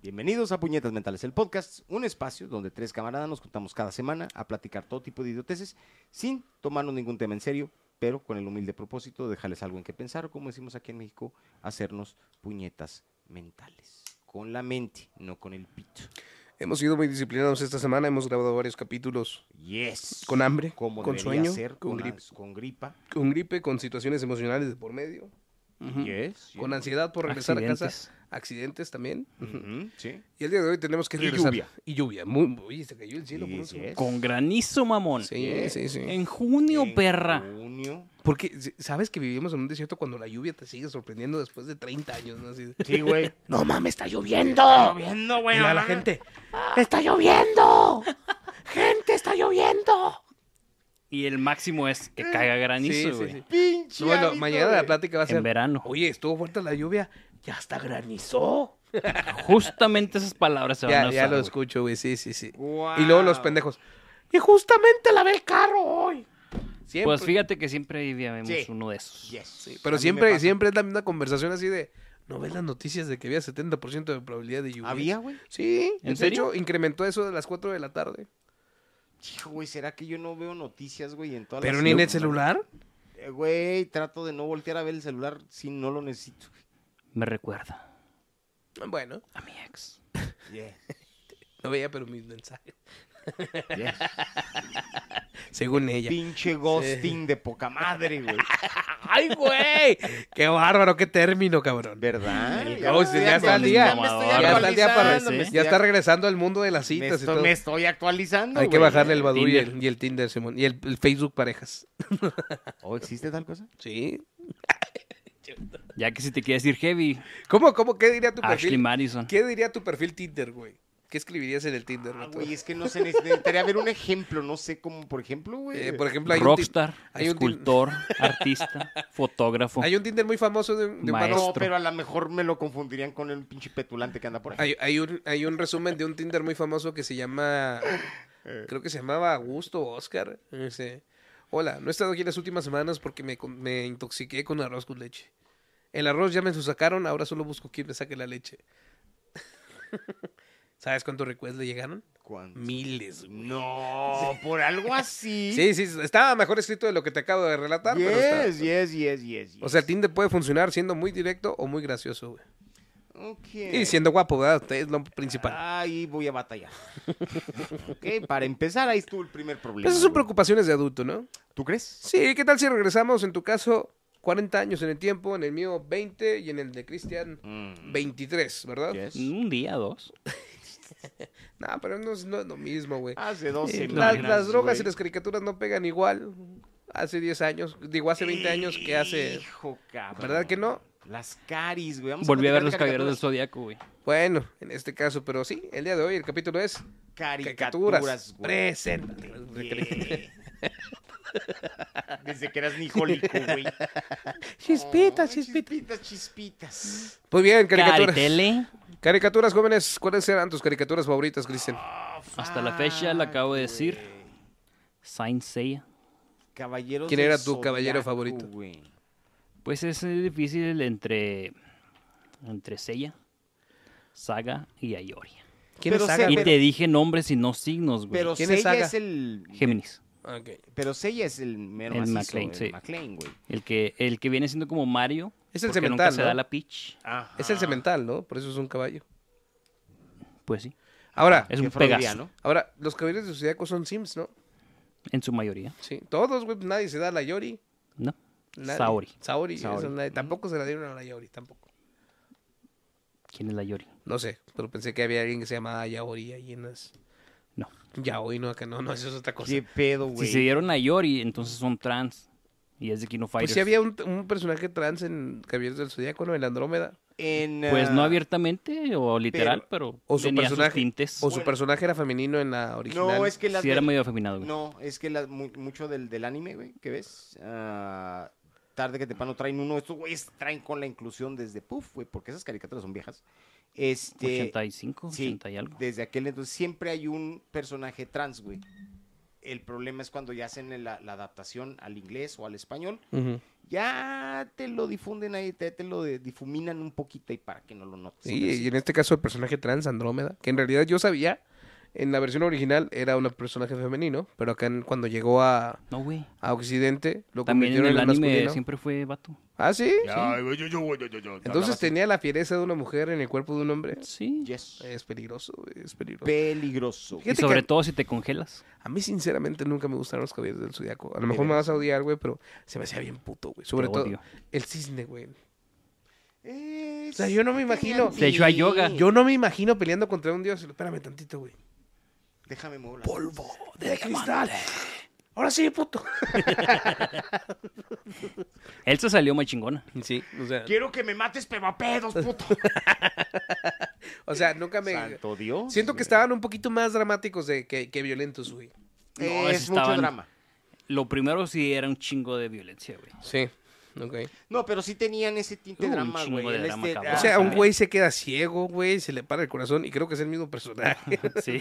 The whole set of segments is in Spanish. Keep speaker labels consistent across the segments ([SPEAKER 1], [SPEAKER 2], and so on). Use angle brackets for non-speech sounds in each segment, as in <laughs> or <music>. [SPEAKER 1] bienvenidos a Puñetas Mentales, el podcast, un espacio donde tres camaradas nos juntamos cada semana a platicar todo tipo de idioteces sin tomarnos ningún tema en serio, pero con el humilde propósito de dejarles algo en que pensar o como decimos aquí en México, hacernos puñetas mentales. Con la mente, no con el pito.
[SPEAKER 2] Hemos sido muy disciplinados esta semana, hemos grabado varios capítulos
[SPEAKER 1] Yes.
[SPEAKER 2] con hambre,
[SPEAKER 1] Como
[SPEAKER 2] con
[SPEAKER 1] debería
[SPEAKER 2] sueño,
[SPEAKER 1] ser,
[SPEAKER 2] con,
[SPEAKER 1] con,
[SPEAKER 2] gripe,
[SPEAKER 1] ans- con gripa.
[SPEAKER 2] con gripe, con situaciones emocionales de por medio, Ujú.
[SPEAKER 1] Yes. yes.
[SPEAKER 2] con ansiedad por regresar a
[SPEAKER 3] Accidentes.
[SPEAKER 2] casa, accidentes también.
[SPEAKER 1] Ujú, Sí.
[SPEAKER 2] Y el día de hoy tenemos que
[SPEAKER 1] Y
[SPEAKER 2] regresar.
[SPEAKER 1] lluvia.
[SPEAKER 2] Y lluvia. Muy, muy- se cayó el cielo. por un
[SPEAKER 1] Yes,
[SPEAKER 2] segundo.
[SPEAKER 1] yes.
[SPEAKER 3] Con granizo, mamón.
[SPEAKER 2] Sí,
[SPEAKER 1] Yes.
[SPEAKER 2] sí, sí.
[SPEAKER 3] En junio,
[SPEAKER 1] En
[SPEAKER 3] perra.
[SPEAKER 1] junio.
[SPEAKER 2] Porque s- sabes que vivimos en un desierto cuando la lluvia te sigue sorprendiendo después de 30 años, ¿no? Así de-
[SPEAKER 1] Sí, güey.
[SPEAKER 2] <laughs> no mames, está lloviendo.
[SPEAKER 1] Está lloviendo, güey.
[SPEAKER 2] Y la,
[SPEAKER 1] no
[SPEAKER 2] la
[SPEAKER 1] mames.
[SPEAKER 2] gente,
[SPEAKER 1] Está lloviendo. Gente, está lloviendo.
[SPEAKER 3] Y el máximo es que
[SPEAKER 1] Mm.
[SPEAKER 3] caiga granizo,
[SPEAKER 2] sí,
[SPEAKER 3] güey.
[SPEAKER 2] sí.
[SPEAKER 1] Pinche.
[SPEAKER 2] No, bueno,
[SPEAKER 1] hábito,
[SPEAKER 2] mañana la
[SPEAKER 1] güey.
[SPEAKER 2] plática va a
[SPEAKER 3] En
[SPEAKER 2] ser.
[SPEAKER 3] verano.
[SPEAKER 2] Oye, estuvo fuerte la lluvia. Ya hasta granizó.
[SPEAKER 3] Justamente esas palabras se van a
[SPEAKER 2] Ya,
[SPEAKER 3] usar.
[SPEAKER 2] ya lo
[SPEAKER 3] güey.
[SPEAKER 2] escucho, güey. Sí, sí, sí.
[SPEAKER 1] Guau.
[SPEAKER 2] Y luego los pendejos. Y justamente lavé el carro hoy. Siempre.
[SPEAKER 3] Pues fíjate que siempre vivíamos
[SPEAKER 1] Sí.
[SPEAKER 3] uno de esos.
[SPEAKER 1] Yes.
[SPEAKER 2] Sí,
[SPEAKER 1] A
[SPEAKER 2] pero
[SPEAKER 1] mí
[SPEAKER 2] siempre,
[SPEAKER 1] me pasa.
[SPEAKER 2] siempre es la misma conversación así de. ¿No ves las noticias de que había 70% de probabilidad de lluvia?
[SPEAKER 1] ¿Había, güey?
[SPEAKER 2] Sí.
[SPEAKER 3] ¿En
[SPEAKER 2] de
[SPEAKER 3] serio?
[SPEAKER 2] hecho, incrementó eso de las 4 de la tarde.
[SPEAKER 1] Hijo, güey, ¿será que yo no veo noticias, güey, en todas
[SPEAKER 2] Pero
[SPEAKER 1] las-
[SPEAKER 2] ni en el celular.
[SPEAKER 1] Eh, Güey, trato de no voltear a ver el celular si no lo necesito.
[SPEAKER 3] Me recuerda
[SPEAKER 2] Bueno,
[SPEAKER 3] a mi ex.
[SPEAKER 1] Yes.
[SPEAKER 2] no veía, pero mis mensajes.
[SPEAKER 1] <laughs> yes.
[SPEAKER 2] Según ella.
[SPEAKER 1] Pinche ghosting de poca madre, güey.
[SPEAKER 2] <laughs> ¡Ay, güey! ¡Qué bárbaro! ¡Qué término, cabrón!
[SPEAKER 1] ¿verdad?
[SPEAKER 3] El
[SPEAKER 1] Ya
[SPEAKER 2] ghosting,
[SPEAKER 1] me
[SPEAKER 2] ya está al
[SPEAKER 1] estoy-
[SPEAKER 2] día.
[SPEAKER 1] me estoy
[SPEAKER 3] Ya
[SPEAKER 2] Ya está el día para.
[SPEAKER 1] actualizando, me
[SPEAKER 2] Ya está
[SPEAKER 1] estoy-
[SPEAKER 2] regresando al mundo de las
[SPEAKER 1] me
[SPEAKER 2] citas y
[SPEAKER 1] estoy-
[SPEAKER 2] todo.
[SPEAKER 1] Me estoy actualizando,
[SPEAKER 2] Hay que
[SPEAKER 1] güey.
[SPEAKER 2] bajarle el Badu y el,
[SPEAKER 3] Tinder.
[SPEAKER 2] y el Tinder, Simón. Y el, el Facebook parejas.
[SPEAKER 1] ¿O existe tal cosa?
[SPEAKER 2] Sí.
[SPEAKER 3] Ya que si te quieres ir heavy,
[SPEAKER 2] ¿Cómo, cómo? ¿Qué diría tu
[SPEAKER 3] Ashley
[SPEAKER 2] perfil?
[SPEAKER 3] Madison.
[SPEAKER 2] ¿Qué diría tu perfil Tinder, güey? ¿Qué escribirías en el Tinder,
[SPEAKER 1] Ah,
[SPEAKER 2] vato?
[SPEAKER 1] güey, es que no sé, necesitaría ver un ejemplo, no sé cómo, por ejemplo, güey.
[SPEAKER 2] Eh, por ejemplo, hay un, tin-
[SPEAKER 3] Rockstar,
[SPEAKER 2] hay un tin- <laughs>
[SPEAKER 3] escultor, artista, fotógrafo.
[SPEAKER 2] hay un Tinder muy famoso de un, de un
[SPEAKER 3] Maestro.
[SPEAKER 2] vato-
[SPEAKER 1] Ah, no, pero a lo mejor me lo confundirían con el pinche petulante que anda por ahí.
[SPEAKER 2] Hay, hay un, hay un resumen de un Tinder muy famoso que se llama. Creo que se llamaba Augusto o Oscar. Dice, Hola, no he estado aquí las últimas semanas porque me, con- me intoxiqué con arroz con leche. El arroz ya me lo sacaron, ahora solo busco quien me saque la leche. <laughs> ¿Sabes cuántos requests le llegaron?
[SPEAKER 1] ¿Cuánto?
[SPEAKER 2] Miles. güey.
[SPEAKER 1] No, por algo así.
[SPEAKER 2] <laughs> Sí, sí, estaba mejor escrito de lo que te acabo de relatar. pero está-
[SPEAKER 1] Yes, yes, yes, yes, yes.
[SPEAKER 2] O sea, el Tinder puede funcionar siendo muy directo o muy gracioso, güey.
[SPEAKER 1] Ok.
[SPEAKER 2] Y siendo guapo, ¿verdad? Es lo principal.
[SPEAKER 1] Ahí voy a batallar. <laughs> ok, para empezar, ahí estuvo el primer problema.
[SPEAKER 2] Esas son
[SPEAKER 1] güey.
[SPEAKER 2] preocupaciones de adulto, ¿no?
[SPEAKER 1] ¿Tú crees?
[SPEAKER 2] Sí, ¿qué tal si regresamos en tu caso 40 años en el tiempo, en el mío 20 y en el de Cristian 23, ¿verdad?
[SPEAKER 1] Mm, Yes.
[SPEAKER 3] Un día, dos.
[SPEAKER 2] No, pero no es, no es lo mismo, güey.
[SPEAKER 1] Hace 12
[SPEAKER 2] Eh, la-
[SPEAKER 1] semanas,
[SPEAKER 2] las drogas
[SPEAKER 1] Ah, güey.
[SPEAKER 2] y las caricaturas no pegan igual hace 10 años, digo, hace 20 años que hace...
[SPEAKER 1] Hijo, cabrón.
[SPEAKER 2] ¿Verdad que no?
[SPEAKER 1] Las caris, güey. Vamos
[SPEAKER 3] Volví a ver los
[SPEAKER 1] platicar de
[SPEAKER 3] caballeros del
[SPEAKER 1] caricaturas.
[SPEAKER 3] zodiaco, güey.
[SPEAKER 2] Bueno, en este caso, pero sí, el día de hoy el capítulo es... Caricaturas.
[SPEAKER 1] Caricaturas, güey.
[SPEAKER 2] Presenta.
[SPEAKER 1] <laughs> Desde que eras nijolico, güey.
[SPEAKER 2] <laughs>
[SPEAKER 1] Ay,
[SPEAKER 2] Chispitas, chispitas.
[SPEAKER 1] Chispitas, chispitas.
[SPEAKER 2] Muy bien, caricaturas.
[SPEAKER 3] Caritele.
[SPEAKER 2] Caricaturas jóvenes, ¿cuáles eran tus caricaturas favoritas, Cristian?
[SPEAKER 1] Ah,
[SPEAKER 3] Hasta la fecha la acabo de
[SPEAKER 1] fuck,
[SPEAKER 3] decir.
[SPEAKER 1] güey.
[SPEAKER 3] Saint Seiya.
[SPEAKER 1] Caballeros
[SPEAKER 2] ¿Quién
[SPEAKER 1] del
[SPEAKER 2] era tu caballero
[SPEAKER 1] Zodiaco,
[SPEAKER 2] favorito?
[SPEAKER 1] güey.
[SPEAKER 3] Pues es eh, difícil entre. Entre Seiya, Saga y Ayori.
[SPEAKER 2] ¿Quién
[SPEAKER 1] Pero
[SPEAKER 2] es
[SPEAKER 1] sé-
[SPEAKER 2] Saga?
[SPEAKER 3] Y
[SPEAKER 1] pero-
[SPEAKER 3] te dije nombres y no signos, güey.
[SPEAKER 1] Pero
[SPEAKER 2] ¿Quién
[SPEAKER 1] Seiya
[SPEAKER 2] es
[SPEAKER 1] es,
[SPEAKER 2] Saga?
[SPEAKER 1] el...
[SPEAKER 3] Géminis.
[SPEAKER 2] Ok.
[SPEAKER 1] Pero Seiya es el mero
[SPEAKER 3] El
[SPEAKER 1] macizo,
[SPEAKER 3] McLean, sí.
[SPEAKER 1] El McLean, güey.
[SPEAKER 3] El que, el que viene siendo como Mario.
[SPEAKER 2] Es el
[SPEAKER 3] porque
[SPEAKER 2] cemental,
[SPEAKER 3] nunca se
[SPEAKER 2] ¿no?
[SPEAKER 3] da la pitch.
[SPEAKER 2] Es el cemental, ¿no? Por eso es un caballo.
[SPEAKER 3] Pues sí.
[SPEAKER 2] Ahora,
[SPEAKER 3] Es un
[SPEAKER 1] Qué fraudiano.
[SPEAKER 3] Pegaso.
[SPEAKER 2] ahora, los caballeros de Zodíaco son Sims, ¿no?
[SPEAKER 3] En su mayoría.
[SPEAKER 2] Sí. Todos, güey, pues, nadie se da a la Yori.
[SPEAKER 3] ¿No?
[SPEAKER 2] nadie.
[SPEAKER 3] Saori.
[SPEAKER 2] Saori.
[SPEAKER 1] Saori.
[SPEAKER 2] eso, nadie- Tampoco se la dieron a la Yori, tampoco.
[SPEAKER 3] ¿Quién es la Yori?
[SPEAKER 2] No sé, pero pensé que había alguien que se llamaba Yaori ahí en las...
[SPEAKER 3] No.
[SPEAKER 2] Yaoi, no, acá no, no, eso es otra cosa.
[SPEAKER 1] ¿Qué pedo, güey?
[SPEAKER 3] Si se dieron a Yori, entonces son trans. Y es de Kino
[SPEAKER 2] Pues
[SPEAKER 3] Fighters.
[SPEAKER 2] sí había un, un personaje trans en Caballeros del Zodíaco, ¿no? El Andrómeda.
[SPEAKER 1] En,
[SPEAKER 3] Pues no
[SPEAKER 1] ah,
[SPEAKER 3] abiertamente o literal, pero,
[SPEAKER 2] O su
[SPEAKER 3] tenía sus
[SPEAKER 2] personaje.
[SPEAKER 3] tintes.
[SPEAKER 2] O su
[SPEAKER 1] Bueno.
[SPEAKER 2] personaje era femenino en la original.
[SPEAKER 1] No, es que las
[SPEAKER 3] sí era
[SPEAKER 1] del-
[SPEAKER 3] medio afeminado, güey.
[SPEAKER 1] No, es que la- mu- mucho del, del anime, güey, que ves, ah, tarde que temprano traen uno, estos güeyes traen con la inclusión desde puff, güey, porque esas caricaturas son viejas. Este,
[SPEAKER 3] 85,
[SPEAKER 1] sí,
[SPEAKER 3] 80 y algo.
[SPEAKER 1] desde aquel entonces siempre hay un personaje trans, güey. El problema es cuando ya hacen la, la adaptación al inglés o al español,
[SPEAKER 2] Ujú.
[SPEAKER 1] ya te lo difunden ahí, te, te lo de- difuminan un poquito y para que no lo notes.
[SPEAKER 2] Sí, y en este caso el personaje trans, Andrómeda, que en realidad yo sabía, en la versión original era un personaje femenino, pero acá en- cuando llegó a,
[SPEAKER 3] No, güey.
[SPEAKER 2] a Occidente lo
[SPEAKER 3] También en
[SPEAKER 2] convirtieron en,
[SPEAKER 3] el anime
[SPEAKER 2] masculino.
[SPEAKER 3] siempre fue vato.
[SPEAKER 2] Ah, ¿sí?
[SPEAKER 4] Ay, güey, yo, yo, güey, yo, yo, yo.
[SPEAKER 2] Entonces tenía la fiereza de una mujer en el cuerpo de un hombre.
[SPEAKER 3] Sí.
[SPEAKER 1] Yes.
[SPEAKER 2] Es peligroso, güey, es peligroso.
[SPEAKER 1] Peligroso.
[SPEAKER 3] Y
[SPEAKER 2] Fíjate
[SPEAKER 3] sobre
[SPEAKER 2] que
[SPEAKER 3] todo si te congelas.
[SPEAKER 2] a mí sinceramente nunca me gustaron los caballeros del zodiaco. A lo mejor me vas a odiar, güey, pero se me hacía bien puto, güey. Sobre
[SPEAKER 3] Te
[SPEAKER 2] todo
[SPEAKER 3] odio.
[SPEAKER 2] el cisne, güey.
[SPEAKER 1] O
[SPEAKER 2] sea, yo no me imagino-
[SPEAKER 3] Se echó a yoga.
[SPEAKER 2] Yo no me imagino peleando contra un dios. Espérame tantito, güey.
[SPEAKER 1] Déjame mover. las-
[SPEAKER 2] Polvo de cristal. Ahora sí, puto.
[SPEAKER 3] Él se salió más chingona.
[SPEAKER 2] <laughs> Sí, o sea,
[SPEAKER 1] Quiero que me mates, pero a pedos, <laughs> puto.
[SPEAKER 2] o sea, nunca me
[SPEAKER 1] Santo Dios.
[SPEAKER 2] siento que
[SPEAKER 1] güey.
[SPEAKER 2] estaban un poquito más dramáticos de que, que violentos, güey.
[SPEAKER 3] No,
[SPEAKER 1] es
[SPEAKER 3] sí
[SPEAKER 1] mucho
[SPEAKER 3] estaban-
[SPEAKER 1] drama.
[SPEAKER 3] Lo primero sí era un chingo de
[SPEAKER 2] <laughs>
[SPEAKER 3] violencia, güey.
[SPEAKER 2] Sí. Okay.
[SPEAKER 1] No, pero sí tenían ese tinte
[SPEAKER 3] Uh, un
[SPEAKER 1] drama,
[SPEAKER 3] chingo
[SPEAKER 1] güey.
[SPEAKER 3] de
[SPEAKER 1] el
[SPEAKER 3] drama,
[SPEAKER 1] este-
[SPEAKER 3] cabrón.
[SPEAKER 2] O
[SPEAKER 1] ah,
[SPEAKER 2] sea, un
[SPEAKER 1] sí.
[SPEAKER 2] güey se queda ciego, güey, se le para el corazón y creo que es el mismo <laughs> personaje.
[SPEAKER 3] Sí.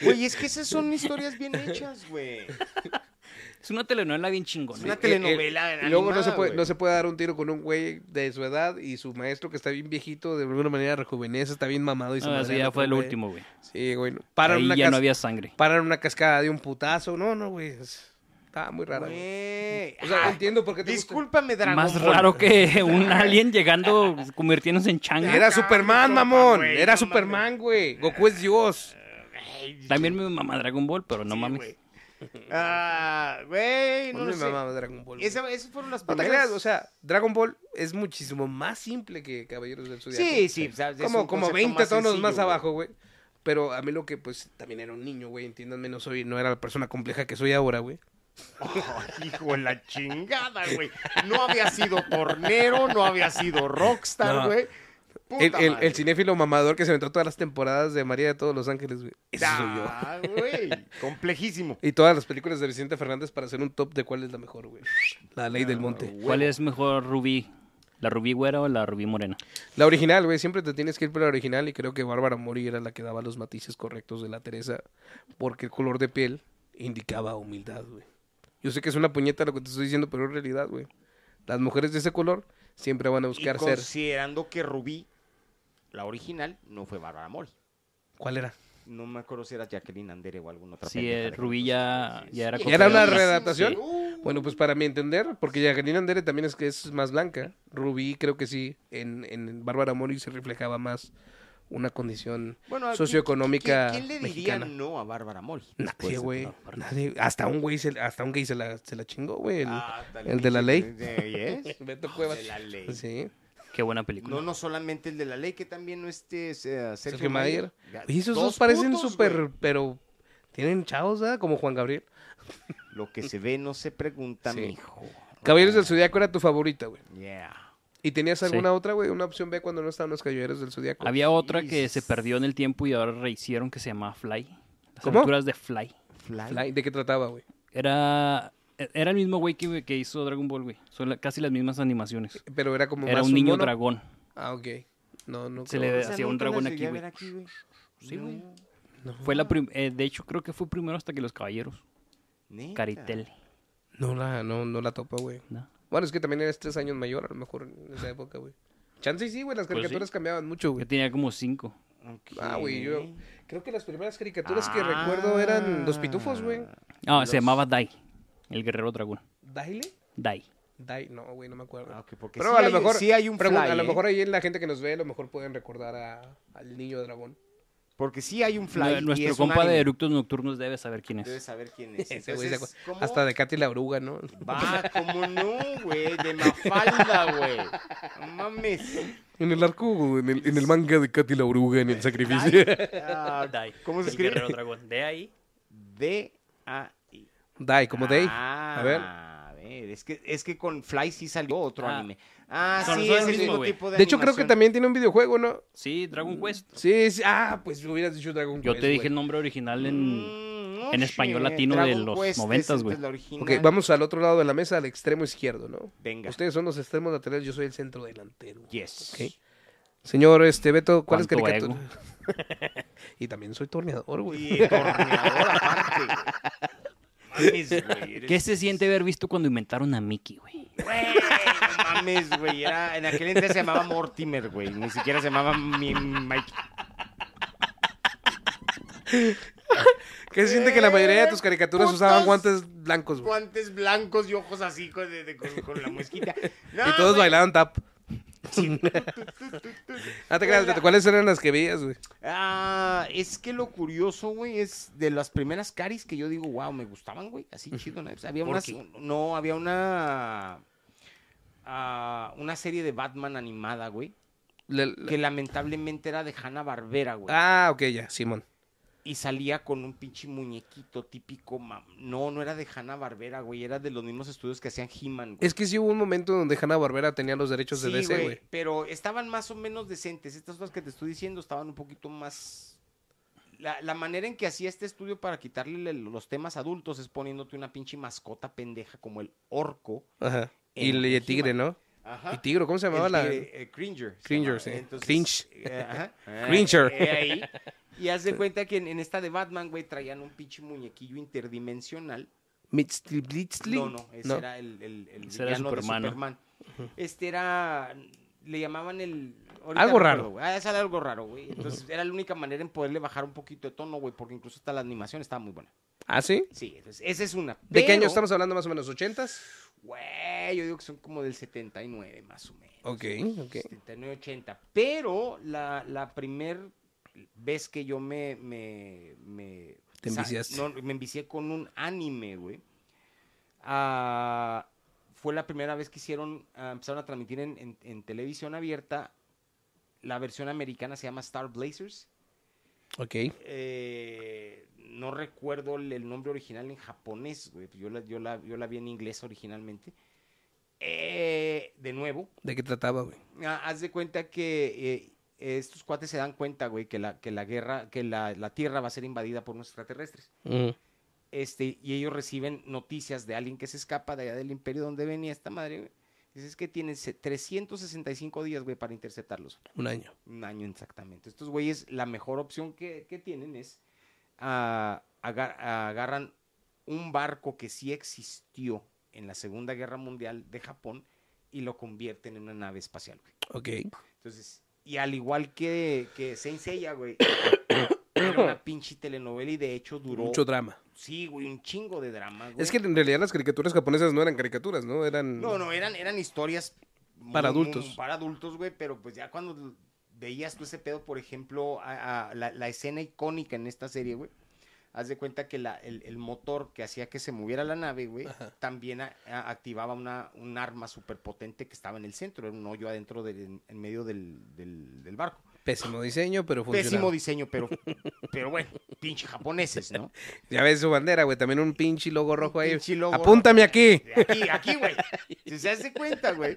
[SPEAKER 1] Güey, es que esas son historias bien hechas, güey.
[SPEAKER 3] Es una telenovela bien
[SPEAKER 1] Es
[SPEAKER 3] chingona.
[SPEAKER 1] una
[SPEAKER 3] güey.
[SPEAKER 1] telenovela.
[SPEAKER 2] Y luego no se,
[SPEAKER 1] animada,
[SPEAKER 2] puede,
[SPEAKER 1] güey.
[SPEAKER 2] no se puede dar un tiro con un güey de su edad y su maestro que está bien viejito, de alguna manera rejuvenece, está bien mamado y se
[SPEAKER 3] No, eso
[SPEAKER 2] madrea al
[SPEAKER 3] Ah, ya
[SPEAKER 2] otro
[SPEAKER 3] fue lo
[SPEAKER 2] güey.
[SPEAKER 3] último, güey.
[SPEAKER 2] Sí, güey. no. Paran,
[SPEAKER 3] Ahí
[SPEAKER 2] una
[SPEAKER 3] ya
[SPEAKER 2] cas-
[SPEAKER 3] no había sangre.
[SPEAKER 2] paran una cascada de un putazo. No, no, güey. es- Estaba muy raro. güey.
[SPEAKER 1] Güey.
[SPEAKER 2] O sea,
[SPEAKER 1] Ah,
[SPEAKER 2] entiendo por qué te gusta.
[SPEAKER 1] Discúlpame, Dragon
[SPEAKER 3] Más
[SPEAKER 1] Ball.
[SPEAKER 3] raro
[SPEAKER 2] <laughs>
[SPEAKER 3] que un alien llegando, convirtiéndose en changa.
[SPEAKER 2] Era
[SPEAKER 1] Acá,
[SPEAKER 2] Superman,
[SPEAKER 1] mi compa,
[SPEAKER 2] mamón.
[SPEAKER 1] güey,
[SPEAKER 2] Era
[SPEAKER 1] no
[SPEAKER 2] Superman, güey. Goku es Dios.
[SPEAKER 1] Ay,
[SPEAKER 3] También me mama Dragon Ball, pero no
[SPEAKER 1] sí,
[SPEAKER 3] mames.
[SPEAKER 1] güey. Ah, güey, no
[SPEAKER 2] No
[SPEAKER 1] lo
[SPEAKER 2] me
[SPEAKER 1] sé.
[SPEAKER 2] mamaba Dragon Ball. güey.
[SPEAKER 1] Esa, esas fueron las
[SPEAKER 2] No te
[SPEAKER 1] primeras. <laughs>
[SPEAKER 2] creas, o sea, Dragon Ball es muchísimo más simple que Caballeros del Zodiaco.
[SPEAKER 1] sí, sí. o sea, es un
[SPEAKER 2] Como, como
[SPEAKER 1] concepto
[SPEAKER 2] 20 tonos
[SPEAKER 1] sencillo,
[SPEAKER 2] más
[SPEAKER 1] güey.
[SPEAKER 2] abajo, güey. Pero a mí lo que, pues, también era un niño, güey. Entiéndanme, no soy, no era la persona compleja que soy ahora, güey.
[SPEAKER 1] Oh, hijo de la chingada, güey. No había sido tornero, no había sido rockstar,
[SPEAKER 2] No.
[SPEAKER 1] güey.
[SPEAKER 2] El,
[SPEAKER 1] Puta
[SPEAKER 2] el-
[SPEAKER 1] madre.
[SPEAKER 2] el cinéfilo mamador que se aventó todas las temporadas de María de todos los Ángeles, güey. Ese soy yo.
[SPEAKER 1] Ah, güey. Complejísimo.
[SPEAKER 2] Y todas las películas de Vicente Fernández para hacer un top de cuál es la mejor, güey. La Ley del Monte.
[SPEAKER 3] ¿Cuál es mejor Rubí? ¿La Rubí güera o la Rubí morena?
[SPEAKER 2] La original, güey. Siempre te tienes que ir por la original y creo que Bárbara Mori era la que daba los matices correctos de la Teresa porque el color de piel indicaba humildad, güey. Yo sé que es una puñeta lo que te estoy diciendo, pero es realidad, güey. Las mujeres de ese color siempre van
[SPEAKER 1] Y
[SPEAKER 2] a buscar ser...
[SPEAKER 1] considerando que Rubí, la original, no fue Bárbara Mori.
[SPEAKER 2] ¿Cuál era?
[SPEAKER 1] No me acuerdo si era Jacqueline Andere o alguna otra.
[SPEAKER 3] Sí,
[SPEAKER 1] pendeja
[SPEAKER 3] eh,
[SPEAKER 1] de
[SPEAKER 3] Rubí
[SPEAKER 1] Carlos.
[SPEAKER 3] ya-
[SPEAKER 1] Sí,
[SPEAKER 3] ya era
[SPEAKER 1] sí,
[SPEAKER 3] con-
[SPEAKER 2] ¿Ya era una
[SPEAKER 1] sí, sí,
[SPEAKER 2] redactación?
[SPEAKER 1] sí. Uh,
[SPEAKER 2] Bueno, pues para mi entender, porque Jacqueline Andere también es que es más blanca. Rubí creo que sí, en, en Bárbara Mori se reflejaba más una condición
[SPEAKER 1] bueno, ¿a
[SPEAKER 2] socioeconómica
[SPEAKER 1] ¿quién, quién le diría
[SPEAKER 2] mexicana.
[SPEAKER 1] no a Bárbara Pues, Mori?
[SPEAKER 2] Nadie, güey. Nadie. Hasta un güey se, hasta un gay se la, se la chingó, güey. El,
[SPEAKER 1] Ah, dale,
[SPEAKER 2] el de
[SPEAKER 1] <laughs>
[SPEAKER 2] la ley.
[SPEAKER 1] Eh,
[SPEAKER 2] <laughs>
[SPEAKER 1] yes.
[SPEAKER 2] Beto Cuevas. Pues
[SPEAKER 1] De la ley.
[SPEAKER 2] Sí.
[SPEAKER 3] Qué buena película.
[SPEAKER 1] No, no solamente el de la ley, que también no este eh, Sergio,
[SPEAKER 2] Sergio
[SPEAKER 1] Mayer.
[SPEAKER 2] Mayer. Oye, esos
[SPEAKER 1] Dos
[SPEAKER 2] dos, parecen
[SPEAKER 1] putos, güey.
[SPEAKER 2] súper, pero tienen chavos, ¿verdad? Como Juan Gabriel.
[SPEAKER 1] Lo que se ve no se pregunta,
[SPEAKER 2] Sí.
[SPEAKER 1] mijo.
[SPEAKER 2] Caballeros del Zodiaco era tu favorita, güey.
[SPEAKER 1] Yeah.
[SPEAKER 2] ¿Y tenías
[SPEAKER 3] Sí.
[SPEAKER 2] alguna otra, güey? Una opción B cuando no estaban los Caballeros del Zodiaco.
[SPEAKER 3] Había otra que se perdió en el tiempo y ahora rehicieron que se llamaba Fly. Las
[SPEAKER 2] ¿Cómo?
[SPEAKER 3] aventuras de Fly.
[SPEAKER 1] Fly.
[SPEAKER 2] Fly, ¿De qué trataba, güey?
[SPEAKER 3] Era, era el mismo güey que, que hizo Dragon Ball, güey. Son la- casi las mismas animaciones.
[SPEAKER 2] Pero era como
[SPEAKER 3] Era
[SPEAKER 2] más
[SPEAKER 3] un niño
[SPEAKER 2] mono.
[SPEAKER 3] dragón.
[SPEAKER 2] Ah, ok. No, no.
[SPEAKER 3] Se
[SPEAKER 2] creo.
[SPEAKER 3] le
[SPEAKER 1] Esa
[SPEAKER 3] hacía un
[SPEAKER 1] nunca
[SPEAKER 3] dragón
[SPEAKER 1] las llegué
[SPEAKER 3] aquí,
[SPEAKER 1] a
[SPEAKER 3] güey.
[SPEAKER 1] ver aquí, güey.
[SPEAKER 3] Sí,
[SPEAKER 1] No.
[SPEAKER 3] güey. Fue la prim- eh, de hecho, creo que fue primero hasta que Los Caballeros.
[SPEAKER 1] Neta.
[SPEAKER 3] Caritel.
[SPEAKER 2] No la, no, no la topa, güey.
[SPEAKER 3] ¿no?
[SPEAKER 2] Bueno, es que también eres tres años mayor, a lo mejor, en esa época, güey. Chance y sí, güey, las
[SPEAKER 3] Pues sí.
[SPEAKER 2] caricaturas cambiaban mucho, güey.
[SPEAKER 3] Yo tenía como cinco.
[SPEAKER 1] Ok.
[SPEAKER 2] Ah, güey, yo creo que las primeras caricaturas que recuerdo eran Los Pitufos, güey.
[SPEAKER 3] Ah, se llamaba Dai, el guerrero dragón.
[SPEAKER 2] ¿Daile?
[SPEAKER 3] Dai.
[SPEAKER 2] Dai, no, güey, no me acuerdo.
[SPEAKER 1] Ah, ok, porque
[SPEAKER 2] Pero
[SPEAKER 1] sí
[SPEAKER 2] a lo
[SPEAKER 1] hay-
[SPEAKER 2] mejor,
[SPEAKER 1] sí hay un
[SPEAKER 2] pregun-
[SPEAKER 1] fly,
[SPEAKER 2] a lo
[SPEAKER 1] ¿eh?
[SPEAKER 2] mejor ahí en la gente que nos ve, a lo mejor pueden recordar a- al niño dragón.
[SPEAKER 1] Porque sí hay un
[SPEAKER 3] Nue-
[SPEAKER 1] fly. y
[SPEAKER 3] Nuestro
[SPEAKER 1] es un
[SPEAKER 3] compa de
[SPEAKER 1] anime.
[SPEAKER 3] Eructos Nocturnos debe saber quién
[SPEAKER 1] Debes
[SPEAKER 3] es.
[SPEAKER 1] saber quién
[SPEAKER 3] <laughs>
[SPEAKER 1] es.
[SPEAKER 2] Ese güey se
[SPEAKER 1] Entonces,
[SPEAKER 2] acu-
[SPEAKER 1] ¿cómo
[SPEAKER 2] Hasta de Katy la oruga, ¿no?
[SPEAKER 1] Va, cómo no, güey. De Mafalda, güey. No Mames.
[SPEAKER 2] En el arco, en el, en el manga de Katy la oruga, <laughs> en el sacrificio.
[SPEAKER 1] Ah, ¿Cómo se escribe?
[SPEAKER 3] dragón. De ahí.
[SPEAKER 1] D-A-I.
[SPEAKER 2] Dai, como Day.
[SPEAKER 1] Ah, Ah,
[SPEAKER 2] A ver.
[SPEAKER 1] a ver, es que, es que con Fly sí salió otro
[SPEAKER 3] Ah.
[SPEAKER 1] anime. Ah,
[SPEAKER 3] Con
[SPEAKER 1] sí,
[SPEAKER 3] razón
[SPEAKER 1] es el
[SPEAKER 3] es el mismo,
[SPEAKER 1] mismo
[SPEAKER 3] güey.
[SPEAKER 1] tipo de
[SPEAKER 2] De hecho, creo que
[SPEAKER 1] animación.
[SPEAKER 2] también tiene un videojuego, ¿no?
[SPEAKER 3] Sí,
[SPEAKER 1] Mm,
[SPEAKER 3] Dragon Quest.
[SPEAKER 2] Sí, sí. Ah, pues hubieras dicho Dragon
[SPEAKER 3] Yo
[SPEAKER 2] Quest.
[SPEAKER 3] te dije
[SPEAKER 2] güey.
[SPEAKER 3] el nombre original en...
[SPEAKER 1] Mm, no
[SPEAKER 3] en español
[SPEAKER 1] sé,
[SPEAKER 3] latino de
[SPEAKER 1] Dragon
[SPEAKER 3] los
[SPEAKER 1] Quest es-
[SPEAKER 3] 90s,
[SPEAKER 1] es
[SPEAKER 3] güey.
[SPEAKER 1] la original.
[SPEAKER 2] Ok, vamos al otro lado de la mesa, al extremo izquierdo, ¿no?
[SPEAKER 1] Venga.
[SPEAKER 2] Ustedes son los extremos laterales, yo soy el centro delantero.
[SPEAKER 1] Yes.
[SPEAKER 2] Ok. Señor este, Beto, ¿cuál es
[SPEAKER 3] ¿Cuánto
[SPEAKER 2] caricatura? <laughs> y también soy torneador, güey. <laughs>
[SPEAKER 1] Y el torneador aparte, güey. <laughs> Mames, güey. eres-
[SPEAKER 3] ¿Qué se siente haber visto cuando inventaron a Mickey, güey?
[SPEAKER 1] Güey, no mames, güey. Era, en aquel entonces se llamaba Mortimer, güey. Ni siquiera se llamaba mi, Mike.
[SPEAKER 2] ¿Qué se siente que la mayoría de tus caricaturas
[SPEAKER 1] Putos.
[SPEAKER 2] usaban guantes
[SPEAKER 1] pues,
[SPEAKER 2] blancos, güey?
[SPEAKER 1] Guantes blancos y ojos así con, de- de- con- con la
[SPEAKER 2] <laughs>
[SPEAKER 1] mosquita. No,
[SPEAKER 2] Y todos
[SPEAKER 1] güey. <laughs>
[SPEAKER 2] bailaban tap. <laughs> ah, te creas, Beto, ¿cuáles eran las que veías, güey?
[SPEAKER 1] Ah, es que lo curioso, güey, es de las primeras caris que yo digo, wow, me gustaban, güey, así chido, ¿no? Pues, Había
[SPEAKER 3] ¿Por
[SPEAKER 1] unas-
[SPEAKER 3] qué?
[SPEAKER 1] no, había una, ah, una serie de Batman animada, güey,
[SPEAKER 2] La- la-
[SPEAKER 1] que lamentablemente era de Hanna Barbera, güey,
[SPEAKER 2] Ah, ok, ya, Simón.
[SPEAKER 1] y salía con un pinche muñequito típico, mam- no, no era de Hanna Barbera, güey, era de los mismos estudios que hacían He-Man, güey.
[SPEAKER 2] Es que sí hubo un momento donde Hanna-Barbera tenía los derechos de DC, güey.
[SPEAKER 1] Pero estaban más o menos decentes. Estas cosas que te estoy diciendo estaban un poquito más. La, la manera en que hacía este estudio para quitarle le- los temas adultos es poniéndote una pinche mascota pendeja como el orco.
[SPEAKER 2] Ajá. Y,
[SPEAKER 1] En
[SPEAKER 2] le- y el tigre,
[SPEAKER 1] He-Man.
[SPEAKER 2] ¿no? Y tigre, ¿cómo se
[SPEAKER 1] El
[SPEAKER 2] llamaba la...?
[SPEAKER 1] tigre, eh, Cringer. se
[SPEAKER 2] Cringer,
[SPEAKER 1] llamaba.
[SPEAKER 2] sí.
[SPEAKER 1] Entonces,
[SPEAKER 2] Cringe.
[SPEAKER 1] eh, ajá. Eh,
[SPEAKER 2] <laughs> Cringer.
[SPEAKER 1] eh, ahí. Y haz de cuenta que en, en esta de Batman, güey, traían un pinche muñequillo interdimensional
[SPEAKER 2] Mitzli- Blitzli?
[SPEAKER 1] No, no, ese era el, el, el
[SPEAKER 3] Ese era
[SPEAKER 1] villano de
[SPEAKER 3] Superman, ¿no?
[SPEAKER 1] Superman. Este era, le llamaban el... ahorita
[SPEAKER 2] Algo
[SPEAKER 1] me
[SPEAKER 2] raro.
[SPEAKER 1] acuerdo, güey. Ah, ese era algo raro, güey. Entonces era la única manera en poderle bajar un poquito de tono, güey, porque incluso hasta la animación estaba muy buena.
[SPEAKER 2] ¿Ah, sí?
[SPEAKER 1] Sí, entonces, esa es una.
[SPEAKER 2] ¿De qué
[SPEAKER 1] Pero,
[SPEAKER 2] año estamos hablando más o menos? ¿80s?
[SPEAKER 1] Güey, yo digo que son como del 79 más o menos.
[SPEAKER 2] Ok, ok.
[SPEAKER 1] 79, 80. Pero la, la primer vez que yo me... me, me-
[SPEAKER 2] Te
[SPEAKER 1] o sea,
[SPEAKER 2] enviciaste.
[SPEAKER 1] no, me envicié con un anime, güey. Ah, fue la primera vez que hicieron, ah, empezaron a transmitir en, en- en televisión abierta. La versión americana se llama Star Blazers.
[SPEAKER 2] Ok.
[SPEAKER 1] Eh, no recuerdo el, el nombre original en japonés, güey. Yo la, yo, la, yo la vi en inglés originalmente. Eh, de nuevo,
[SPEAKER 2] ¿De qué trataba, güey?
[SPEAKER 1] Ah, haz de cuenta que eh, estos cuates se dan cuenta, güey, que la, que la guerra, que la, la Tierra va a ser invadida por unos extraterrestres. Este, y ellos reciben noticias de alguien que se escapa de allá del imperio donde venía esta madre, güey. Dices que tienen se- 365 días, güey, para interceptarlos.
[SPEAKER 2] Un año.
[SPEAKER 1] Un año exactamente. Estos güeyes, la mejor opción que, que tienen es ah, agar- agarran un barco que sí existió en la Segunda Guerra Mundial de Japón y lo convierten en una nave espacial, güey.
[SPEAKER 2] Ok.
[SPEAKER 1] Entonces, y al igual que, que Saint Seiya,
[SPEAKER 2] <coughs>
[SPEAKER 1] güey, era una pinche telenovela y de hecho duró.
[SPEAKER 2] Mucho drama.
[SPEAKER 1] sí, güey, un chingo de drama, güey.
[SPEAKER 2] Es que en realidad las caricaturas japonesas no eran caricaturas, ¿no? Eran...
[SPEAKER 1] No, no, eran, eran historias. muy-
[SPEAKER 2] Para
[SPEAKER 1] muy-
[SPEAKER 2] adultos.
[SPEAKER 1] para adultos, güey, pero pues ya cuando veías tú ese pedo, por ejemplo, a- a la, la escena icónica en esta serie, güey. Haz de cuenta que la- el, el motor que hacía que se moviera la nave, güey, también a- a- activaba una, un arma superpotente que estaba en el centro, era un hoyo adentro, del- en, en medio del- del- del barco.
[SPEAKER 2] Pésimo diseño, pero
[SPEAKER 1] Pésimo
[SPEAKER 2] funcionaba.
[SPEAKER 1] diseño, pero, pero bueno, pinche japoneses,
[SPEAKER 2] <laughs>
[SPEAKER 1] ¿no?
[SPEAKER 2] Ya ves su bandera, güey. También un pinche logo rojo ahí.
[SPEAKER 1] pinche logo
[SPEAKER 2] Apúntame aquí.
[SPEAKER 1] Aquí, aquí, güey. Si se hace cuenta, güey.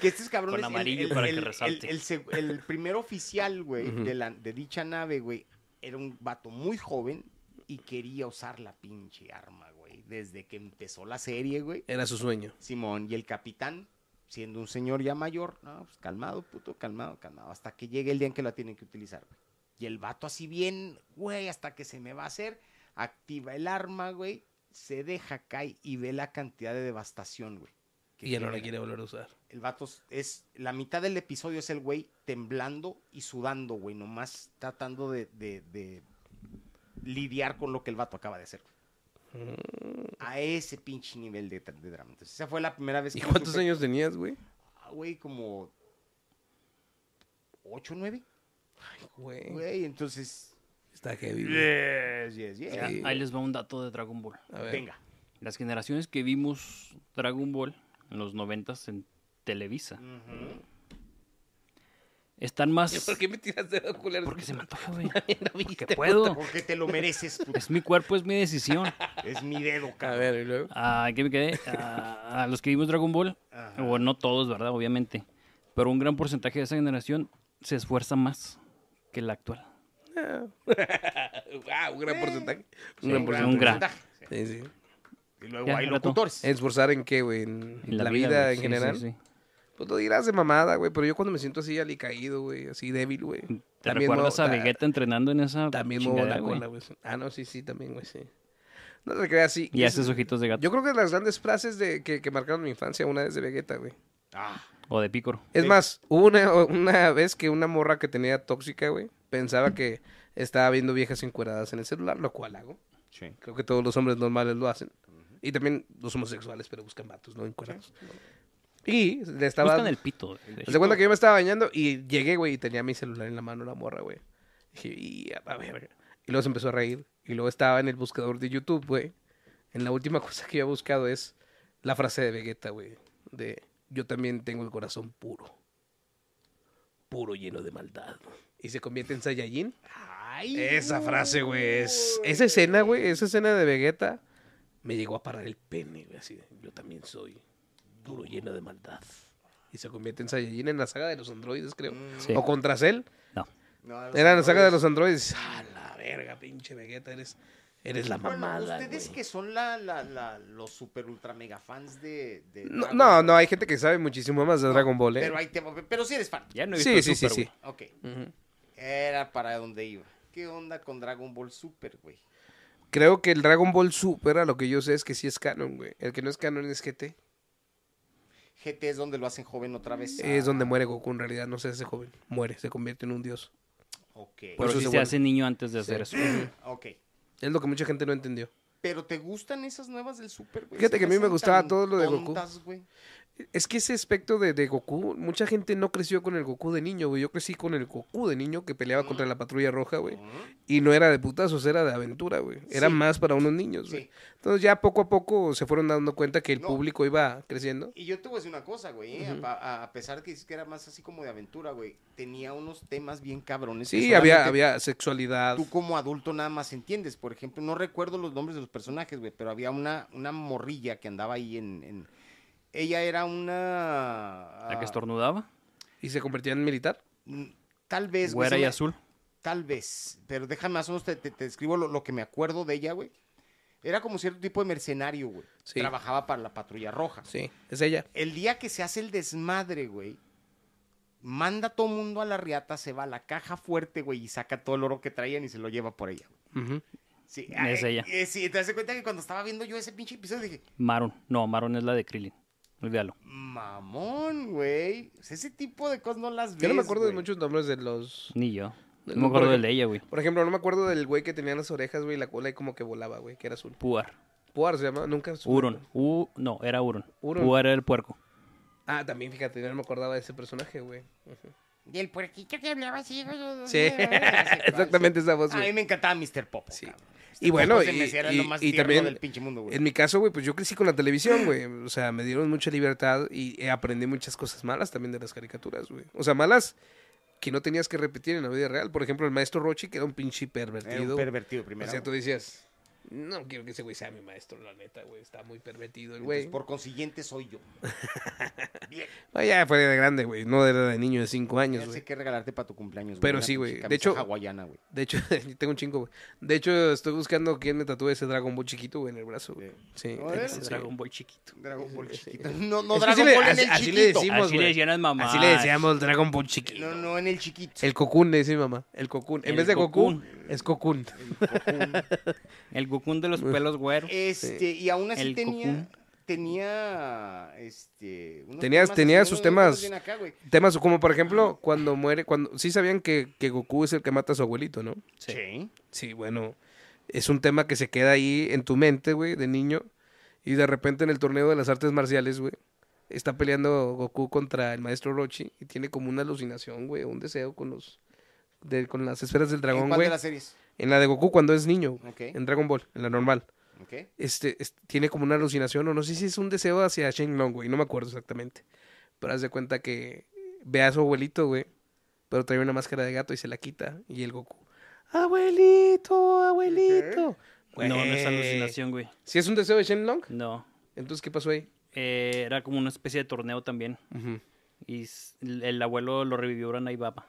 [SPEAKER 1] Que estos cabrones.
[SPEAKER 3] Con amarillo para que resalte.
[SPEAKER 1] el seg- el primer oficial, güey, de, la- de dicha nave, güey, era un vato muy joven y quería usar la pinche arma, güey. Desde que empezó la serie, güey.
[SPEAKER 2] Era su sueño.
[SPEAKER 1] Simón y el capitán, siendo un señor ya mayor, no, pues calmado, puto, calmado, calmado, hasta que llegue el día en que la tienen que utilizar, güey. Y el vato así bien, güey, hasta que se me va a hacer, activa el arma, güey, se deja, cae y ve la cantidad de devastación, güey. que
[SPEAKER 2] Y ya no la
[SPEAKER 1] genera.
[SPEAKER 2] quiere volver a usar.
[SPEAKER 1] El vato es- es, la mitad del episodio es el güey temblando y sudando, güey, nomás tratando de, de- de lidiar con lo que el vato acaba de hacer. güey.
[SPEAKER 2] Mm.
[SPEAKER 1] A ese pinche nivel de, de drama. Entonces, esa fue la primera vez que...
[SPEAKER 2] ¿Y
[SPEAKER 1] yo
[SPEAKER 2] cuántos
[SPEAKER 1] supe-
[SPEAKER 2] años tenías, güey?
[SPEAKER 1] Ah, Güey, como... ¿Ocho, nueve?
[SPEAKER 2] Güey.
[SPEAKER 1] Güey, entonces...
[SPEAKER 2] Está heavy. güey.
[SPEAKER 1] Yes, yes, yes.
[SPEAKER 2] Sí.
[SPEAKER 3] Ahí les va un dato de Dragon Ball.
[SPEAKER 2] A ver.
[SPEAKER 1] Venga.
[SPEAKER 3] Las generaciones que vimos Dragon Ball en los noventas en Televisa,
[SPEAKER 1] Ujú.
[SPEAKER 3] Están más.
[SPEAKER 2] ¿Por qué me tiras de los culeros?
[SPEAKER 3] Porque se me
[SPEAKER 2] <laughs>
[SPEAKER 3] antoja, güey.
[SPEAKER 2] No
[SPEAKER 3] Porque
[SPEAKER 2] viste.
[SPEAKER 3] puedo.
[SPEAKER 1] Porque te lo mereces,
[SPEAKER 2] <laughs>
[SPEAKER 1] puto.
[SPEAKER 3] Es mi cuerpo, es mi decisión.
[SPEAKER 1] Es mi dedo,
[SPEAKER 2] A
[SPEAKER 1] cabrón.
[SPEAKER 2] ver, y luego.
[SPEAKER 3] ¿A qué me quedé? Ah, A, a los que vimos Dragon Ball. O no todos, ¿verdad? Obviamente. Pero un gran porcentaje de esa generación se esfuerza más que la actual.
[SPEAKER 2] <laughs> Ah, un gran porcentaje.
[SPEAKER 3] Sí,
[SPEAKER 2] Un gran
[SPEAKER 3] pues,
[SPEAKER 2] porcentaje.
[SPEAKER 3] un gran.
[SPEAKER 2] Sí, sí.
[SPEAKER 1] Y luego
[SPEAKER 3] Ya,
[SPEAKER 1] hay
[SPEAKER 3] era todo.
[SPEAKER 1] locutores.
[SPEAKER 2] ¿Esforzar en qué, güey? ¿En la, vida,
[SPEAKER 3] güey.
[SPEAKER 2] en
[SPEAKER 3] Sí,
[SPEAKER 2] general?
[SPEAKER 3] sí, sí.
[SPEAKER 2] Pues lo dirás de mamada, güey. Pero yo cuando me siento así alicaído, güey, así débil, güey.
[SPEAKER 3] ¿Te
[SPEAKER 2] también
[SPEAKER 3] recuerdas
[SPEAKER 2] muevo- ta-
[SPEAKER 3] a Vegeta entrenando en esa
[SPEAKER 2] También muevo
[SPEAKER 3] chingadera,
[SPEAKER 2] la
[SPEAKER 3] güey?
[SPEAKER 2] cola, güey. Ah, no, sí, sí, también, güey, sí. No te creas, sí.
[SPEAKER 3] Y
[SPEAKER 2] Es-
[SPEAKER 3] haces ojitos de gato.
[SPEAKER 2] Yo creo que las grandes frases de, que, que marcaron mi infancia, una es de Vegeta, güey.
[SPEAKER 1] Ah,
[SPEAKER 3] O de pícoro.
[SPEAKER 2] Es
[SPEAKER 1] Sí.
[SPEAKER 2] más, hubo una, una vez que una morra que tenía tóxica, güey, pensaba que estaba viendo viejas encueradas en el celular, lo cual hago.
[SPEAKER 1] sí.
[SPEAKER 2] Creo que todos los hombres normales lo hacen. Y también los homosexuales, pero buscan vatos, ¿no? Encuerados. Y le estaba...
[SPEAKER 3] Buscan el pito. de
[SPEAKER 2] Se
[SPEAKER 3] hecho.
[SPEAKER 2] da cuenta que yo me estaba bañando y llegué, güey, y tenía mi celular en la mano la morra, güey. Dije, y a la verga. Y luego se empezó a reír. Y luego estaba en el buscador de YouTube, güey. En la última <laughs> cosa que yo he buscado es la frase de Vegeta, güey. De yo también tengo el corazón puro. Puro lleno de maldad. Y se convierte en Saiyajin. Esa frase, güey, es... Esa escena, güey, esa escena de Vegeta me llegó a parar el pene, güey, así de, yo también soy duro lleno de maldad. Y se convierte en Saiyajin en la saga de los androides, creo.
[SPEAKER 3] Sí.
[SPEAKER 2] O contra Cell.
[SPEAKER 3] No.
[SPEAKER 1] No, los
[SPEAKER 2] Era en la saga de
[SPEAKER 1] locutores.
[SPEAKER 2] los androides. Ah, la verga, pinche Vegeta, eres, eres la
[SPEAKER 1] Bueno,
[SPEAKER 2] mamada,
[SPEAKER 1] ustedes
[SPEAKER 2] güey.
[SPEAKER 1] que son la, la, la, los super ultra mega fans de. de
[SPEAKER 2] No,
[SPEAKER 1] Dragon
[SPEAKER 2] no,
[SPEAKER 1] Ball.
[SPEAKER 2] no, hay gente que sabe muchísimo más de Dragon Ball, ¿eh?
[SPEAKER 1] Pero ahí te Pero sí eres fan.
[SPEAKER 3] Ya no he visto
[SPEAKER 2] sí,
[SPEAKER 3] el
[SPEAKER 2] sí, sí,
[SPEAKER 3] Super,
[SPEAKER 2] sí.
[SPEAKER 3] güey.
[SPEAKER 1] Ok.
[SPEAKER 2] Ujú.
[SPEAKER 1] Era para donde iba. ¿Qué onda con Dragon Ball Super, güey?
[SPEAKER 2] Creo que el Dragon Ball Super, a lo que yo sé, es que sí es canon, güey. El que no es canon es GT.
[SPEAKER 1] GT es donde lo hacen joven otra vez.
[SPEAKER 2] Es donde muere Goku, en realidad, no se hace joven. Muere, se convierte en un dios.
[SPEAKER 1] Ok.
[SPEAKER 2] Por
[SPEAKER 3] Pero
[SPEAKER 2] eso
[SPEAKER 3] sí
[SPEAKER 2] se
[SPEAKER 3] se
[SPEAKER 2] vuelve.
[SPEAKER 3] hace niño antes de hacer eso.
[SPEAKER 1] Ok.
[SPEAKER 2] Es lo que mucha gente no entendió.
[SPEAKER 1] Pero te gustan esas nuevas del Super, güey.
[SPEAKER 2] Fíjate
[SPEAKER 1] Se
[SPEAKER 2] que a mí me
[SPEAKER 1] hacen
[SPEAKER 2] gustaba
[SPEAKER 1] tan
[SPEAKER 2] todo lo de Goku.
[SPEAKER 1] tontas, güey.
[SPEAKER 2] Es que ese aspecto de, de Goku, mucha gente no creció con el Goku de niño, güey. Yo crecí con el Goku de niño que peleaba contra la patrulla roja, güey. Y no era de putazos, era de aventura, güey. Era
[SPEAKER 1] Sí.
[SPEAKER 2] más para unos niños, güey.
[SPEAKER 1] Sí.
[SPEAKER 2] Entonces ya poco a poco se fueron dando cuenta que el
[SPEAKER 1] No.
[SPEAKER 2] público iba creciendo.
[SPEAKER 1] Y yo te voy a decir una cosa, güey. eh, a- a, a pesar que dices que era más así como de aventura, güey. Tenía unos temas bien cabrones. que
[SPEAKER 2] Sí, había,
[SPEAKER 1] solamente
[SPEAKER 2] había sexualidad.
[SPEAKER 1] Tú como adulto nada más entiendes. Por ejemplo, no recuerdo los nombres de los personajes, güey. Pero había una, una morrilla que andaba ahí en. en- Ella era una.
[SPEAKER 3] La
[SPEAKER 1] ah,
[SPEAKER 3] que estornudaba,
[SPEAKER 2] Y se convertía en militar.
[SPEAKER 1] mm, Tal vez. güey,
[SPEAKER 3] güera
[SPEAKER 1] se
[SPEAKER 3] y
[SPEAKER 1] me-
[SPEAKER 3] azul.
[SPEAKER 1] Tal vez. Pero déjame más o menos, te, te- te describo lo, lo que me acuerdo de ella, güey. Era como cierto tipo de mercenario, güey.
[SPEAKER 2] Sí.
[SPEAKER 1] Trabajaba para la patrulla roja.
[SPEAKER 2] Sí, es ella.
[SPEAKER 1] El día que se hace el desmadre, güey, manda a todo mundo a la riata, se va a la caja fuerte, güey, y saca todo el oro que traían y se lo lleva por ella.
[SPEAKER 2] Ujú.
[SPEAKER 1] Sí,
[SPEAKER 3] Es
[SPEAKER 1] eh,
[SPEAKER 3] ella.
[SPEAKER 1] eh, sí, te das cuenta que cuando estaba viendo yo ese pinche episodio dije,
[SPEAKER 3] Maron. No, Maron es la de Krillin. Olvídalo.
[SPEAKER 1] mamón, güey. O sea, ese tipo de cosas no las ves.
[SPEAKER 2] Yo no me acuerdo de
[SPEAKER 1] güey.
[SPEAKER 2] muchos nombres de los...
[SPEAKER 3] Ni yo. No
[SPEAKER 2] No,
[SPEAKER 3] me acuerdo
[SPEAKER 2] por
[SPEAKER 3] del de ella, güey.
[SPEAKER 2] Por ejemplo, no me acuerdo del güey que tenía las orejas, güey, y la cola y como que volaba, güey, que era azul.
[SPEAKER 3] Puar.
[SPEAKER 2] Puar se llamaba, nunca supe.
[SPEAKER 3] Uron. U... No, era Uron.
[SPEAKER 2] Uron.
[SPEAKER 3] Puar era el puerco.
[SPEAKER 2] Ah, también fíjate, yo no me acordaba de ese personaje, güey. Ujú.
[SPEAKER 1] Y el puerquito que hablaba así. güey, güey,
[SPEAKER 2] Sí,
[SPEAKER 1] güey, así,
[SPEAKER 2] exactamente esa voz,
[SPEAKER 1] A mí
[SPEAKER 2] güey.
[SPEAKER 1] me encantaba Mr. Popo.
[SPEAKER 2] Sí.
[SPEAKER 1] cabrón.
[SPEAKER 2] Y bueno,
[SPEAKER 1] José
[SPEAKER 2] y,
[SPEAKER 1] Mesera es
[SPEAKER 2] y-
[SPEAKER 1] lo más
[SPEAKER 2] y
[SPEAKER 1] tierno
[SPEAKER 2] también,
[SPEAKER 1] del pinche mundo, güey.
[SPEAKER 2] en mi caso, güey, pues yo crecí con la televisión, güey. O sea, me dieron mucha libertad y eh, aprendí muchas cosas malas también de las caricaturas, güey. O sea, malas que no tenías que repetir en la vida real. Por ejemplo, el maestro Rochi, que era un pinche
[SPEAKER 1] Era un
[SPEAKER 2] pervertido.
[SPEAKER 1] pervertido
[SPEAKER 2] o
[SPEAKER 1] primero.
[SPEAKER 2] sea, tú
[SPEAKER 1] güey.
[SPEAKER 2] decías, no quiero que ese güey sea mi maestro, la neta, güey. Está muy pervertido el
[SPEAKER 1] Entonces,
[SPEAKER 2] güey.
[SPEAKER 1] por consiguiente soy
[SPEAKER 2] <laughs>
[SPEAKER 1] yo. Bien.
[SPEAKER 2] No, ya fue de grande, güey. No era de niño de cinco
[SPEAKER 1] Ya
[SPEAKER 2] años,
[SPEAKER 1] sé
[SPEAKER 2] güey.
[SPEAKER 1] qué regalarte para tu cumpleaños,
[SPEAKER 2] Pero
[SPEAKER 1] Una
[SPEAKER 2] sí, güey.
[SPEAKER 1] pinche
[SPEAKER 2] De
[SPEAKER 1] camisa
[SPEAKER 2] hecho-
[SPEAKER 1] hawaiana, güey.
[SPEAKER 2] De hecho, <laughs> tengo un chingo, güey. De hecho, estoy buscando quién me tatúe ese Dragon Ball chiquito, güey, en el brazo, güey. Sí.
[SPEAKER 1] A ver.
[SPEAKER 2] ese
[SPEAKER 1] Sí.
[SPEAKER 3] Dragon Ball chiquito.
[SPEAKER 1] Dragon Ball chiquito. <laughs> No, no,
[SPEAKER 2] Es que
[SPEAKER 1] Dragon
[SPEAKER 2] sí le-
[SPEAKER 1] Ball en
[SPEAKER 2] así-
[SPEAKER 1] el
[SPEAKER 2] así le
[SPEAKER 1] chiquito.
[SPEAKER 2] decimos,
[SPEAKER 3] Así le
[SPEAKER 2] güey.
[SPEAKER 3] decían al mamá.
[SPEAKER 2] Así le decíamos Dragon Ball chiquito.
[SPEAKER 1] No, no, en el chiquito.
[SPEAKER 2] El Cocoon le dice mi mamá. El Cocoon. En
[SPEAKER 3] El
[SPEAKER 2] vez de Goku,
[SPEAKER 3] Cocoon.
[SPEAKER 2] es Cocoon.
[SPEAKER 3] El Goku de los pelos güero.
[SPEAKER 2] Eh,
[SPEAKER 1] Este, y aún así
[SPEAKER 3] El
[SPEAKER 1] tenía...
[SPEAKER 3] Cocoon.
[SPEAKER 1] Tenía, este... unos
[SPEAKER 2] Tenías-
[SPEAKER 1] temas
[SPEAKER 2] tenía
[SPEAKER 1] así,
[SPEAKER 2] sus
[SPEAKER 1] unos
[SPEAKER 2] temas.
[SPEAKER 1] bien acá, güey.
[SPEAKER 2] Temas como, por ejemplo, cuando muere, cuando... Sí sabían que, que Goku es el que mata a su abuelito, ¿no?
[SPEAKER 3] Sí.
[SPEAKER 1] Sí.
[SPEAKER 2] Sí, bueno. Es un tema que se queda ahí en tu mente, güey, de niño. Y de repente en el torneo de las artes marciales, güey, está peleando Goku contra el maestro Rochi. Y tiene como una alucinación, güey, un deseo con los... de- con las esferas del
[SPEAKER 1] ¿En
[SPEAKER 2] dragón,
[SPEAKER 1] cuál
[SPEAKER 2] güey.
[SPEAKER 1] de las series?
[SPEAKER 2] En la de Goku cuando es niño. güey.
[SPEAKER 1] Ok.
[SPEAKER 2] En Dragon Ball, en la normal.
[SPEAKER 1] ¿Ok?
[SPEAKER 2] este, es- tiene como una alucinación, o no sé si es un deseo hacia Shenlong, güey, no me acuerdo exactamente. Pero haz de cuenta que ve a su abuelito, güey, pero traía una máscara de gato y se la quita. Y el Goku, abuelito, abuelito.
[SPEAKER 3] No, no
[SPEAKER 2] Güey.
[SPEAKER 3] es alucinación, güey.
[SPEAKER 2] Si es un deseo de Shenlong,
[SPEAKER 3] No.
[SPEAKER 2] entonces ¿qué pasó ahí?
[SPEAKER 3] Eh, era como una especie de torneo también. Y s- el, el abuelo lo revivió y Baba.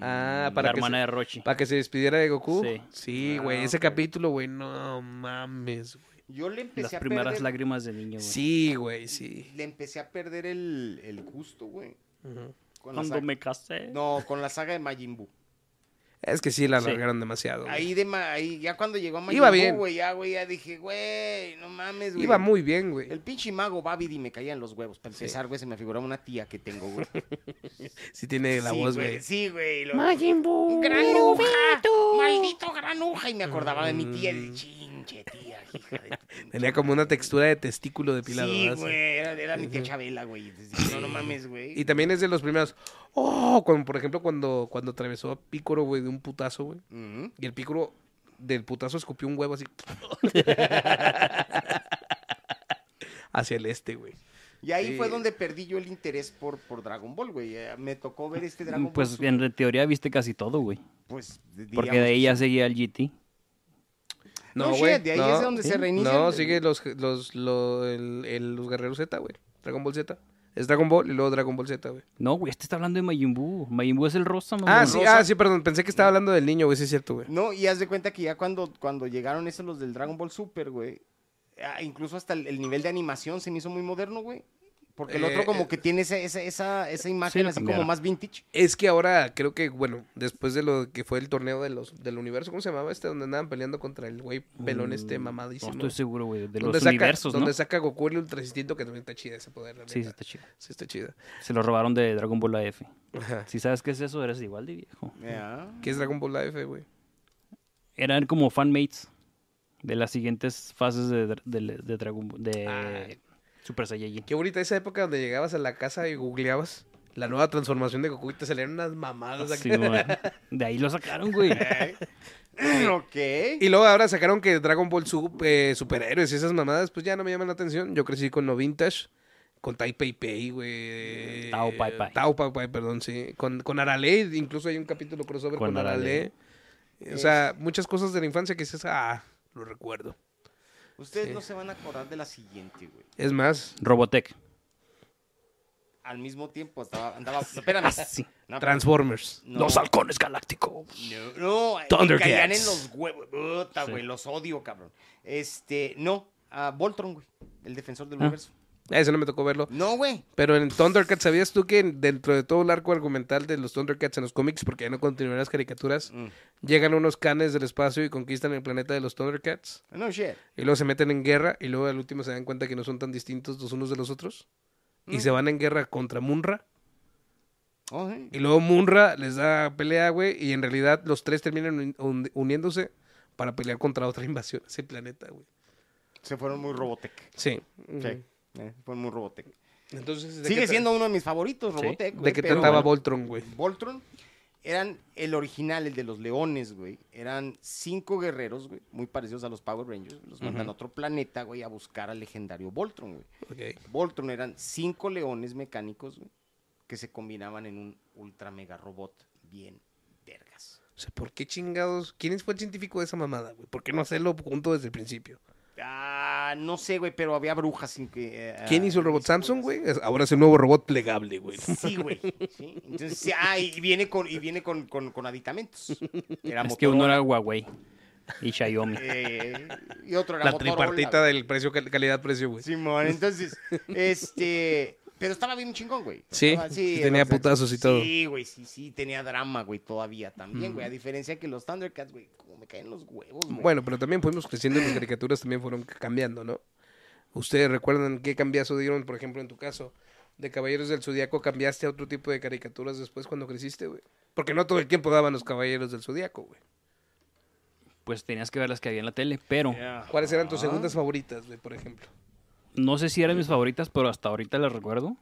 [SPEAKER 2] Ah, para
[SPEAKER 3] La
[SPEAKER 2] que
[SPEAKER 3] hermana
[SPEAKER 2] se-
[SPEAKER 3] de Rochi.
[SPEAKER 2] Para que se despidiera de Goku.
[SPEAKER 3] Sí.
[SPEAKER 2] Sí, güey. ese capítulo, güey. No mames, güey.
[SPEAKER 1] Yo le empecé
[SPEAKER 3] Las
[SPEAKER 1] a
[SPEAKER 3] primeras
[SPEAKER 1] perder,
[SPEAKER 3] lágrimas del niño, güey.
[SPEAKER 2] Sí, güey, sí.
[SPEAKER 1] le empecé a perder el, el gusto, güey.
[SPEAKER 2] Ujú.
[SPEAKER 1] Con la
[SPEAKER 3] Cuando
[SPEAKER 1] saga-
[SPEAKER 3] me casé.
[SPEAKER 1] No, con la saga de Majin Buu.
[SPEAKER 2] Es que sí la
[SPEAKER 3] Sí.
[SPEAKER 2] alargaron demasiado. güey.
[SPEAKER 1] Ahí, de ma- ahí ya cuando llegó a Majin
[SPEAKER 2] Iba
[SPEAKER 1] Buu,
[SPEAKER 2] bien.
[SPEAKER 1] güey, ya, güey, ya dije, güey, no mames, güey.
[SPEAKER 2] Iba muy bien, güey.
[SPEAKER 1] El pinche mago Babidi me caía en los huevos. Para empezar, güey, se me figuraba una tía que tengo, güey.
[SPEAKER 2] Sí tiene la
[SPEAKER 1] Sí,
[SPEAKER 2] voz, güey.
[SPEAKER 1] Sí, güey. lo-
[SPEAKER 2] Majin Buu.
[SPEAKER 1] ¡Granuja! ¡Maldito granuja! Y me acordaba de mi tía. De chinche, tía, hija
[SPEAKER 2] <laughs>
[SPEAKER 1] de tu pinche
[SPEAKER 2] Mm. Tenía como una textura de testículo depilado.
[SPEAKER 1] Sí,
[SPEAKER 2] ¿verdad? Sí.
[SPEAKER 1] güey, era, era mi tía Chabela, güey. Entonces dije, No, no mames, güey.
[SPEAKER 2] Y también es de los primeros. Oh, cuando, por ejemplo, cuando, cuando atravesó a Picoro, güey, de un putazo, güey.
[SPEAKER 1] Ujú.
[SPEAKER 2] Y el Picoro del putazo escupió un huevo así. <laughs> Hacia el este, güey.
[SPEAKER 1] Y ahí
[SPEAKER 2] Sí.
[SPEAKER 1] fue donde perdí yo el interés por, por Dragon Ball, güey. Eh, Me tocó ver este Dragon Ball.
[SPEAKER 3] Pues
[SPEAKER 1] Super,
[SPEAKER 3] en re- teoría viste casi todo, güey.
[SPEAKER 1] pues digamos,
[SPEAKER 3] Porque de ahí ya seguía el GT.
[SPEAKER 1] No, shit, de ahí es donde se reinicia
[SPEAKER 2] No,
[SPEAKER 1] el-
[SPEAKER 2] sigue los, los, lo- el- el- los guerreros Z, güey. Dragon Ball Z. Es Dragon Ball y luego Dragon Ball Z, güey.
[SPEAKER 3] No, güey, este está hablando de Majin Buu. Majin Buu es el rosa, mamón.
[SPEAKER 2] Ah, sí,
[SPEAKER 1] Rosa.
[SPEAKER 2] ah, sí, perdón. Pensé que estaba hablando del niño, güey. Sí, es cierto, güey.
[SPEAKER 1] No, y haz de cuenta que ya cuando, cuando llegaron esos los del Dragon Ball Super, güey. ah, Incluso hasta el, el nivel de animación se me hizo muy moderno, güey. Porque el
[SPEAKER 2] Eh,
[SPEAKER 1] otro como
[SPEAKER 2] eh.
[SPEAKER 1] que tiene esa, esa, esa, esa imagen
[SPEAKER 3] lo
[SPEAKER 1] así como
[SPEAKER 3] cambiaron.
[SPEAKER 1] más vintage.
[SPEAKER 2] Es que ahora creo que, bueno, después de lo que fue el torneo de los, del universo, ¿cómo se llamaba este? Donde andaban peleando contra el güey pelón este
[SPEAKER 3] Mm,
[SPEAKER 2] mamadísimo.
[SPEAKER 3] No estoy seguro, güey. De
[SPEAKER 2] Donde
[SPEAKER 3] los
[SPEAKER 2] saca,
[SPEAKER 3] universos,
[SPEAKER 2] donde
[SPEAKER 3] ¿no?
[SPEAKER 2] saca Goku el ultra instinto, que también está chida ese poder. la
[SPEAKER 3] Sí, sí,
[SPEAKER 2] neta.
[SPEAKER 3] está chido.
[SPEAKER 2] Sí, está chida.
[SPEAKER 3] Se lo robaron de Dragon Ball AF.
[SPEAKER 2] Ajá.
[SPEAKER 3] Si sabes qué es eso, eres igual de viejo.
[SPEAKER 1] Ya.
[SPEAKER 2] ¿Qué es Dragon Ball Life, güey?
[SPEAKER 3] Eran como fanmates de las siguientes fases de, dra- de- de Dragon Ball. De
[SPEAKER 2] Ay.
[SPEAKER 3] Super Saiyajin.
[SPEAKER 2] Qué bonita esa época donde llegabas a la casa y googleabas la nueva transformación de Goku y te salían unas mamadas acá.
[SPEAKER 3] Sí, güey. de ahí lo
[SPEAKER 2] <laughs>
[SPEAKER 3] sacaron, güey.
[SPEAKER 1] <laughs> ok.
[SPEAKER 2] Y luego ahora sacaron que Dragon Ball Sup- eh, superhéroes y esas mamadas, pues ya no me llaman la atención. Yo crecí con lo vintage, con Tai Pei Pei, güey.
[SPEAKER 3] Tao Pai Pai.
[SPEAKER 2] Tao Pai Pai, perdón, sí. Con, con Arale, incluso hay un capítulo crossover con,
[SPEAKER 3] Con
[SPEAKER 2] Arale.
[SPEAKER 3] Arale.
[SPEAKER 2] O sea, muchas cosas de la infancia que dices, ah, lo recuerdo.
[SPEAKER 1] Ustedes
[SPEAKER 2] Sí.
[SPEAKER 1] no se van a acordar de la siguiente, güey.
[SPEAKER 2] Es más,
[SPEAKER 3] Robotech.
[SPEAKER 1] Al mismo tiempo estaba, andaba... Espérame.
[SPEAKER 3] Sí.
[SPEAKER 1] No,
[SPEAKER 2] Transformers.
[SPEAKER 1] no.
[SPEAKER 3] Los halcones galácticos.
[SPEAKER 1] No, no me
[SPEAKER 3] Thundercats.
[SPEAKER 1] caían en los huevos. Puta,
[SPEAKER 3] Sí.
[SPEAKER 1] güey, los odio, cabrón. Este, no, a Voltron, güey, el defensor del
[SPEAKER 3] Ah.
[SPEAKER 1] universo.
[SPEAKER 2] Ese no me tocó verlo.
[SPEAKER 1] No, güey.
[SPEAKER 2] Pero en Thundercats, ¿sabías tú que dentro de todo el arco argumental de los Thundercats en los cómics, porque ya no continúan las caricaturas,
[SPEAKER 1] Mm.
[SPEAKER 2] llegan unos canes del espacio y conquistan el planeta de los Thundercats?
[SPEAKER 1] No, shit.
[SPEAKER 2] Y luego se meten en guerra y luego al último se dan cuenta que no son tan distintos los unos de los otros.
[SPEAKER 1] Mm.
[SPEAKER 2] Y se van en guerra contra Munra.
[SPEAKER 1] Oh, sí.
[SPEAKER 2] Y luego Munra les da pelea, güey. Y en realidad los tres terminan uni- uni- uniéndose para pelear contra otra <laughs> invasión a ese planeta, güey.
[SPEAKER 1] Se fueron muy Robotech.
[SPEAKER 2] Sí.
[SPEAKER 1] Sí, eh, fueron muy Robotech.
[SPEAKER 2] Entonces, ¿de qué
[SPEAKER 1] Sigue
[SPEAKER 2] tra-
[SPEAKER 1] siendo uno de mis favoritos, Robotech.
[SPEAKER 2] ¿De
[SPEAKER 1] güey,
[SPEAKER 2] qué
[SPEAKER 1] pero-
[SPEAKER 2] trataba Voltron, güey?
[SPEAKER 1] Voltron eran el original, el de los leones, güey. Eran cinco guerreros, güey, muy parecidos a los Power Rangers. Los mandan a otro planeta, güey, a buscar al legendario Voltron, güey.
[SPEAKER 2] Ok.
[SPEAKER 1] Voltron eran cinco leones mecánicos, güey, que se combinaban en un ultra mega robot bien vergas.
[SPEAKER 2] O sea, ¿por qué chingados? ¿Quién fue el científico de esa mamada, güey? ¿Por qué no hacerlo junto desde el principio?
[SPEAKER 1] Ah, no sé, güey, pero había brujas sin que... eh,
[SPEAKER 2] ¿Quién
[SPEAKER 1] ah,
[SPEAKER 2] hizo el robot
[SPEAKER 1] escudas.
[SPEAKER 2] Samsung, güey? Es- Ahora es el nuevo robot plegable, güey.
[SPEAKER 1] Sí, güey. sí. Entonces, sí, ah, y viene con, y viene con, con, con aditamentos. Era
[SPEAKER 3] Es que uno era Huawei
[SPEAKER 1] <laughs>
[SPEAKER 3] y Xiaomi.
[SPEAKER 1] Eh, y otro era
[SPEAKER 2] La
[SPEAKER 1] Motorola,
[SPEAKER 2] tripartita del precio, cal- calidad-precio, güey.
[SPEAKER 1] Simón, entonces, este. Pero estaba bien chingón, güey.
[SPEAKER 2] Sí,
[SPEAKER 1] Estaba-
[SPEAKER 2] sí tenía
[SPEAKER 1] exacto.
[SPEAKER 2] putazos y todo.
[SPEAKER 1] Sí, güey, sí, sí, tenía drama, güey, todavía también, güey. A diferencia que los Thundercats, güey, como me caen los huevos, güey.
[SPEAKER 2] Bueno, pero también fuimos creciendo y las caricaturas también fueron c- cambiando, ¿no? ¿Ustedes recuerdan qué cambiazo dieron, por ejemplo, en tu caso? De Caballeros del Zodiaco cambiaste a otro tipo de caricaturas después cuando creciste, güey. Porque no todo el tiempo daban los Caballeros del Zodiaco, güey.
[SPEAKER 3] Pues tenías que ver las que había en la tele, pero
[SPEAKER 2] ¿Cuáles eran tus segundas favoritas, güey, por ejemplo?
[SPEAKER 3] no sé si eran mis favoritas, pero hasta ahorita las recuerdo.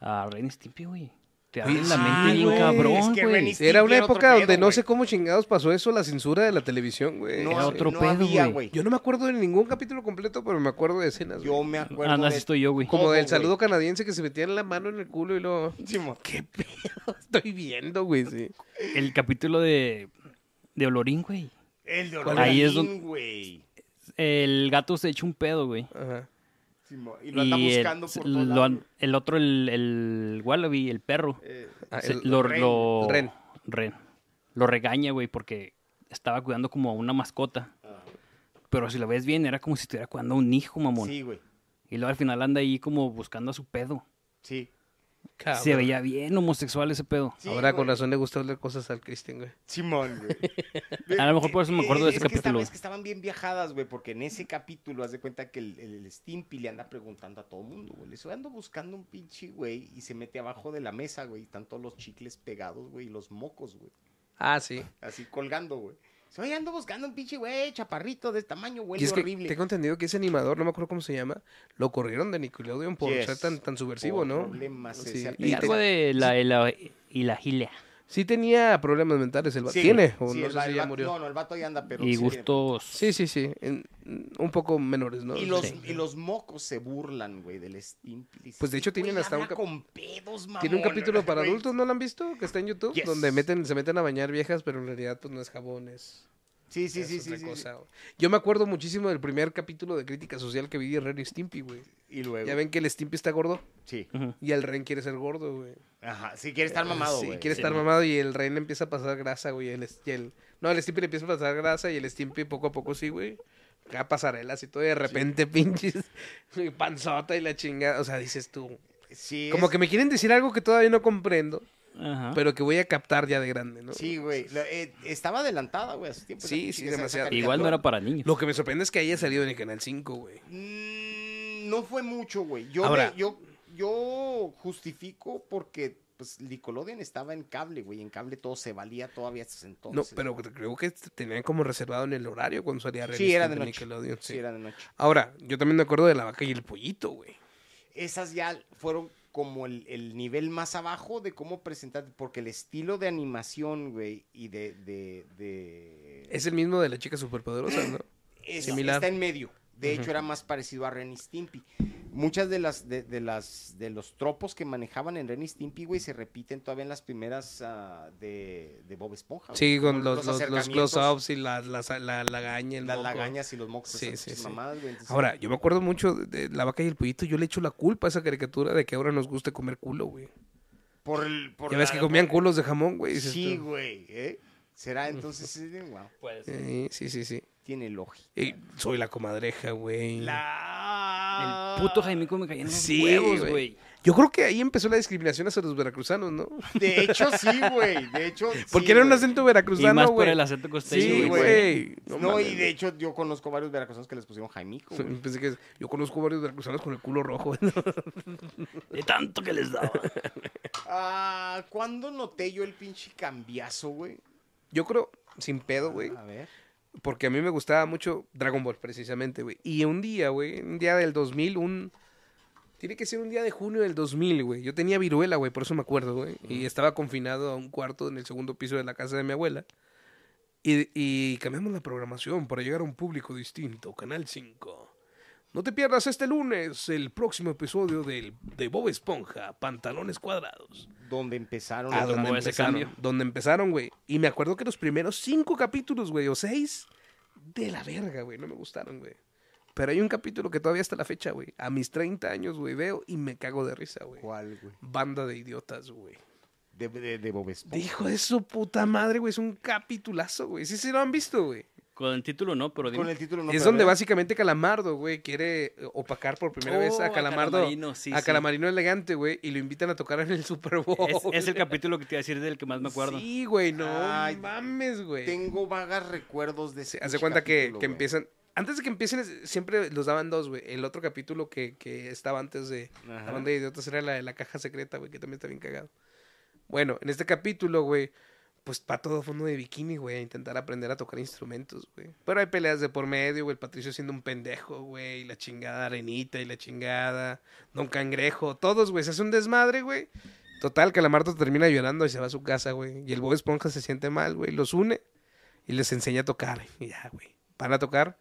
[SPEAKER 3] A Ren y Stimpy, güey. te abren la
[SPEAKER 2] Sí,
[SPEAKER 3] mente bien
[SPEAKER 2] güey,
[SPEAKER 3] cabrón,
[SPEAKER 1] Ah, es que
[SPEAKER 3] güey.
[SPEAKER 1] Ren y Stimpy
[SPEAKER 2] Era una
[SPEAKER 1] era otro
[SPEAKER 2] época
[SPEAKER 1] pedo,
[SPEAKER 2] donde no
[SPEAKER 1] güey.
[SPEAKER 2] sé cómo chingados pasó eso, la censura de la televisión, güey.
[SPEAKER 1] No,
[SPEAKER 3] Era
[SPEAKER 1] ha-
[SPEAKER 2] Sí.
[SPEAKER 3] otro
[SPEAKER 1] no
[SPEAKER 3] pedo,
[SPEAKER 1] había,
[SPEAKER 3] güey.
[SPEAKER 1] güey.
[SPEAKER 2] Yo no me acuerdo de ningún capítulo completo, pero me acuerdo de escenas. güey.
[SPEAKER 1] Yo me acuerdo.
[SPEAKER 3] Ah, no, así
[SPEAKER 1] de
[SPEAKER 3] estoy yo, güey.
[SPEAKER 2] Como
[SPEAKER 1] todo,
[SPEAKER 2] del
[SPEAKER 1] güey.
[SPEAKER 2] saludo canadiense que se metían la mano en el culo y luego...
[SPEAKER 3] <laughs>
[SPEAKER 1] Simón.
[SPEAKER 2] ¿Qué pedo estoy viendo, güey? Sí.
[SPEAKER 3] El capítulo de, de Olorín, güey.
[SPEAKER 1] El de
[SPEAKER 3] ¿Cuál era? Ahí es
[SPEAKER 1] Orbelín,
[SPEAKER 3] donde-
[SPEAKER 1] güey.
[SPEAKER 3] El gato se echa un pedo, güey.
[SPEAKER 2] Ajá.
[SPEAKER 1] Simón. Y lo anda buscando
[SPEAKER 3] el,
[SPEAKER 1] por
[SPEAKER 3] lo
[SPEAKER 1] todos lados.
[SPEAKER 3] an- el otro, el, el Wallaby, el perro.
[SPEAKER 1] Eh,
[SPEAKER 2] Ah,
[SPEAKER 3] se-
[SPEAKER 2] el-
[SPEAKER 3] lo,
[SPEAKER 1] Ren.
[SPEAKER 3] lo-
[SPEAKER 2] Ren.
[SPEAKER 3] Ren. Lo regaña, güey, porque estaba cuidando como a una mascota.
[SPEAKER 1] Ah.
[SPEAKER 3] Pero si lo ves bien, era como si estuviera cuidando a un hijo, mamón.
[SPEAKER 1] sí, güey.
[SPEAKER 3] Y luego al final anda ahí como buscando a su pedo.
[SPEAKER 1] Sí.
[SPEAKER 2] Cabrón.
[SPEAKER 3] Se veía bien homosexual ese pedo.
[SPEAKER 1] Sí,
[SPEAKER 2] Ahora con
[SPEAKER 1] güey.
[SPEAKER 2] razón le gusta hablar cosas al Cristian, güey.
[SPEAKER 1] Simón,
[SPEAKER 3] <laughs>
[SPEAKER 1] güey. eh,
[SPEAKER 3] A lo mejor por eso me acuerdo de
[SPEAKER 1] Es
[SPEAKER 3] ese
[SPEAKER 1] que
[SPEAKER 3] capítulo.
[SPEAKER 1] estaban- es que estaban bien viajadas, güey, porque en ese capítulo haz de cuenta que el, el, el Stimpy le anda preguntando a todo mundo, güey. Le estoy ando buscando un pinche, güey, y se mete abajo de la mesa, güey, y están todos los chicles pegados, güey, y los mocos, güey,
[SPEAKER 2] Ah, sí.
[SPEAKER 1] así colgando, güey. Se oye, ando buscando un pinche, güey, chaparrito de este tamaño,
[SPEAKER 2] y
[SPEAKER 1] huele
[SPEAKER 2] es que
[SPEAKER 1] horrible.
[SPEAKER 2] tengo entendido que ese animador, no me acuerdo cómo se llama, lo corrieron de Nickelodeon por
[SPEAKER 1] Yes.
[SPEAKER 2] ser tan, tan subversivo,
[SPEAKER 1] Por
[SPEAKER 2] ¿no?
[SPEAKER 1] problemas,
[SPEAKER 2] Sí.
[SPEAKER 1] ese
[SPEAKER 3] Y
[SPEAKER 2] Y
[SPEAKER 3] algo
[SPEAKER 2] te-
[SPEAKER 3] de la, de la- y la gilea.
[SPEAKER 2] Sí tenía problemas mentales el vato.
[SPEAKER 1] Sí,
[SPEAKER 2] ¿Tiene?
[SPEAKER 1] güey.
[SPEAKER 2] O
[SPEAKER 1] Sí,
[SPEAKER 2] no
[SPEAKER 1] el
[SPEAKER 2] sé
[SPEAKER 1] va-
[SPEAKER 2] si
[SPEAKER 1] el
[SPEAKER 2] ya
[SPEAKER 1] vato-
[SPEAKER 2] murió.
[SPEAKER 1] No, no, el vato ahí anda, pero.
[SPEAKER 3] y
[SPEAKER 1] sí tiene-
[SPEAKER 3] gustos.
[SPEAKER 2] Sí, sí, sí. En- un poco menores, ¿no?
[SPEAKER 1] Y los,
[SPEAKER 2] Sí.
[SPEAKER 1] y los mocos se burlan, güey, del Stimpy.
[SPEAKER 2] Pues, de hecho,
[SPEAKER 1] Güey,
[SPEAKER 2] tienen hasta un
[SPEAKER 1] habla
[SPEAKER 2] cap-
[SPEAKER 1] con pedos, mamón.
[SPEAKER 2] Tiene un capítulo para
[SPEAKER 1] güey.
[SPEAKER 2] adultos, ¿no lo han visto? Que está en YouTube,
[SPEAKER 1] Yes.
[SPEAKER 2] donde meten, se meten a bañar viejas, pero en realidad pues no es jabón, es,
[SPEAKER 1] Sí, sí,
[SPEAKER 2] es
[SPEAKER 1] sí,
[SPEAKER 2] otra
[SPEAKER 1] sí, sí, sí.
[SPEAKER 2] cosa. Yo me acuerdo muchísimo del primer capítulo de crítica social que vi de Ren y Stimpy, güey.
[SPEAKER 1] Y luego.
[SPEAKER 2] Ya ven que el Stimpy está gordo
[SPEAKER 1] Sí.
[SPEAKER 3] Ujú.
[SPEAKER 2] y el Ren quiere ser gordo, güey.
[SPEAKER 1] Ajá. Si quiere estar mamado,
[SPEAKER 2] Eh, Sí,
[SPEAKER 1] güey.
[SPEAKER 2] quiere estar mamado y el Ren le empieza a pasar grasa, güey. El, y el, no, el Stimpy le empieza a pasar grasa y el Stimpy poco a poco sí, güey. Acá pasarelas y todo y de repente <laughs> pinches panzota y la chingada. O sea, dices tú.
[SPEAKER 1] Sí.
[SPEAKER 2] Como
[SPEAKER 1] es-
[SPEAKER 2] que me quieren decir algo que todavía no comprendo,
[SPEAKER 3] Ajá.
[SPEAKER 2] pero que voy a captar ya de grande, ¿no?
[SPEAKER 1] Sí, güey. Lo- eh, estaba adelantada, güey, a su tiempo.
[SPEAKER 2] Sí,
[SPEAKER 1] Esa
[SPEAKER 2] sí,
[SPEAKER 1] chica, esa
[SPEAKER 2] demasiado.
[SPEAKER 1] caricatura.
[SPEAKER 3] Igual no era para niños.
[SPEAKER 2] Lo que me sorprende es que haya salido en el Canal 5, güey.
[SPEAKER 1] Mm, no fue mucho, güey. Yo,
[SPEAKER 2] Ahora-
[SPEAKER 1] me- yo, yo justifico porque pues Nickelodeon estaba en cable, güey. En cable todo se valía todavía hasta
[SPEAKER 2] No,
[SPEAKER 1] entonces.
[SPEAKER 2] pero creo que este tenían como reservado en el horario cuando salía
[SPEAKER 1] Sí, era de
[SPEAKER 2] Ren y Stimpy en
[SPEAKER 1] noche.
[SPEAKER 2] Nickelodeon,
[SPEAKER 1] Sí,
[SPEAKER 2] sí.
[SPEAKER 1] era de noche.
[SPEAKER 2] Ahora, yo también me acuerdo de la vaca y el pollito, güey.
[SPEAKER 1] Esas ya fueron como el, el nivel más abajo de cómo presentar, porque el estilo de animación, güey, y de... de, de-
[SPEAKER 2] Es el mismo de la chica superpoderosa, ¿no?
[SPEAKER 1] es-
[SPEAKER 2] similar.
[SPEAKER 1] está en medio. De hecho, era más parecido a Ren y Stimpy. Muchas de las, de, de las, de los tropos que manejaban en Ren y Stimpy, güey, se repiten todavía en las primeras ah, de, de Bob Esponja. güey.
[SPEAKER 2] Sí, con
[SPEAKER 1] Como
[SPEAKER 2] los, los, los
[SPEAKER 1] acercamientos,
[SPEAKER 2] close-ups y la, la, la lagaña. el
[SPEAKER 1] Las
[SPEAKER 2] moco.
[SPEAKER 1] lagañas y los mocos.
[SPEAKER 2] Sí,
[SPEAKER 1] esas
[SPEAKER 2] sí,
[SPEAKER 1] pinches
[SPEAKER 2] sí.
[SPEAKER 1] mamadas, güey, entonces-
[SPEAKER 2] Ahora, yo me acuerdo mucho de, de la vaca y el pollito. Yo le echo la culpa a esa caricatura de que ahora nos guste comer culo, güey.
[SPEAKER 1] por el- por
[SPEAKER 2] Ya ves
[SPEAKER 1] la-
[SPEAKER 2] que comían
[SPEAKER 1] por-
[SPEAKER 2] culos de jamón, güey. dices
[SPEAKER 1] Sí,
[SPEAKER 2] tú.
[SPEAKER 1] güey. ¿eh? Será entonces... sí, wow,
[SPEAKER 2] Eh, sí, sí, sí.
[SPEAKER 1] tiene lógica.
[SPEAKER 2] Y soy la comadreja, güey.
[SPEAKER 1] Eh, La...
[SPEAKER 3] El puto
[SPEAKER 1] Ah.
[SPEAKER 3] Jaimico me caía en los
[SPEAKER 2] Sí,
[SPEAKER 3] huevos,
[SPEAKER 2] güey.
[SPEAKER 3] güey.
[SPEAKER 2] Yo creo que ahí empezó la discriminación hacia los veracruzanos, ¿no? <laughs>
[SPEAKER 1] De hecho, sí, güey. De hecho.
[SPEAKER 2] Porque
[SPEAKER 1] sí,
[SPEAKER 2] era un
[SPEAKER 1] güey.
[SPEAKER 2] acento
[SPEAKER 3] Y
[SPEAKER 2] veracruzano,
[SPEAKER 3] más por
[SPEAKER 2] Pues güey.
[SPEAKER 3] el acento costeño,
[SPEAKER 2] Sí,
[SPEAKER 3] güey.
[SPEAKER 2] güey.
[SPEAKER 1] No,
[SPEAKER 2] No
[SPEAKER 1] y
[SPEAKER 2] mames.
[SPEAKER 1] de hecho, yo conozco varios veracruzanos que les pusieron Jaimico. güey.
[SPEAKER 2] Pensé que yo conozco varios veracruzanos con el culo rojo. <laughs>
[SPEAKER 3] De tanto que les daba.
[SPEAKER 1] Ah, ¿cuándo noté yo el pinche cambiazo, güey?
[SPEAKER 2] Yo creo, sin pedo, güey.
[SPEAKER 1] A ver.
[SPEAKER 2] Porque a mí me gustaba mucho Dragon Ball, precisamente, güey. Y un día, güey, un día del 2000, un... Tiene que ser un día de junio del 2000, güey. Yo tenía viruela, güey, por eso me acuerdo, güey. Y estaba confinado a un cuarto en el segundo piso de la casa de mi abuela. Y, y cambiamos la programación para llegar a un público distinto, Canal 5. No te pierdas este lunes el próximo episodio del, de Bob Esponja, Pantalones Cuadrados.
[SPEAKER 1] Donde empezaron.
[SPEAKER 2] Ah,
[SPEAKER 1] otra
[SPEAKER 2] donde
[SPEAKER 3] tomó ese
[SPEAKER 2] empezaron,
[SPEAKER 3] cambio.
[SPEAKER 2] donde empezaron, güey. Y me acuerdo que los primeros cinco capítulos, güey, o seis, de la verga, güey, no me gustaron, güey. Pero hay un capítulo que todavía hasta la fecha, güey, a mis 30 años, güey, veo y me cago de risa, güey.
[SPEAKER 1] ¿Cuál, güey?
[SPEAKER 2] Banda de idiotas, güey.
[SPEAKER 1] De, de, de Bob Esponja.
[SPEAKER 2] Dijo de su puta madre, güey, es un capitulazo, güey. Sí, sí lo han visto, güey.
[SPEAKER 3] <laughs> Con el título no, pero dime.
[SPEAKER 1] Con el título no
[SPEAKER 2] es
[SPEAKER 1] pero
[SPEAKER 2] donde
[SPEAKER 1] a ver.
[SPEAKER 2] básicamente Calamardo, güey, quiere eh, opacar por primera
[SPEAKER 3] Oh,
[SPEAKER 2] vez a
[SPEAKER 3] a
[SPEAKER 2] Calamardo. A Calamarino,
[SPEAKER 3] Calamarino, sí, sí.
[SPEAKER 2] elegante, güey, y lo invitan a tocar en el Super Bowl.
[SPEAKER 3] Es, es el capítulo que te iba a decir del que más me acuerdo.
[SPEAKER 2] Sí, güey, no
[SPEAKER 1] Ay,
[SPEAKER 2] mames, güey.
[SPEAKER 1] Tengo vagas recuerdos de ese.
[SPEAKER 2] Sí, Hace
[SPEAKER 1] pinche
[SPEAKER 2] cuenta que,
[SPEAKER 1] capítulo,
[SPEAKER 2] que
[SPEAKER 1] güey.
[SPEAKER 2] empiezan. Antes de que empiecen, es- siempre los daban dos, güey. El otro capítulo que, que estaba antes de
[SPEAKER 1] Ajá.
[SPEAKER 2] la banda de idiotas era la de la caja secreta, güey, que también está bien cagado. Bueno, en este capítulo, güey, pues va todo fondo de bikini, güey, a intentar aprender a tocar instrumentos, güey. Pero hay peleas de por medio, güey, el Patricio siendo un pendejo, güey, y la chingada Arenita y la chingada Don Cangrejo, todos, güey, se hace un desmadre, güey. Total, Calamardo termina llorando y se va a su casa, güey. Y el Bob Esponja se siente mal, güey. Los une y les enseña a tocar. Y ya, güey. Van a tocar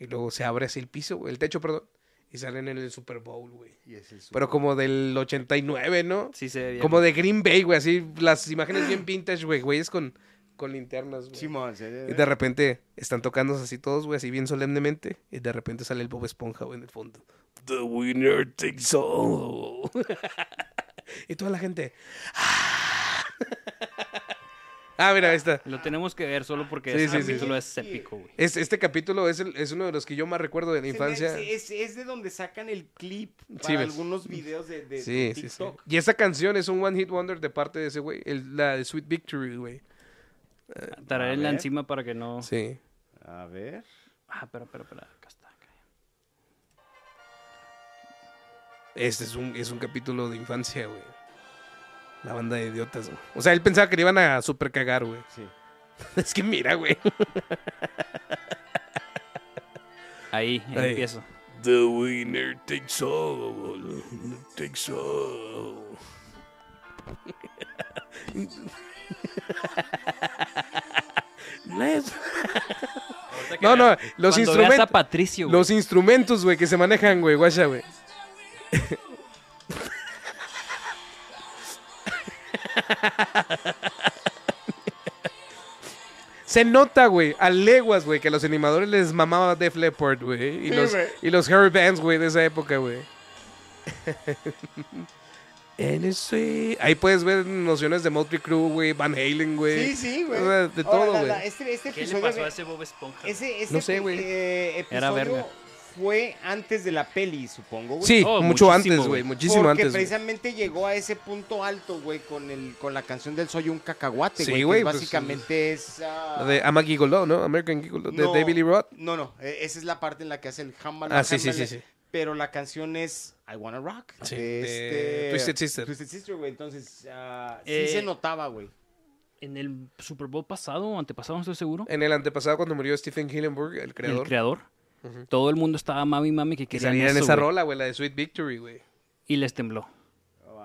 [SPEAKER 2] y luego se abre así el piso, güey. El techo, perdón. Y salen en el Super Bowl, güey.
[SPEAKER 1] Y es el super-
[SPEAKER 2] Pero como del 89, ¿no?
[SPEAKER 3] Sí se ve bien.
[SPEAKER 2] Como de Green Bay, güey. Así las imágenes bien vintage, güey. Güeyes con, con linternas, güey.
[SPEAKER 1] Simón, se-
[SPEAKER 2] Y de repente están tocando así todos, güey, así bien solemnemente. Y de repente sale el Bob Esponja, güey, en el fondo. The winner takes all. <laughs> y toda la gente. <laughs> ah, mira, ahí está.
[SPEAKER 3] Lo tenemos que ver solo porque
[SPEAKER 2] Sí,
[SPEAKER 3] es,
[SPEAKER 2] sí, sí.
[SPEAKER 3] capítulo es épico, güey.
[SPEAKER 2] Es- este capítulo es, el- es uno de los que yo más recuerdo de la
[SPEAKER 1] se me-
[SPEAKER 2] infancia.
[SPEAKER 1] se- Es, es de donde sacan el clip para
[SPEAKER 2] Sí, ves.
[SPEAKER 1] algunos videos de, de-
[SPEAKER 2] Sí,
[SPEAKER 1] de
[SPEAKER 2] sí, sí.
[SPEAKER 1] TikTok.
[SPEAKER 2] Y esa canción es un One Hit Wonder de parte de ese güey. el- La de Sweet Victory, güey.
[SPEAKER 3] Tararenla
[SPEAKER 1] ver.
[SPEAKER 3] encima para que no.
[SPEAKER 2] Sí.
[SPEAKER 1] A ver.
[SPEAKER 3] Ah, pero, pero, pero. Acá está. acá.
[SPEAKER 2] Este es un, es un capítulo de infancia, güey. La banda de idiotas, güey. O sea, él pensaba que le iban a super cagar, güey.
[SPEAKER 1] Sí.
[SPEAKER 2] <laughs> Es que mira, güey.
[SPEAKER 3] Ahí, ahí
[SPEAKER 2] Ahí.
[SPEAKER 3] empiezo.
[SPEAKER 2] The winner takes all. Takes all. <laughs> No, no, los
[SPEAKER 3] Cuando veas a
[SPEAKER 2] instrumentos.
[SPEAKER 3] Patricio, güey.
[SPEAKER 2] Los instrumentos, güey, que se manejan, güey, guacha, güey. Se nota, güey, a leguas, güey, que a los animadores les mamaba Def Leppard, güey. Y, los, y los Harry Bands, güey, de esa época, güey. En ese- Ahí puedes ver nociones de Motley Crue, güey, Van Halen, güey.
[SPEAKER 1] Sí, sí, güey.
[SPEAKER 2] O sea,
[SPEAKER 1] Ahora,
[SPEAKER 2] de todo,
[SPEAKER 1] la- la-
[SPEAKER 2] güey.
[SPEAKER 1] Este, este
[SPEAKER 3] ¿Qué le
[SPEAKER 1] episodio
[SPEAKER 3] pasó
[SPEAKER 1] de-
[SPEAKER 3] a ese Bob Esponja?
[SPEAKER 1] Ese, ese
[SPEAKER 2] No sé,
[SPEAKER 1] epi-
[SPEAKER 2] güey.
[SPEAKER 1] eh, episodio
[SPEAKER 3] Era verga.
[SPEAKER 1] fue antes de la peli, supongo, güey.
[SPEAKER 2] Sí,
[SPEAKER 3] Oh,
[SPEAKER 2] mucho
[SPEAKER 3] muchísimo,
[SPEAKER 2] antes,
[SPEAKER 3] güey.
[SPEAKER 2] güey, muchísimo
[SPEAKER 1] Porque
[SPEAKER 2] antes. güey.
[SPEAKER 1] precisamente llegó a ese punto alto, güey, con el con la canción del Soy un cacahuate,
[SPEAKER 2] Sí,
[SPEAKER 1] güey. que
[SPEAKER 2] güey, pues,
[SPEAKER 1] básicamente es ah,
[SPEAKER 2] La de Ama Gigolo, ¿no? American Gigolo, de
[SPEAKER 1] no,
[SPEAKER 2] David Lee Roth.
[SPEAKER 1] No, no, e- esa es la parte en la que hace el Hammer.
[SPEAKER 2] Ah, sí, sí, sí, sí.
[SPEAKER 1] Pero la canción es I Wanna Rock.
[SPEAKER 2] Sí,
[SPEAKER 1] de
[SPEAKER 2] de
[SPEAKER 1] este-
[SPEAKER 2] Twisted Sister.
[SPEAKER 1] Twisted Sister, güey. Entonces, ah, sí
[SPEAKER 3] Eh,
[SPEAKER 1] se notaba, güey.
[SPEAKER 3] En el Super Bowl pasado o antepasado, no estoy seguro.
[SPEAKER 2] En el antepasado, cuando murió Stephen Hillenburg, el creador.
[SPEAKER 3] El creador. Todo el mundo estaba mami, mami, que
[SPEAKER 2] que
[SPEAKER 3] querían
[SPEAKER 2] salía en
[SPEAKER 3] eso,
[SPEAKER 2] esa
[SPEAKER 3] güey.
[SPEAKER 2] rola, güey, la de Sweet Victory, güey.
[SPEAKER 3] Y les tembló.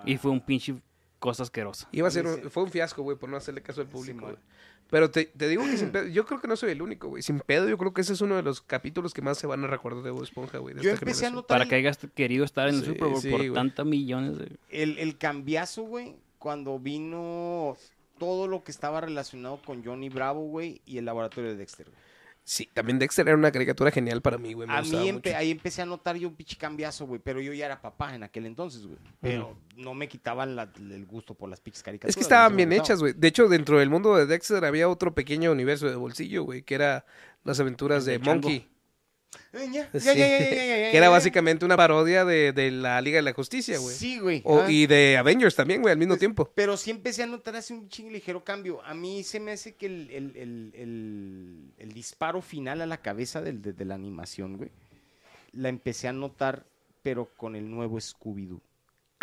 [SPEAKER 3] Y fue un pinche cosa asquerosa.
[SPEAKER 2] Iba a ser un- fue un fiasco, güey, por no hacerle caso al público,
[SPEAKER 1] Simón.
[SPEAKER 2] güey. Pero te, te digo que sin pedo, yo creo que no soy el único, güey. Sin pedo, yo creo que ese es uno de los capítulos que más se van a recordar de Bob Esponja, güey. de
[SPEAKER 1] Yo
[SPEAKER 2] esta
[SPEAKER 1] empecé a
[SPEAKER 2] generación.
[SPEAKER 1] notar
[SPEAKER 3] Para
[SPEAKER 1] el-
[SPEAKER 3] que hayas querido estar en el
[SPEAKER 2] Sí,
[SPEAKER 3] Super Bowl
[SPEAKER 2] sí,
[SPEAKER 3] por
[SPEAKER 2] güey.
[SPEAKER 3] tantas millones de...
[SPEAKER 1] el, el cambiazo, güey, cuando vino todo lo que estaba relacionado con Johnny Bravo, güey, y el laboratorio de Dexter. güey.
[SPEAKER 2] Sí, también Dexter era una caricatura genial para mí, güey. me
[SPEAKER 1] A
[SPEAKER 2] gustaba
[SPEAKER 1] mí empe-
[SPEAKER 2] mucho.
[SPEAKER 1] ahí empecé a notar yo un pinche cambiazo, güey, pero yo ya era papá en aquel entonces, güey. Pero no me quitaban la- el gusto por las pinches caricaturas.
[SPEAKER 2] Es que estaban
[SPEAKER 1] güey,
[SPEAKER 2] bien
[SPEAKER 1] me gustaban.
[SPEAKER 2] hechas, güey. De hecho, dentro del mundo de Dexter había otro pequeño universo de bolsillo, güey, que era las aventuras de
[SPEAKER 3] El chango.
[SPEAKER 2] Monkey.
[SPEAKER 1] Eh, ya, ya, ya,
[SPEAKER 2] <laughs> Sí.
[SPEAKER 1] ya, ya, ya, ya,
[SPEAKER 2] que era
[SPEAKER 1] ya.
[SPEAKER 2] básicamente una parodia de, de la Liga de la Justicia, güey.
[SPEAKER 1] Sí, güey.
[SPEAKER 2] O-
[SPEAKER 1] Ah.
[SPEAKER 2] y de Avengers también, güey, al mismo tiempo.
[SPEAKER 1] Pero sí empecé a notar así un chingo ligero cambio. A mí se me hace que el, el- el- el- el disparo final a la cabeza del, de, de la animación, güey, la empecé a notar, pero con el nuevo Scooby-Doo.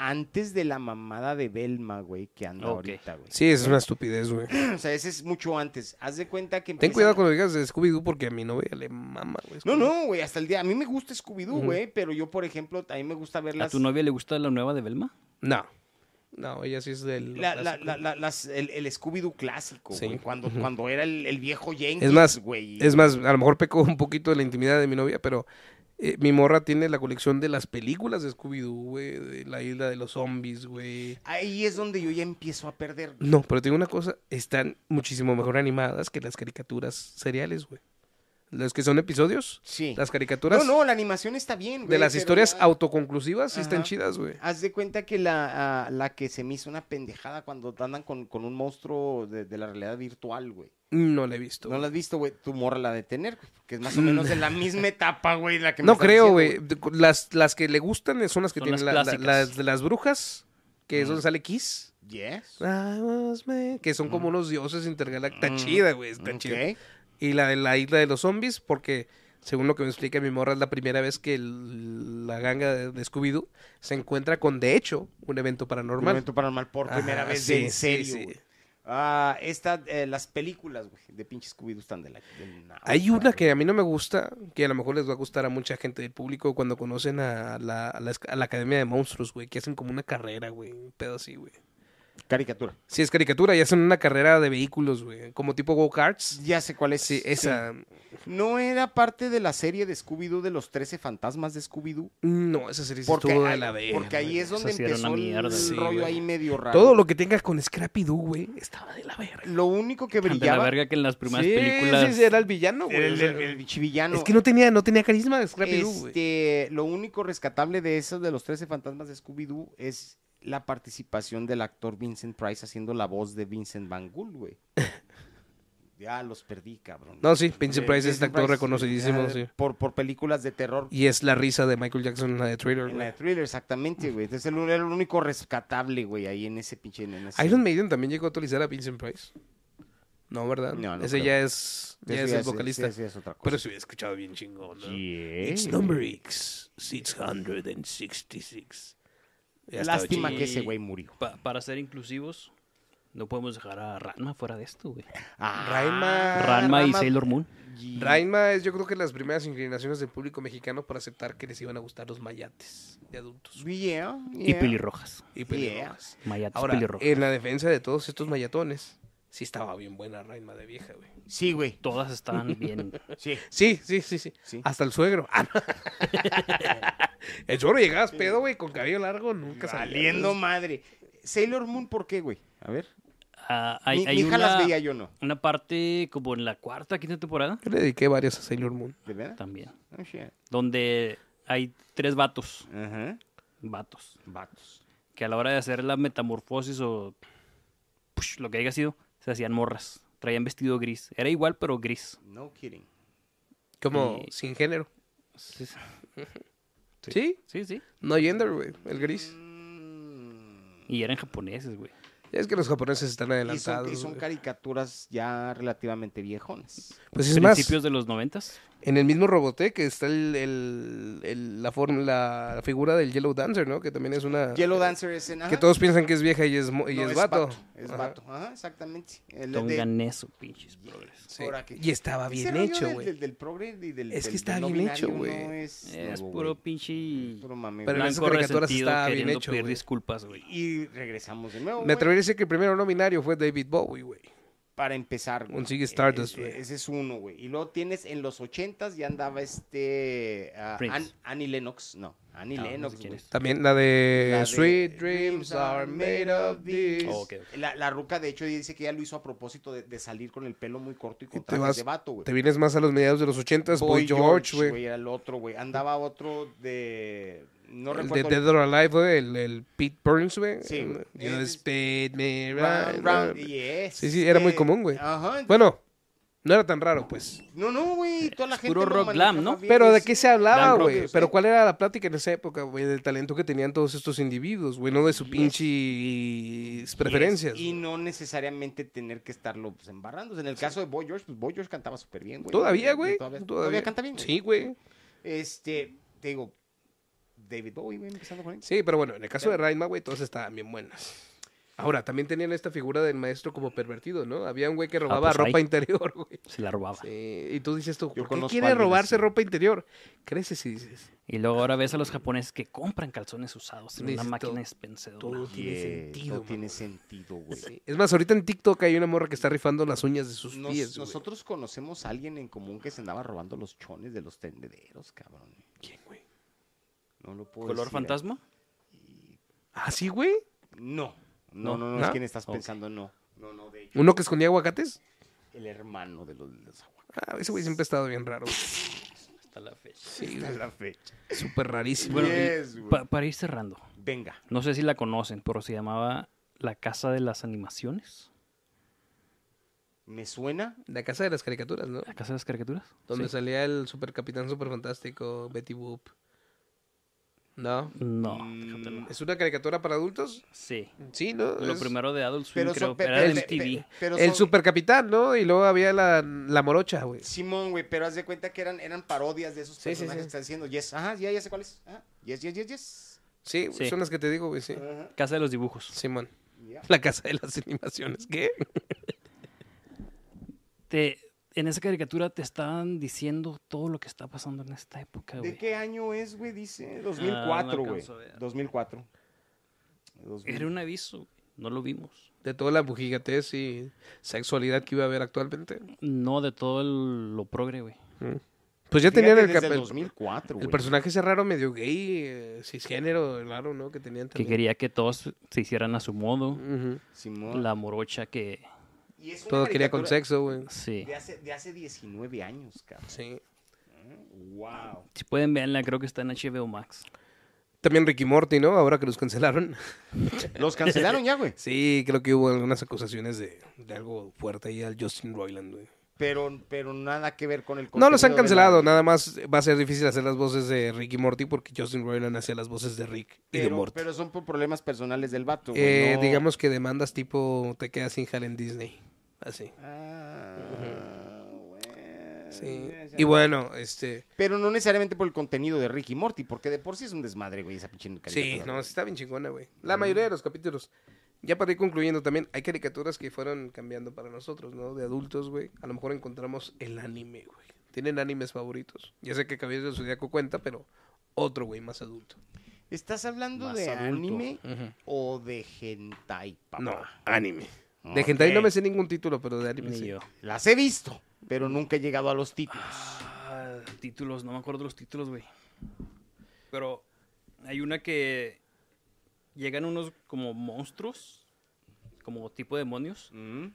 [SPEAKER 1] Antes de la mamada de Belma, güey, que anda
[SPEAKER 3] Ok.
[SPEAKER 1] ahorita, güey.
[SPEAKER 2] Sí, es una estupidez, güey.
[SPEAKER 1] <clears throat> O sea, ese es mucho antes. Haz de cuenta que
[SPEAKER 2] Ten
[SPEAKER 1] empiezan-
[SPEAKER 2] cuidado cuando digas de Scooby-Doo porque a mi novia le mama, güey.
[SPEAKER 1] No,
[SPEAKER 2] Scooby-Doo.
[SPEAKER 1] no, güey, hasta el día. A mí me gusta Scooby-Doo,
[SPEAKER 2] Ujú.
[SPEAKER 1] güey, pero yo, por ejemplo, a mí me gusta ver
[SPEAKER 3] ¿A
[SPEAKER 1] las...
[SPEAKER 3] tu novia le gusta la nueva de Belma?
[SPEAKER 2] No. No, ella sí es del.
[SPEAKER 1] La-
[SPEAKER 2] lo
[SPEAKER 1] la-
[SPEAKER 2] clásico.
[SPEAKER 1] la- la- las- el, el Scooby-Doo clásico,
[SPEAKER 2] Sí.
[SPEAKER 1] güey, cuando, cuando era el, el viejo Jenkins,
[SPEAKER 2] Es más,
[SPEAKER 1] güey.
[SPEAKER 2] es más, a lo mejor peco un poquito de la intimidad de mi novia, pero eh, mi morra tiene la colección de las películas de Scooby-Doo, güey, de la isla de los zombies, güey.
[SPEAKER 1] Ahí es donde yo ya empiezo a perder.
[SPEAKER 2] No, pero te digo una cosa, están muchísimo mejor animadas que las caricaturas seriales, güey. Las que son episodios,
[SPEAKER 1] Sí.
[SPEAKER 2] las caricaturas
[SPEAKER 1] No, no, la animación está bien, güey.
[SPEAKER 2] de las
[SPEAKER 1] pero
[SPEAKER 2] historias
[SPEAKER 1] ya-
[SPEAKER 2] autoconclusivas sí están
[SPEAKER 1] Ajá.
[SPEAKER 2] chidas, güey.
[SPEAKER 1] Haz de cuenta que la, ah, la que se me hizo una pendejada cuando andan con, con un monstruo de, de la realidad virtual, güey.
[SPEAKER 2] No la he visto.
[SPEAKER 1] No
[SPEAKER 2] güey.
[SPEAKER 1] la has visto, güey. Tu morra la de tener, güey, que es más
[SPEAKER 2] <clears throat>
[SPEAKER 1] o menos de la misma etapa, güey, la que me
[SPEAKER 2] No
[SPEAKER 1] estás
[SPEAKER 2] creo, güey.
[SPEAKER 1] diciendo,
[SPEAKER 2] De- Las, las que le gustan son las que
[SPEAKER 3] Son
[SPEAKER 2] tienen
[SPEAKER 3] las
[SPEAKER 2] la- la-
[SPEAKER 3] clásicas.
[SPEAKER 2] las de las brujas, que es donde sale Kiss.
[SPEAKER 1] Yes.
[SPEAKER 2] I was made- Que son como unos dioses intergalácticos. Está chida, güey. Está
[SPEAKER 1] Mm. Ok.
[SPEAKER 2] chida. Y la de la isla de los zombies, porque según lo que me explica mi morra, es la primera vez que el- la ganga de, de Scooby-Doo se encuentra con, de hecho, un evento
[SPEAKER 1] Un
[SPEAKER 2] paranormal.
[SPEAKER 1] Momento paranormal por primera
[SPEAKER 2] Ajá,
[SPEAKER 1] vez
[SPEAKER 2] sí,
[SPEAKER 1] de en
[SPEAKER 2] sí,
[SPEAKER 1] serio,
[SPEAKER 2] sí.
[SPEAKER 1] güey. Ah, esta, eh, las películas, güey, de pinche Scooby-Doo están de la... del nabo,
[SPEAKER 2] Hay una
[SPEAKER 1] güey.
[SPEAKER 2] que a mí no me gusta, que a lo mejor les va a gustar a mucha gente del público cuando conocen a la, a la, a la Academia de Monstruos, güey, que hacen como una carrera, güey, un pedo así, güey.
[SPEAKER 1] Caricatura.
[SPEAKER 2] Sí, es caricatura y hacen una carrera de vehículos, güey. Como tipo go-karts.
[SPEAKER 1] Ya sé cuál es.
[SPEAKER 2] Sí, esa.
[SPEAKER 1] ¿No era parte de la serie de Scooby-Doo de los 13 fantasmas de Scooby-Doo?
[SPEAKER 2] No, esa serie sí
[SPEAKER 1] Porque,
[SPEAKER 2] estuvo de
[SPEAKER 1] ahí-
[SPEAKER 2] la verga,
[SPEAKER 1] porque ahí
[SPEAKER 2] güey.
[SPEAKER 1] es donde
[SPEAKER 3] esa sí era
[SPEAKER 1] empezó
[SPEAKER 3] una mierda.
[SPEAKER 1] el
[SPEAKER 3] Sí,
[SPEAKER 1] rollo
[SPEAKER 2] güey.
[SPEAKER 1] ahí medio raro.
[SPEAKER 2] Todo lo que tengas con Scrappy Doo, güey, estaba de la verga.
[SPEAKER 1] Lo único que
[SPEAKER 3] De la
[SPEAKER 1] brillaba...
[SPEAKER 3] verga que en las primeras
[SPEAKER 2] sí,
[SPEAKER 3] películas.
[SPEAKER 2] sí, sí, era el villano, güey.
[SPEAKER 1] El,
[SPEAKER 2] o
[SPEAKER 1] el,
[SPEAKER 2] sea,
[SPEAKER 1] el bichivillano.
[SPEAKER 2] es que no tenía, no tenía carisma Scrappy Doo, güey.
[SPEAKER 1] Este, lo único rescatable de esos de los 13 fantasmas de Scooby-Doo es la participación del actor Vincent Price haciendo la voz de Vincent Van Gogh,
[SPEAKER 3] <laughs>
[SPEAKER 1] güey. ya los perdí, cabrón.
[SPEAKER 2] No, sí, Vincent
[SPEAKER 1] Eh,
[SPEAKER 2] Price es este actor
[SPEAKER 1] Price,
[SPEAKER 2] reconocidísimo,
[SPEAKER 1] eh,
[SPEAKER 2] sí.
[SPEAKER 1] Por, por películas de terror.
[SPEAKER 2] Y es la risa de Michael Jackson, la de Thriller,
[SPEAKER 1] En la
[SPEAKER 2] güey.
[SPEAKER 1] de thriller, exactamente, güey. Entonces, el, era el único rescatable, güey, ahí en ese pinche. En ese-
[SPEAKER 2] Iron Maiden también llegó a utilizar a Vincent Price. No, ¿verdad?
[SPEAKER 1] No, no
[SPEAKER 2] Ese
[SPEAKER 1] creo.
[SPEAKER 2] ya es, ya
[SPEAKER 1] Eso
[SPEAKER 2] es
[SPEAKER 1] ya
[SPEAKER 2] el vocalista.
[SPEAKER 1] eso ya es otra cosa.
[SPEAKER 2] Pero eh. se hubiera escuchado bien chingón, ¿no?
[SPEAKER 3] eh.
[SPEAKER 1] Yeah.
[SPEAKER 2] It's number X, 666. Ya estaba
[SPEAKER 1] Lástima
[SPEAKER 2] chido.
[SPEAKER 1] que ese güey murió.
[SPEAKER 3] Pa- para ser inclusivos, no podemos dejar a Ranma fuera de esto, güey.
[SPEAKER 1] Ah,
[SPEAKER 2] Raima-
[SPEAKER 3] Ranma y Sailor Moon.
[SPEAKER 1] Y-
[SPEAKER 2] Raima es yo creo que las primeras inclinaciones del público mexicano para aceptar que les iban a gustar los mayates de adultos.
[SPEAKER 1] Yeah,
[SPEAKER 3] Y
[SPEAKER 1] yeah.
[SPEAKER 3] pelirrojas.
[SPEAKER 2] Y pelirrojas.
[SPEAKER 3] Mayates
[SPEAKER 2] Ahora, eh,
[SPEAKER 3] pelirrojas.
[SPEAKER 2] en la defensa de todos estos mayatones, sí estaba bien buena Raima de vieja, güey.
[SPEAKER 1] Sí, güey.
[SPEAKER 3] Todas estaban bien.
[SPEAKER 1] Sí.
[SPEAKER 2] Sí, sí, sí, sí.
[SPEAKER 1] Sí.
[SPEAKER 2] Hasta el suegro. Ah,
[SPEAKER 1] <laughs>
[SPEAKER 2] no. el suegro llegabas pedo, güey, con cabello largo, nunca
[SPEAKER 1] Saliendo madre. Sailor Moon, ¿por qué, güey? A ver.
[SPEAKER 3] Ah, hay
[SPEAKER 1] mi,
[SPEAKER 3] hay
[SPEAKER 1] mi hija las
[SPEAKER 3] una,
[SPEAKER 1] veía yo no.
[SPEAKER 3] una parte como en la cuarta, quinta temporada.
[SPEAKER 2] Yo le dediqué varias a Sailor Moon.
[SPEAKER 1] ¿De verdad?
[SPEAKER 3] También.
[SPEAKER 1] Oh, shit.
[SPEAKER 3] Donde hay tres vatos.
[SPEAKER 1] Ajá.
[SPEAKER 3] Vatos.
[SPEAKER 1] Vatos.
[SPEAKER 3] Que a la hora de hacer la metamorfosis o push, lo que haya sido, se hacían morras. Traían vestido gris. Era igual, pero gris.
[SPEAKER 1] No kidding.
[SPEAKER 2] Como
[SPEAKER 3] Y-
[SPEAKER 2] sin género.
[SPEAKER 3] Sí, sí.
[SPEAKER 2] Sí.
[SPEAKER 3] Sí, sí.
[SPEAKER 2] No gender, güey. El gris.
[SPEAKER 1] Mm.
[SPEAKER 3] Y eran japoneses, güey.
[SPEAKER 2] Es que los japoneses están
[SPEAKER 1] Y son,
[SPEAKER 2] adelantados.
[SPEAKER 1] y son
[SPEAKER 2] güey.
[SPEAKER 1] caricaturas ya relativamente viejonas.
[SPEAKER 2] pues es más,
[SPEAKER 3] Principios de los noventas.
[SPEAKER 2] en el mismo Robotech está el, el- el- la, forma, la la figura del Yellow Dancer, ¿no? Que también es una...
[SPEAKER 1] Yellow Dancer es en. ajá.
[SPEAKER 2] Ah, Que todos piensan que es vieja y es, mo- y
[SPEAKER 1] No,
[SPEAKER 2] es, vato.
[SPEAKER 1] Es
[SPEAKER 2] Ajá.
[SPEAKER 1] vato. Ajá, exactamente. El de-
[SPEAKER 3] Tongan eso, pinches progres.
[SPEAKER 2] Sí.
[SPEAKER 1] Ahora que-
[SPEAKER 2] Y estaba
[SPEAKER 1] Ese
[SPEAKER 2] Ah, bien
[SPEAKER 1] rollo
[SPEAKER 2] hecho,
[SPEAKER 1] del-
[SPEAKER 2] güey.
[SPEAKER 1] Del, del progre y del.
[SPEAKER 2] Es que
[SPEAKER 1] del-
[SPEAKER 2] está
[SPEAKER 1] del no
[SPEAKER 2] bien hecho,
[SPEAKER 1] binario
[SPEAKER 2] güey.
[SPEAKER 1] No es,
[SPEAKER 3] Es
[SPEAKER 1] nuevo,
[SPEAKER 3] puro
[SPEAKER 1] güey.
[SPEAKER 3] pinche
[SPEAKER 1] Puro mame,
[SPEAKER 2] Pero en
[SPEAKER 1] güey.
[SPEAKER 2] esas
[SPEAKER 3] blanco
[SPEAKER 2] caricaturas
[SPEAKER 3] resentido
[SPEAKER 2] estaba bien
[SPEAKER 3] queriendo
[SPEAKER 2] hecho,
[SPEAKER 3] pedir
[SPEAKER 2] güey.
[SPEAKER 3] disculpas, güey.
[SPEAKER 1] Y regresamos de nuevo.
[SPEAKER 2] Me
[SPEAKER 1] güey.
[SPEAKER 2] atrevería a decir que el primero no binario fue David Bowie, güey.
[SPEAKER 1] para empezar. güey.
[SPEAKER 2] Un Ziggy Stardust,
[SPEAKER 1] E- e-
[SPEAKER 2] güey.
[SPEAKER 1] Ese es uno, güey. Y luego tienes en los ochentas ya andaba este ah,
[SPEAKER 3] Prince.
[SPEAKER 1] An- Annie Lennox, no, Annie
[SPEAKER 3] Ah, no sé
[SPEAKER 1] Lennox.
[SPEAKER 3] quién
[SPEAKER 1] güey.
[SPEAKER 3] es.
[SPEAKER 2] También la de,
[SPEAKER 1] La de
[SPEAKER 2] Eh, Sweet Dreams Are Made of This.
[SPEAKER 3] Oh, ok, ok.
[SPEAKER 1] La, la ruca, de hecho, dice que ella lo hizo a propósito de, de salir con el pelo muy corto y con
[SPEAKER 2] te
[SPEAKER 1] trajes
[SPEAKER 2] vas-
[SPEAKER 1] de vato, güey.
[SPEAKER 2] Te vienes más a los mediados de los ochentas, Boy, George, güey.
[SPEAKER 1] Era el otro, güey. Andaba otro de... No
[SPEAKER 2] el de
[SPEAKER 1] recuerdo.
[SPEAKER 2] Dead or Alive, güey, el, el Pete Burns, güey.
[SPEAKER 1] Sí, güey.
[SPEAKER 2] You
[SPEAKER 1] Ese-
[SPEAKER 2] spit me
[SPEAKER 1] Round,
[SPEAKER 2] round,
[SPEAKER 1] round,
[SPEAKER 2] round.
[SPEAKER 1] yes,
[SPEAKER 2] Sí, sí, era muy
[SPEAKER 1] eh,
[SPEAKER 2] común, güey.
[SPEAKER 1] Ajá.
[SPEAKER 2] Bueno, no era tan raro, pues.
[SPEAKER 1] No, no, güey. Toda la
[SPEAKER 3] Es
[SPEAKER 1] gente
[SPEAKER 3] puro
[SPEAKER 1] lo
[SPEAKER 3] rock
[SPEAKER 1] maneja
[SPEAKER 3] glam, ¿no?
[SPEAKER 1] más bien,
[SPEAKER 2] Pero de
[SPEAKER 1] es-
[SPEAKER 2] qué se hablaba,
[SPEAKER 3] Dan
[SPEAKER 2] güey.
[SPEAKER 1] Robbins,
[SPEAKER 2] Pero
[SPEAKER 1] Pues, sí.
[SPEAKER 2] cuál era la plática en esa época, güey, del talento que tenían todos estos individuos, güey, no de su pinche preferencias.
[SPEAKER 1] Y
[SPEAKER 2] güey.
[SPEAKER 1] no necesariamente tener que estarlo pues, embarrando. En el caso de Boy George, pues Boy George cantaba súper bien, güey.
[SPEAKER 2] Todavía, güey.
[SPEAKER 1] Todavía, todavía canta bien. güey.
[SPEAKER 2] Sí, güey.
[SPEAKER 1] Este, te digo, David Bowie, güey, empezando con él.
[SPEAKER 2] Sí, pero bueno, en el caso de Raima, güey, todas estaban bien buenas. Ahora, también tenían esta figura del maestro como pervertido, ¿no? Había un güey que robaba
[SPEAKER 3] pues,
[SPEAKER 2] ropa
[SPEAKER 3] ahí.
[SPEAKER 2] interior, <laughs> güey.
[SPEAKER 3] Se la robaba.
[SPEAKER 2] Sí, y tú dices tú,
[SPEAKER 1] Yo
[SPEAKER 2] ¿por qué
[SPEAKER 1] conozco a
[SPEAKER 2] quiere
[SPEAKER 1] alguien
[SPEAKER 2] robarse
[SPEAKER 1] así.
[SPEAKER 2] ropa interior? Creces y dices,
[SPEAKER 3] Y luego ahora ves a los japoneses que compran calzones usados en
[SPEAKER 2] Dices,
[SPEAKER 3] una máquina
[SPEAKER 2] todo- todo
[SPEAKER 3] despendedora.
[SPEAKER 2] tiene
[SPEAKER 1] Yeah,
[SPEAKER 2] sentido,
[SPEAKER 1] No
[SPEAKER 2] mamá.
[SPEAKER 1] tiene sentido, güey.
[SPEAKER 2] Sí. Es más, ahorita en TikTok hay una morra que está rifando las uñas de sus
[SPEAKER 1] Nos-
[SPEAKER 2] pies, güey.
[SPEAKER 1] nosotros conocemos a alguien en común que se andaba robando los chones de los tendederos, cabrón.
[SPEAKER 2] ¿Quién, güey?
[SPEAKER 1] No lo puedo
[SPEAKER 3] ¿Color
[SPEAKER 1] decir.
[SPEAKER 3] fantasma?
[SPEAKER 2] ¿Ah, sí, güey?
[SPEAKER 1] No. No,
[SPEAKER 3] No.
[SPEAKER 1] no, no, es
[SPEAKER 2] ¿No? Ah,
[SPEAKER 1] quien estás
[SPEAKER 3] Ok.
[SPEAKER 1] pensando, no. No, no, de hecho,
[SPEAKER 2] ¿Uno que escondía aguacates?
[SPEAKER 1] el hermano de los, de los <laughs> aguacates
[SPEAKER 2] Ah, ese güey siempre ha estado bien raro. güey.
[SPEAKER 3] Hasta la fecha.
[SPEAKER 2] Sí,
[SPEAKER 1] a
[SPEAKER 2] güey,
[SPEAKER 1] la fecha.
[SPEAKER 2] súper rarísimo.
[SPEAKER 3] Bueno, y
[SPEAKER 1] Yes, güey.
[SPEAKER 3] pa- para ir cerrando,
[SPEAKER 1] Venga.
[SPEAKER 3] no sé si la conocen, pero se llamaba La Casa de las Animaciones.
[SPEAKER 1] Me suena
[SPEAKER 2] La casa de las caricaturas, ¿no?
[SPEAKER 3] La Casa de las Caricaturas.
[SPEAKER 2] Donde
[SPEAKER 3] Sí.
[SPEAKER 2] salía el supercapitán superfantástico, Betty Boop. ¿No?
[SPEAKER 3] No.
[SPEAKER 1] Mm,
[SPEAKER 3] déjate lo-
[SPEAKER 2] ¿Es una caricatura para adultos?
[SPEAKER 3] Sí.
[SPEAKER 2] Sí, ¿no?
[SPEAKER 3] Lo
[SPEAKER 2] Es
[SPEAKER 3] primero de Adult Swim,
[SPEAKER 1] Pues, Pero
[SPEAKER 3] creo.
[SPEAKER 1] son- pe-
[SPEAKER 3] era
[SPEAKER 1] pe-
[SPEAKER 3] de
[SPEAKER 1] pe-
[SPEAKER 3] MTV.
[SPEAKER 1] pe- pero
[SPEAKER 2] el
[SPEAKER 1] son-
[SPEAKER 2] supercapitán, ¿no? Y luego había la, la morocha, güey.
[SPEAKER 1] Simón, güey, pero haz de cuenta que eran, eran parodias de esos
[SPEAKER 2] Sí, sí,
[SPEAKER 1] personajes
[SPEAKER 2] sí.
[SPEAKER 1] que están diciendo yes. Ajá, ya, ya sé cuál es. Ajá, yes, yes, yes, yes.
[SPEAKER 2] Sí, güey,
[SPEAKER 3] Sí.
[SPEAKER 2] son las que te digo, güey, sí.
[SPEAKER 1] Ajá,
[SPEAKER 3] Casa de los Dibujos.
[SPEAKER 2] Simón.
[SPEAKER 1] ya.
[SPEAKER 2] La casa de las animaciones, ¿qué?
[SPEAKER 3] Te, en esa caricatura te estaban diciendo todo lo que está pasando en esta época,
[SPEAKER 1] ¿De
[SPEAKER 3] güey.
[SPEAKER 1] qué año es, güey? Dice
[SPEAKER 3] Ah, no
[SPEAKER 1] 2004, güey.
[SPEAKER 3] alcanzo a ver.
[SPEAKER 1] 2004. 2000.
[SPEAKER 3] Era un aviso. güey. No lo vimos.
[SPEAKER 2] De toda la bujigatez y sexualidad que iba a haber actualmente.
[SPEAKER 3] No de todo el- lo progre, güey.
[SPEAKER 2] Pues ya tenían
[SPEAKER 1] Fíjate,
[SPEAKER 2] el,
[SPEAKER 1] desde
[SPEAKER 2] cap- el-
[SPEAKER 1] 2004,
[SPEAKER 2] el
[SPEAKER 1] güey.
[SPEAKER 2] personaje ese raro medio gay, eh, cisgénero, raro, ¿no? Que tenían
[SPEAKER 3] Que
[SPEAKER 2] también.
[SPEAKER 3] quería que todos se hicieran a su modo.
[SPEAKER 2] Ujú.
[SPEAKER 1] Simón.
[SPEAKER 3] La morocha que...
[SPEAKER 1] Y es una
[SPEAKER 2] Todo quería con
[SPEAKER 1] caricatura
[SPEAKER 2] sexo, güey.
[SPEAKER 3] Sí.
[SPEAKER 1] De hace, de hace 19 años, cabrón.
[SPEAKER 2] Sí.
[SPEAKER 1] Wow.
[SPEAKER 2] <laughs>
[SPEAKER 3] Si pueden verla, creo que está en HBO Max.
[SPEAKER 2] También Ricky Morty, ¿no? Ahora que los cancelaron.
[SPEAKER 1] Los cancelaron ya, güey.
[SPEAKER 2] Sí, creo que hubo algunas acusaciones de, de algo fuerte ahí al Justin Roiland, güey.
[SPEAKER 1] Pero, pero nada que ver con el
[SPEAKER 2] No los han
[SPEAKER 1] contenido de la-
[SPEAKER 2] cancelado, nada más va a ser difícil hacer las voces de Rick y Morty porque Justin Roiland hacía las voces de Rick y de
[SPEAKER 1] Pero,
[SPEAKER 2] Morty.
[SPEAKER 1] pero son por problemas personales del vato, güey,
[SPEAKER 2] Eh,
[SPEAKER 1] no-
[SPEAKER 2] Digamos que demandas tipo te quedas sin jale en Disney. Así.
[SPEAKER 1] Ah, güey.
[SPEAKER 2] Sí.
[SPEAKER 1] Ya, ya.
[SPEAKER 2] Y bueno, este.
[SPEAKER 1] Pero no necesariamente por el contenido de Ricky Morty, porque de por sí es un desmadre, güey, esa pinche
[SPEAKER 2] Sí,
[SPEAKER 1] caricatura,
[SPEAKER 2] no,
[SPEAKER 1] güey.
[SPEAKER 2] está bien chingona, güey. La mayoría de los capítulos. Ya para ir concluyendo también, hay caricaturas que fueron cambiando para nosotros, ¿no? De adultos, güey. A lo mejor encontramos el anime, güey. ¿Tienen animes favoritos? Ya sé que Cabello de Zodíaco cuenta, pero otro, güey, más adulto.
[SPEAKER 1] ¿Estás hablando
[SPEAKER 3] Más
[SPEAKER 1] de
[SPEAKER 3] adulto.
[SPEAKER 1] anime o de hentai,
[SPEAKER 2] No,
[SPEAKER 1] papá?
[SPEAKER 2] anime.
[SPEAKER 1] No.
[SPEAKER 2] De hentai no me sé ningún título, pero de
[SPEAKER 1] pues
[SPEAKER 2] anime
[SPEAKER 3] Ni
[SPEAKER 2] sí.
[SPEAKER 3] yo.
[SPEAKER 1] Las he visto, pero nunca he llegado a los títulos.
[SPEAKER 3] Ah, títulos, no me acuerdo los títulos, güey. Pero hay una que llegan unos como monstruos, como tipo demonios,
[SPEAKER 1] Mm.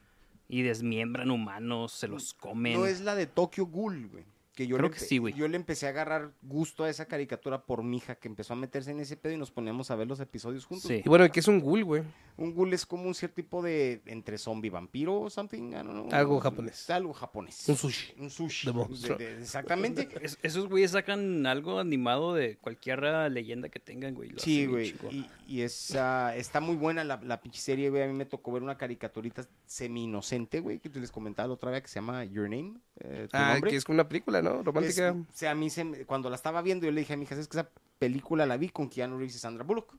[SPEAKER 3] y desmiembran humanos, se los comen.
[SPEAKER 1] No es la de Tokyo Ghoul, güey. Que yo
[SPEAKER 3] Creo
[SPEAKER 1] le
[SPEAKER 3] que
[SPEAKER 1] empe-
[SPEAKER 3] sí, güey.
[SPEAKER 1] Yo le empecé a agarrar gusto a esa caricatura por mi hija que empezó a meterse en ese pedo y nos poníamos a ver los episodios juntos.
[SPEAKER 3] Sí.
[SPEAKER 2] Y bueno, ¿qué es un ghoul, güey?
[SPEAKER 1] Un ghoul es como un cierto tipo de entre zombie vampiro o something, I don't know.
[SPEAKER 2] Algo japonés.
[SPEAKER 1] Algo japonés.
[SPEAKER 2] Un sushi.
[SPEAKER 1] Un sushi.
[SPEAKER 2] De monstruo.
[SPEAKER 1] De- de-
[SPEAKER 3] <laughs>
[SPEAKER 1] exactamente.
[SPEAKER 3] Es- esos güeyes sacan algo animado de cualquier ah, leyenda que tengan, güey. lo
[SPEAKER 1] Sí,
[SPEAKER 3] hacen bien
[SPEAKER 1] güey.
[SPEAKER 3] chingón.
[SPEAKER 1] Y, y es, ah, está muy buena la, la pinche serie, güey. A mí me tocó ver una caricaturita semi-inocente, güey, que te les comentaba la otra vez que se llama Your Name. eh, ¿Tu
[SPEAKER 2] Ah,
[SPEAKER 1] nombre?
[SPEAKER 2] que es como una película, ¿no?
[SPEAKER 1] Es-
[SPEAKER 2] Romántica.
[SPEAKER 1] o sea, a mí se me- cuando la estaba viendo, yo le dije a mi hija, es que esa película la vi con Keanu Reeves y Sandra Bullock.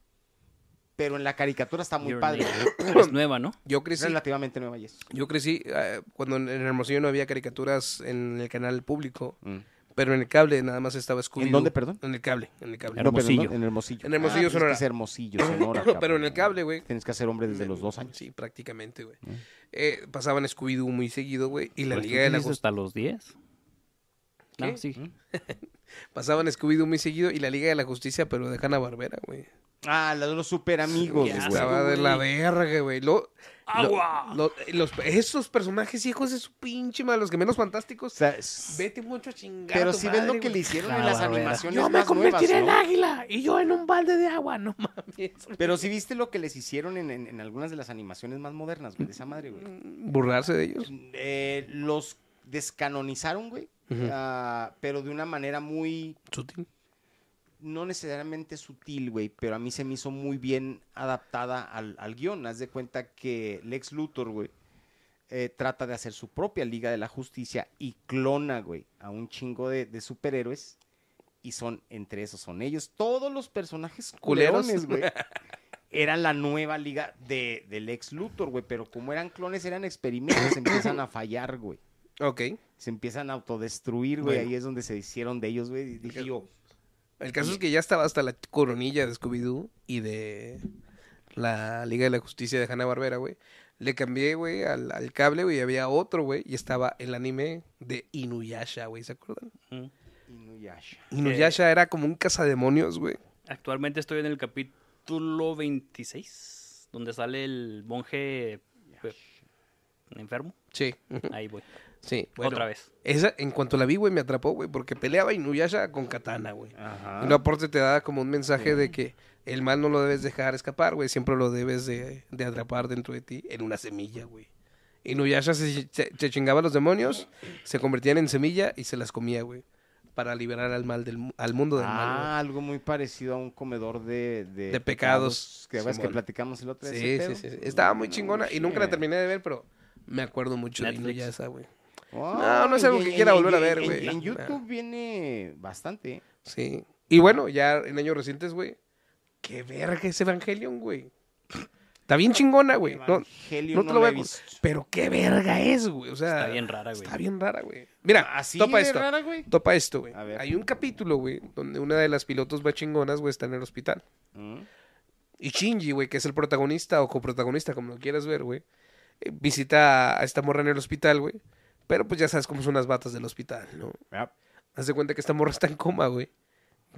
[SPEAKER 1] Pero en la caricatura está muy
[SPEAKER 3] Your
[SPEAKER 1] padre.
[SPEAKER 3] Name.
[SPEAKER 2] <coughs>
[SPEAKER 3] Es nueva, ¿no?
[SPEAKER 2] Yo crecí,
[SPEAKER 1] Relativamente nueva, yes.
[SPEAKER 2] yo crecí eh, cuando en en Hermosillo no había caricaturas en el canal público,
[SPEAKER 1] Mm.
[SPEAKER 2] pero en el cable nada más estaba Scooby-Doo.
[SPEAKER 1] ¿En dónde, perdón?
[SPEAKER 2] En el cable, en el <laughs> cable.
[SPEAKER 1] No, perdón,
[SPEAKER 3] Hermosillo.
[SPEAKER 1] en Hermosillo. Ah,
[SPEAKER 2] En Hermosillo,
[SPEAKER 1] tienes
[SPEAKER 2] Sonora.
[SPEAKER 1] que ser
[SPEAKER 2] <laughs>
[SPEAKER 1] Hermosillo, Sonora,
[SPEAKER 2] Pero en
[SPEAKER 1] cabrón.
[SPEAKER 2] el cable, güey.
[SPEAKER 1] Tienes que ser hombre desde los dos años.
[SPEAKER 2] Sí, prácticamente, güey.
[SPEAKER 1] Mm.
[SPEAKER 2] Eh, pasaban Scooby-Doo muy seguido, güey. Y la Liga de la Justicia.
[SPEAKER 3] hasta los 10. No,
[SPEAKER 2] ¿Qué?
[SPEAKER 3] sí.
[SPEAKER 2] Pasaban Scooby-Doo muy seguido y la Liga de la Justicia, pero de Hanna Barbera, güey.
[SPEAKER 1] Ah, la de los super amigos,
[SPEAKER 3] Qué
[SPEAKER 1] güey.
[SPEAKER 3] asco.
[SPEAKER 2] Estaba de la verga, güey. Lo,
[SPEAKER 3] ¡Agua!
[SPEAKER 2] lo- los, esos personajes hijos de su pinche madre, los que menos
[SPEAKER 1] O
[SPEAKER 2] fantásticos.
[SPEAKER 1] sea, s-
[SPEAKER 2] Vete mucho a chingar.
[SPEAKER 1] pero
[SPEAKER 2] si
[SPEAKER 1] si ves lo que le hicieron
[SPEAKER 3] La
[SPEAKER 1] en las
[SPEAKER 3] barbera.
[SPEAKER 1] animaciones más nuevas, ¿no?
[SPEAKER 2] águila y yo en un balde de agua, no mames.
[SPEAKER 1] <laughs> Pero si viste lo que les hicieron en, en- en algunas de las animaciones más modernas, güey, de esa madre, güey.
[SPEAKER 2] Burlarse de ellos.
[SPEAKER 1] eh, los descanonizaron, güey. ah, pero de una manera muy,
[SPEAKER 2] Sutil.
[SPEAKER 1] no necesariamente sutil, güey, pero a mí se me hizo muy bien adaptada al, al guión. Haz de cuenta que Lex Luthor, güey, eh, trata de hacer su propia Liga de la Justicia y clona, güey, a un chingo de, de superhéroes. Y son, entre esos son ellos, todos los personajes
[SPEAKER 2] Culeros.
[SPEAKER 1] culerones,
[SPEAKER 2] <laughs>
[SPEAKER 1] güey. Era la nueva liga de, del Lex Luthor, güey, pero como eran clones, eran experimentos, empiezan a fallar, güey
[SPEAKER 2] Ok.
[SPEAKER 1] se empiezan a autodestruir, güey.
[SPEAKER 2] Bueno.
[SPEAKER 1] Ahí es donde se hicieron de ellos, güey. Y Dije yo,
[SPEAKER 2] El caso es que ya estaba hasta la coronilla de Scooby-Doo y de la Liga de la Justicia de Hanna Barbera, güey. Le cambié, güey, al, al cable, güey, y había otro, güey, y estaba el anime de Inuyasha, güey, ¿se acuerdan?
[SPEAKER 3] Mm.
[SPEAKER 1] Inuyasha.
[SPEAKER 2] Inuyasha era como un cazademonios, güey.
[SPEAKER 3] Actualmente estoy en el capítulo 26, donde sale el monje pues, enfermo.
[SPEAKER 2] Sí,
[SPEAKER 3] Ahí voy.
[SPEAKER 2] sí. bueno,
[SPEAKER 3] Otra vez.
[SPEAKER 2] Esa, en cuanto la vi, güey, me atrapó, güey, porque peleaba Inuyasha con katana, güey.
[SPEAKER 1] Ajá.
[SPEAKER 2] Y no aporte te da como un mensaje de que el mal no lo debes dejar escapar, güey. Siempre lo debes de, de atrapar dentro de ti en una semilla, güey. Y Nuyasha se, se- se chingaba a los demonios, se convertían en semilla y se las comía, güey. Para liberar al mal del mu- al mundo del mal.
[SPEAKER 1] Ah, algo muy parecido a un comedor de... De,
[SPEAKER 2] De pecados,
[SPEAKER 1] Que ves que
[SPEAKER 2] Simón.
[SPEAKER 1] platicamos el otro
[SPEAKER 2] güey.
[SPEAKER 1] día.
[SPEAKER 2] Sí,
[SPEAKER 1] ese
[SPEAKER 2] sí,
[SPEAKER 1] pedo.
[SPEAKER 2] sí, sí. Estaba muy chingona y nunca la
[SPEAKER 1] shit.
[SPEAKER 2] terminé de ver, pero me acuerdo mucho de
[SPEAKER 3] Netflix.
[SPEAKER 2] Inuyasha, güey.
[SPEAKER 1] Ah,
[SPEAKER 2] No, no es algo
[SPEAKER 1] y-
[SPEAKER 2] que
[SPEAKER 1] y-
[SPEAKER 2] quiera
[SPEAKER 1] y-
[SPEAKER 2] volver a
[SPEAKER 1] y-
[SPEAKER 2] ver,
[SPEAKER 1] en-
[SPEAKER 2] güey.
[SPEAKER 1] En
[SPEAKER 2] Nah.
[SPEAKER 1] YouTube viene bastante. ¿eh?
[SPEAKER 2] Sí. Y bueno, ya en años recientes, güey. Qué verga es Evangelion, güey. Está bien chingona, güey. No,
[SPEAKER 1] Evangelion
[SPEAKER 2] no te lo
[SPEAKER 1] la
[SPEAKER 2] voy a
[SPEAKER 1] he
[SPEAKER 2] con-
[SPEAKER 1] visto.
[SPEAKER 2] Pero qué verga es, güey. O sea,
[SPEAKER 3] Está bien rara, güey.
[SPEAKER 2] Está bien rara, güey. Mira,
[SPEAKER 1] Así
[SPEAKER 2] topa
[SPEAKER 1] Ah, de
[SPEAKER 2] esto.
[SPEAKER 1] rara, güey.
[SPEAKER 2] Topa esto, güey.
[SPEAKER 1] A ver.
[SPEAKER 2] Hay un capítulo, güey, donde una de las pilotos va chingonas, güey, está en el hospital.
[SPEAKER 1] Mm.
[SPEAKER 2] Y Shinji, güey, que es el protagonista o coprotagonista, como lo quieras ver, güey, eh, visita a esta morra en el hospital, güey. Pero pues ya sabes cómo son las batas del hospital, ¿no?
[SPEAKER 1] Ah,
[SPEAKER 2] Haz de cuenta que esta morra está en coma, güey.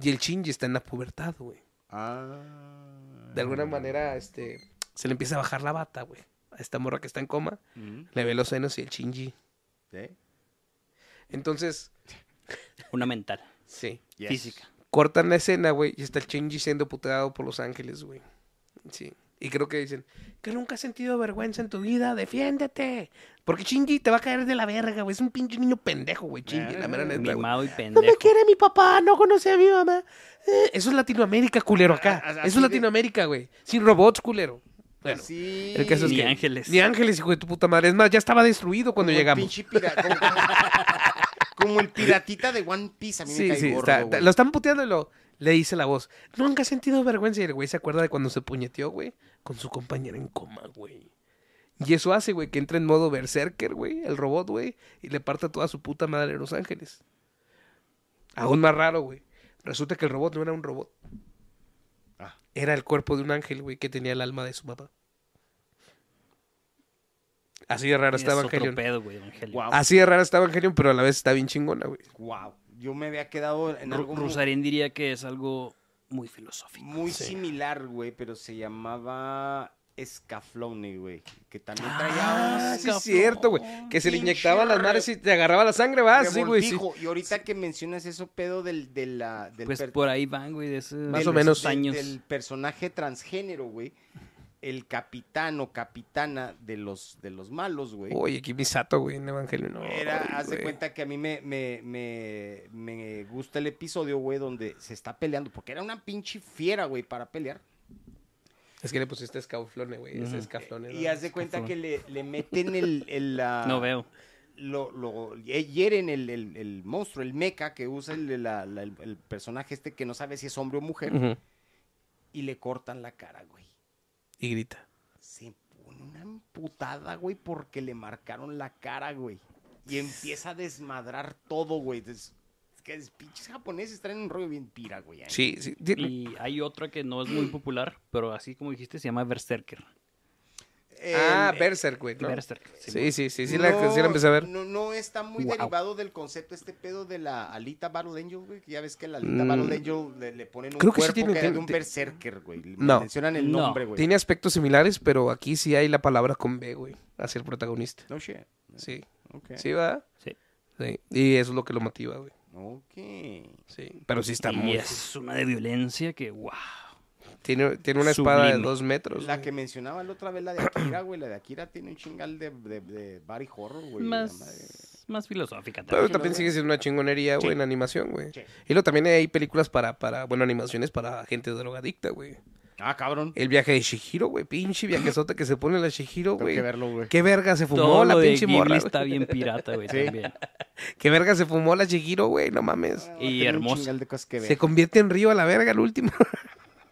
[SPEAKER 2] Y el Shinji está en la pubertad, güey.
[SPEAKER 1] Ah.
[SPEAKER 2] De alguna manera, este, se le empieza a bajar la bata, güey. A esta morra que está en coma,
[SPEAKER 1] Ujú,
[SPEAKER 2] le ve los senos y el Shinji.
[SPEAKER 1] ¿sí?
[SPEAKER 2] Entonces,
[SPEAKER 3] Una mental.
[SPEAKER 2] sí.
[SPEAKER 1] Yes.
[SPEAKER 3] Física.
[SPEAKER 2] Cortan la escena, güey, y está el Shinji siendo puteado por los ángeles, güey. Sí. Y creo que dicen, que nunca has sentido vergüenza en tu vida, defiéndete. Porque Shinji te va a caer de la verga, güey. Es un pinche niño pendejo, güey. Shinji, la mera neta, güey.
[SPEAKER 3] Mimado y
[SPEAKER 2] Eh, No me
[SPEAKER 3] pendejo.
[SPEAKER 2] quiere mi papá, no conoce a mi mamá. Eh, eso es Latinoamérica, culero,
[SPEAKER 1] A-
[SPEAKER 2] acá.
[SPEAKER 1] a- Ah, así
[SPEAKER 2] Eso es
[SPEAKER 1] de-
[SPEAKER 2] Latinoamérica, güey. Sin robots, culero. Bueno,
[SPEAKER 1] Sí.
[SPEAKER 2] el caso es
[SPEAKER 3] Ni
[SPEAKER 2] que-
[SPEAKER 3] ángeles.
[SPEAKER 2] Ni ángeles, hijo de tu puta madre. Es más, ya estaba destruido cuando
[SPEAKER 1] Como el
[SPEAKER 2] llegamos.
[SPEAKER 1] pinche pira- como, <laughs> como- como el piratita de One Piece. A mí me
[SPEAKER 2] Sí,
[SPEAKER 1] cae
[SPEAKER 2] sí,
[SPEAKER 1] gordo,
[SPEAKER 2] está-
[SPEAKER 1] güey.
[SPEAKER 2] lo están puteando y lo, le dice la voz. Nunca he sentido vergüenza. Y el güey se acuerda de cuando se puñeteó, güey, con su compañera en coma, güey. Y eso hace, güey, que entre en modo berserker, güey, el robot, güey, y le parta toda su puta madre a Los Ángeles. Aún más raro, güey. Resulta que el robot no era un robot.
[SPEAKER 1] Ah.
[SPEAKER 2] Era el cuerpo de un ángel, güey, que tenía el alma de su papá. Así de rara
[SPEAKER 3] Es
[SPEAKER 2] estaba
[SPEAKER 3] otro
[SPEAKER 2] Evangelion.
[SPEAKER 3] pedo, güey, Evangelion.
[SPEAKER 1] Guau,
[SPEAKER 2] Así de rara estaba Evangelion, pero a la vez está bien chingona, güey.
[SPEAKER 1] guau. Yo me había quedado en
[SPEAKER 3] Ru-
[SPEAKER 1] algo muy-
[SPEAKER 3] Rusarín diría que es algo muy filosófico.
[SPEAKER 1] muy
[SPEAKER 2] Sí.
[SPEAKER 1] similar, güey, pero se llamaba Escaflowne, güey. Que también traía
[SPEAKER 2] Ah,
[SPEAKER 1] un
[SPEAKER 2] sí, es cierto, güey. Que se le
[SPEAKER 1] pinche
[SPEAKER 2] inyectaban las madres y te agarraba la sangre, va. Sí, güey. sí.
[SPEAKER 1] revoltijo. Y ahorita que mencionas eso, pedo del, de la, del
[SPEAKER 3] Pues
[SPEAKER 1] per-
[SPEAKER 3] por ahí van, güey, de esos
[SPEAKER 2] Más
[SPEAKER 1] del-
[SPEAKER 2] o menos.
[SPEAKER 3] esos
[SPEAKER 1] del-
[SPEAKER 3] años.
[SPEAKER 1] Del personaje transgénero, güey. El capitán o capitana de los, de los malos, güey.
[SPEAKER 2] Oye, aquí Misato, güey, en Evangelio. No,
[SPEAKER 1] Era, haz de
[SPEAKER 2] güey.
[SPEAKER 1] cuenta que a mí me, me, me, me gusta el episodio, güey, donde se está peleando, porque era una pinche fiera, güey, para pelear.
[SPEAKER 2] Es que le pusiste escaflone, güey. Es
[SPEAKER 3] Ujú.
[SPEAKER 2] escaflone.
[SPEAKER 1] y haz de cuenta que le, le meten el... el,
[SPEAKER 2] ah,
[SPEAKER 1] la-
[SPEAKER 3] No veo.
[SPEAKER 1] Lo, lo- eh, hieren el, el- el monstruo, el meca que usa el, la- la- el- el personaje este que no sabe si es hombre o mujer,
[SPEAKER 2] Ujú.
[SPEAKER 1] y le cortan la cara, güey.
[SPEAKER 2] Y grita.
[SPEAKER 1] Se pone una amputada, güey, porque le marcaron la cara, güey. Y empieza a desmadrar todo, güey. Es, es que es, pinches japoneses traen un rollo bien pira, güey. ahí.
[SPEAKER 2] Sí, sí. di-
[SPEAKER 3] Y hay otra que no es muy popular, pero así como dijiste, se llama Berserker.
[SPEAKER 1] El-
[SPEAKER 2] ah,
[SPEAKER 1] eh,
[SPEAKER 2] Berserk, güey. ¿no?
[SPEAKER 3] Berserker. sí.
[SPEAKER 2] Sí, sí, sí. Sí, la, sí la empecé a ver.
[SPEAKER 1] No, no está muy
[SPEAKER 3] Wow.
[SPEAKER 1] derivado del concepto este pedo de la Alita Battle Angel, güey. que Ya ves que la Alita
[SPEAKER 2] Mm.
[SPEAKER 1] Battle Angel le, le ponen un
[SPEAKER 2] Creo que sí
[SPEAKER 1] cuerpo que,
[SPEAKER 2] tiene-
[SPEAKER 1] era de
[SPEAKER 2] tiene-
[SPEAKER 1] un berserker, güey. Le
[SPEAKER 2] No.
[SPEAKER 1] Mencionan el
[SPEAKER 3] No.
[SPEAKER 1] nombre, güey.
[SPEAKER 2] Tiene aspectos similares, pero aquí sí hay la palabra con B, güey. Hacia el protagonista.
[SPEAKER 1] No shit.
[SPEAKER 2] Sí.
[SPEAKER 1] Ok.
[SPEAKER 2] ¿Sí, va?
[SPEAKER 3] Sí.
[SPEAKER 2] Sí. Y eso es lo que lo motiva, güey.
[SPEAKER 1] Ok.
[SPEAKER 2] Sí. Pero sí está
[SPEAKER 3] y
[SPEAKER 2] muy.
[SPEAKER 3] es una de violencia que, wow.
[SPEAKER 2] Tiene, tiene una espada de
[SPEAKER 3] Sublime.
[SPEAKER 2] dos metros.
[SPEAKER 1] La
[SPEAKER 2] güey.
[SPEAKER 1] que mencionaba la otra vez, la de Akira, güey. La de Akira tiene un chingal de, de, de body horror, güey. la madre.
[SPEAKER 3] Más, más filosófica
[SPEAKER 2] Pero
[SPEAKER 3] también.
[SPEAKER 2] también sigue siendo una chingonería, güey,
[SPEAKER 3] Sí.
[SPEAKER 2] en animación, güey.
[SPEAKER 1] Sí.
[SPEAKER 2] Y luego también hay películas para, para, bueno, animaciones para gente drogadicta, güey.
[SPEAKER 1] Ah, cabrón.
[SPEAKER 2] El viaje de Shihiro, güey, pinche viajezota que se pone la Shihiro,
[SPEAKER 1] Tengo que
[SPEAKER 2] güey.
[SPEAKER 1] verlo, güey.
[SPEAKER 2] Qué verga se fumó
[SPEAKER 3] Todo
[SPEAKER 2] la
[SPEAKER 3] lo de
[SPEAKER 2] pinche
[SPEAKER 3] Ghibli
[SPEAKER 2] morra.
[SPEAKER 3] está
[SPEAKER 2] güey.
[SPEAKER 3] bien
[SPEAKER 2] <laughs>
[SPEAKER 3] pirata, güey,
[SPEAKER 1] Sí.
[SPEAKER 3] también.
[SPEAKER 2] Qué verga se fumó la Shihiro, güey, no mames.
[SPEAKER 1] Ah,
[SPEAKER 3] Y
[SPEAKER 1] tiene
[SPEAKER 3] hermoso.
[SPEAKER 1] Un chingal de cosas que ver.
[SPEAKER 2] Se convierte en río a la verga el último. <laughs>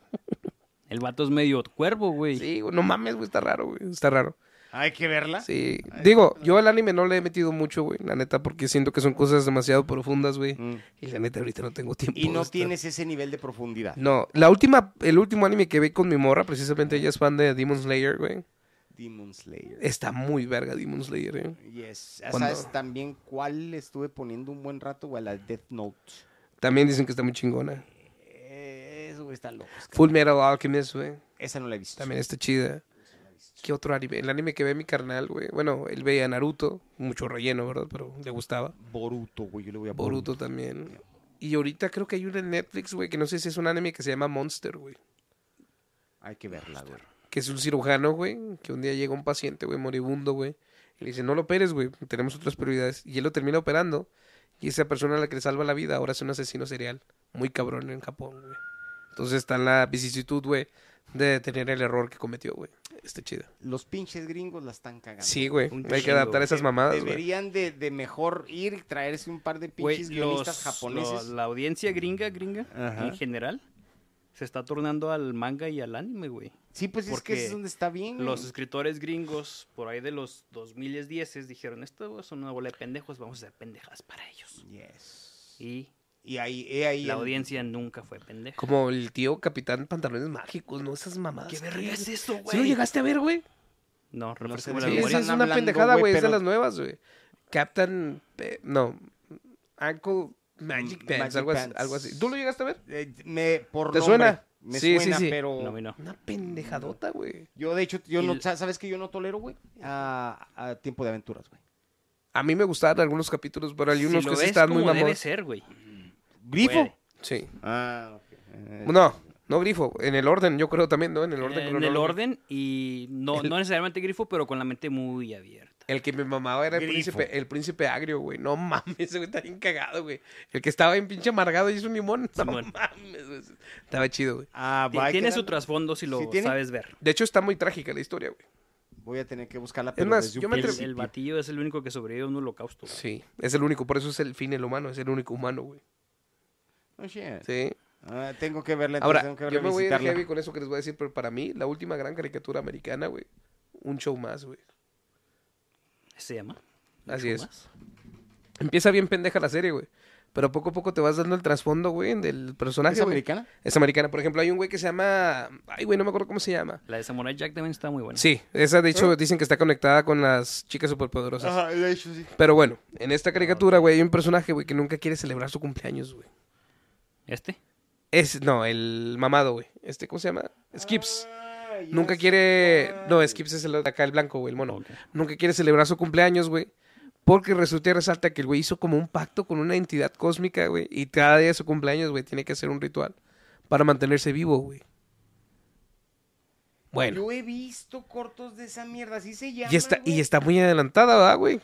[SPEAKER 3] El vato es medio cuervo, güey.
[SPEAKER 2] sí, güey, no mames, güey, está raro, güey, está raro.
[SPEAKER 1] Hay que verla.
[SPEAKER 2] Sí.
[SPEAKER 1] Ah. Ay,
[SPEAKER 2] Digo,
[SPEAKER 1] sí,
[SPEAKER 2] yo al anime no le he metido mucho, güey, la neta, porque siento que son cosas demasiado profundas, güey.
[SPEAKER 1] Mm.
[SPEAKER 2] Y la neta ahorita no tengo tiempo.
[SPEAKER 1] Y
[SPEAKER 2] de
[SPEAKER 1] no
[SPEAKER 2] estar-
[SPEAKER 1] tienes ese nivel de profundidad.
[SPEAKER 2] No, la última, el último anime que vi con mi morra, precisamente ella es fan de Demon Slayer, güey.
[SPEAKER 1] Demon Slayer.
[SPEAKER 2] Está muy verga Demon Slayer, eh.
[SPEAKER 1] Yes.
[SPEAKER 2] Cuando-
[SPEAKER 1] ¿Sabes también cuál estuve poniendo un buen rato, güey? La Death Note.
[SPEAKER 2] También dicen que está muy chingona.
[SPEAKER 1] Eh, Eso, güey, está loco. es que-
[SPEAKER 2] Full Metal Alchemist, güey.
[SPEAKER 1] Esa no la he visto.
[SPEAKER 2] También está chida. ¿Qué otro anime? El anime que ve mi carnal, güey. Bueno, él veía Naruto. Mucho relleno, ¿verdad? Pero le gustaba.
[SPEAKER 1] Boruto, güey. Yo le voy a
[SPEAKER 2] Boruto también. Y ahorita creo que hay una en Netflix, güey, que no sé si es un anime que se llama Monster, güey.
[SPEAKER 1] Hay que verla, güey.
[SPEAKER 2] que es un cirujano, güey, que un día llega un paciente, güey, moribundo, güey, y le dice, no lo operes, güey, tenemos otras prioridades. Y él lo termina operando, y esa persona a la que le salva la vida ahora es un asesino serial, muy cabrón en Japón, güey. Entonces está la vicisitud, güey, de tener el error que cometió, güey. Está chida.
[SPEAKER 1] Los pinches gringos la están cagando.
[SPEAKER 2] Sí, güey,
[SPEAKER 3] Un
[SPEAKER 2] hay que
[SPEAKER 3] chingo,
[SPEAKER 2] adaptar esas
[SPEAKER 1] De-
[SPEAKER 2] mamadas, güey.
[SPEAKER 1] Deberían de, de mejor ir y traerse un par de
[SPEAKER 3] Güey,
[SPEAKER 1] pinches
[SPEAKER 3] los-
[SPEAKER 1] guionistas japoneses.
[SPEAKER 3] lo- la audiencia gringa, gringa,
[SPEAKER 1] Ajá.
[SPEAKER 3] en general, se está tornando al manga y al anime, güey.
[SPEAKER 1] Sí, pues es que
[SPEAKER 3] porque
[SPEAKER 1] es donde está bien. güey.
[SPEAKER 3] Los escritores gringos, por ahí de los 2010 dijeron, esto es una bola de pendejos, vamos a hacer pendejas para ellos.
[SPEAKER 1] Yes.
[SPEAKER 3] Y
[SPEAKER 1] Y ahí, he ahí
[SPEAKER 3] La
[SPEAKER 1] el-
[SPEAKER 3] audiencia nunca fue pendeja.
[SPEAKER 2] Como el tío Capitán Pantalones Mágicos, ¿no? Esas mamadas.
[SPEAKER 3] ¿Qué verga es eso,
[SPEAKER 2] ¿Sí lo
[SPEAKER 3] güey?
[SPEAKER 2] llegaste a ver, güey?
[SPEAKER 3] No, refrescame
[SPEAKER 1] sé,
[SPEAKER 2] Sí, esa
[SPEAKER 3] la memoria.
[SPEAKER 1] están
[SPEAKER 2] es una
[SPEAKER 1] hablando,
[SPEAKER 2] pendejada,
[SPEAKER 1] güey,
[SPEAKER 2] güey. Es de
[SPEAKER 1] pero-
[SPEAKER 2] las nuevas, güey. Captain... Pe- No. Uncle Magic
[SPEAKER 1] M- Magic
[SPEAKER 2] Pants, algo, Así,
[SPEAKER 1] Pants.
[SPEAKER 2] algo así. ¿Tú lo llegaste a ver?
[SPEAKER 1] eh, me, por
[SPEAKER 2] ¿Te
[SPEAKER 1] nombre,
[SPEAKER 2] suena?
[SPEAKER 1] Me
[SPEAKER 2] Sí, sí,
[SPEAKER 1] suena,
[SPEAKER 2] sí.
[SPEAKER 1] pero...
[SPEAKER 3] No, a mí no.
[SPEAKER 2] Una pendejadota, güey.
[SPEAKER 1] Yo, de hecho, yo
[SPEAKER 3] Y
[SPEAKER 1] no,
[SPEAKER 3] l-
[SPEAKER 1] sa- ¿sabes que yo no tolero, güey? A, a tiempo de aventuras, güey.
[SPEAKER 2] A mí me gustaban algunos capítulos, pero hay
[SPEAKER 3] Si
[SPEAKER 2] unos
[SPEAKER 3] lo
[SPEAKER 2] que sí
[SPEAKER 3] ves
[SPEAKER 2] están muy
[SPEAKER 3] como debe
[SPEAKER 2] mamones.
[SPEAKER 3] ser, güey.
[SPEAKER 1] ¿Grifo?
[SPEAKER 3] Puede.
[SPEAKER 2] Sí.
[SPEAKER 1] Ah, ok. Eh,
[SPEAKER 2] No, no grifo. En el orden, yo creo también, ¿no? En el orden.
[SPEAKER 3] En el
[SPEAKER 2] cronológico.
[SPEAKER 3] orden y no,
[SPEAKER 2] El-
[SPEAKER 3] no necesariamente grifo, pero con la mente muy abierta.
[SPEAKER 2] El que me mamaba era el
[SPEAKER 1] Grifo.
[SPEAKER 2] príncipe, el príncipe agrio, güey. No mames, <laughs> ese güey está bien cagado, güey. El que estaba bien pinche amargado y es un limón. <laughs> No
[SPEAKER 3] Simón.
[SPEAKER 2] mames, güey. Estaba chido, güey.
[SPEAKER 1] ah,
[SPEAKER 3] Ti-
[SPEAKER 1] va, hay que
[SPEAKER 3] tiene su
[SPEAKER 1] darle-
[SPEAKER 3] trasfondo si lo
[SPEAKER 1] Sí, tiene.
[SPEAKER 3] sabes ver.
[SPEAKER 2] De hecho, está muy trágica la historia, güey.
[SPEAKER 1] Voy a tener que buscarla, pero
[SPEAKER 2] más,
[SPEAKER 1] desde
[SPEAKER 2] yo
[SPEAKER 1] un
[SPEAKER 2] me
[SPEAKER 3] El,
[SPEAKER 2] atrevo-
[SPEAKER 1] principio.
[SPEAKER 3] el batillo es el único que sobrevive a un holocausto. güey.
[SPEAKER 2] Sí, es el único. Por eso es el fin, el humano. Es el único humano, güey.
[SPEAKER 1] Oh, shit.
[SPEAKER 2] Sí.
[SPEAKER 1] Ah, tengo que verla, entonces
[SPEAKER 2] Ahora,
[SPEAKER 1] tengo que verla
[SPEAKER 2] yo me voy a ir
[SPEAKER 1] visitarla.
[SPEAKER 2] heavy con eso que les voy a decir, pero para mí, la última gran caricatura americana, güey. Un show más, güey.
[SPEAKER 3] ¿Se llama?
[SPEAKER 2] Así
[SPEAKER 3] ¿Mucho
[SPEAKER 2] es.
[SPEAKER 3] más?
[SPEAKER 2] Empieza bien pendeja la serie, güey. Pero poco a poco te vas dando el trasfondo, güey, del personaje.
[SPEAKER 1] ¿Es
[SPEAKER 2] güey.
[SPEAKER 1] americana?
[SPEAKER 2] Es americana. Por ejemplo, hay un güey que se llama. Ay, güey, no me acuerdo cómo se llama.
[SPEAKER 3] La de Samurai Jack también está muy buena.
[SPEAKER 2] Sí, esa de
[SPEAKER 1] Ah.
[SPEAKER 2] hecho dicen que está conectada con las chicas superpoderosas.
[SPEAKER 1] Ajá, de hecho, sí.
[SPEAKER 2] Pero bueno, en
[SPEAKER 1] Ah,
[SPEAKER 2] esta caricatura, güey, hay un personaje, güey, que nunca quiere celebrar su cumpleaños, güey.
[SPEAKER 3] ¿Este?
[SPEAKER 2] Es, no, el mamado, güey. Este, ¿cómo se llama? Skips.
[SPEAKER 1] Ah,
[SPEAKER 2] Nunca
[SPEAKER 1] yes,
[SPEAKER 2] quiere.
[SPEAKER 1] why.
[SPEAKER 2] No, Skips es el de acá, el blanco, güey, el mono.
[SPEAKER 3] Ok.
[SPEAKER 2] Nunca quiere celebrar su cumpleaños, güey. Porque resulta y resalta que el güey hizo como un pacto con una entidad cósmica, güey. Y cada día de su cumpleaños, güey, tiene que hacer un ritual para mantenerse vivo, güey. Bueno.
[SPEAKER 1] Yo he visto cortos de esa mierda, así se llama.
[SPEAKER 2] Y está,
[SPEAKER 1] güey.
[SPEAKER 2] y está muy adelantada, ¿verdad, güey?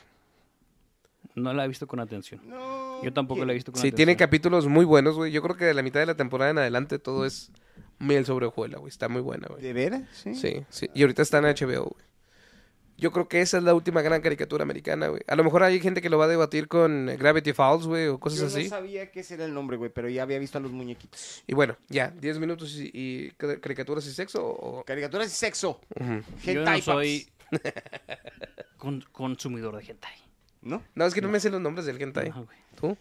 [SPEAKER 3] No la he visto con atención.
[SPEAKER 1] No,
[SPEAKER 3] Yo tampoco
[SPEAKER 1] que-
[SPEAKER 3] la he visto con
[SPEAKER 2] Sí,
[SPEAKER 3] atención.
[SPEAKER 2] tiene capítulos muy buenos, güey. Yo creo que de la mitad de la temporada en adelante todo es miel sobre hojuela, güey. Está muy buena, güey.
[SPEAKER 1] ¿De veras? Sí.
[SPEAKER 2] Sí, sí. Y ahorita está en HBO, güey. Yo creo que esa es la última gran caricatura americana, güey. A lo mejor hay gente que lo va a debatir con eh, Gravity Falls, güey, o cosas
[SPEAKER 1] Yo
[SPEAKER 2] así.
[SPEAKER 1] no sabía que ese era el nombre, güey, pero ya había visto a los muñequitos.
[SPEAKER 2] Y bueno, ya, 10 minutos y, y car- caricaturas y sexo. O...
[SPEAKER 1] Caricaturas y sexo.
[SPEAKER 2] Ujú.
[SPEAKER 3] Yo
[SPEAKER 1] Hentai
[SPEAKER 3] no
[SPEAKER 1] paps.
[SPEAKER 3] soy <laughs> con- consumidor de hentai.
[SPEAKER 1] ¿No?
[SPEAKER 2] No, es que no, me sé los nombres del hentai.
[SPEAKER 3] No, güey.
[SPEAKER 2] ¿Tú?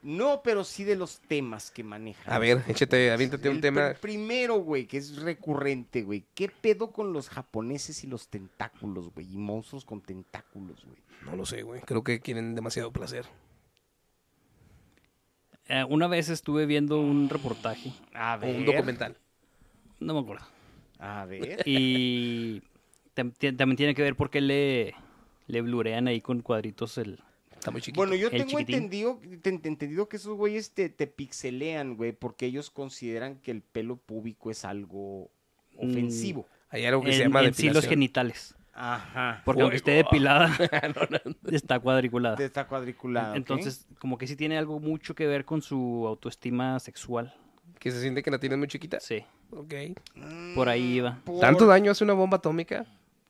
[SPEAKER 1] No, pero sí de los temas que maneja.
[SPEAKER 2] A ver, échate, aviéntate un
[SPEAKER 1] El pr-
[SPEAKER 2] tema.
[SPEAKER 1] primero, güey, que es recurrente, güey. ¿Qué pedo con los japoneses y los tentáculos, güey? Y monstruos con tentáculos, güey.
[SPEAKER 2] No lo sé, güey. Creo que quieren demasiado placer.
[SPEAKER 3] Eh, una vez estuve viendo un reportaje.
[SPEAKER 1] A
[SPEAKER 2] O un documental.
[SPEAKER 3] No me acuerdo.
[SPEAKER 1] A ver.
[SPEAKER 3] Y tam- ti- también tiene que ver por qué le, le blurean ahí con cuadritos el...
[SPEAKER 2] Está muy chiquito.
[SPEAKER 1] Bueno, yo
[SPEAKER 3] el
[SPEAKER 1] tengo
[SPEAKER 3] chiquitín.
[SPEAKER 1] entendido, ten- ten- entendido que esos güeyes te, te pixelean, güey, porque ellos consideran que el pelo púbico es algo
[SPEAKER 3] Mm.
[SPEAKER 1] ofensivo.
[SPEAKER 2] Hay algo que se
[SPEAKER 3] en-
[SPEAKER 2] llama
[SPEAKER 3] en sí los
[SPEAKER 2] depilación.
[SPEAKER 3] genitales.
[SPEAKER 1] Ajá.
[SPEAKER 3] Porque aunque
[SPEAKER 2] <laughs>
[SPEAKER 3] esté depilada, está cuadriculada.
[SPEAKER 1] Te está cuadriculado. Ah, ¿ok?
[SPEAKER 3] Entonces, como que sí tiene algo mucho que ver con su autoestima sexual.
[SPEAKER 2] Que se siente que la tienen muy chiquita.
[SPEAKER 3] Sí,
[SPEAKER 2] Ok.
[SPEAKER 3] por ahí iba.
[SPEAKER 1] Por-
[SPEAKER 2] ¿Tanto daño hace una bomba atómica?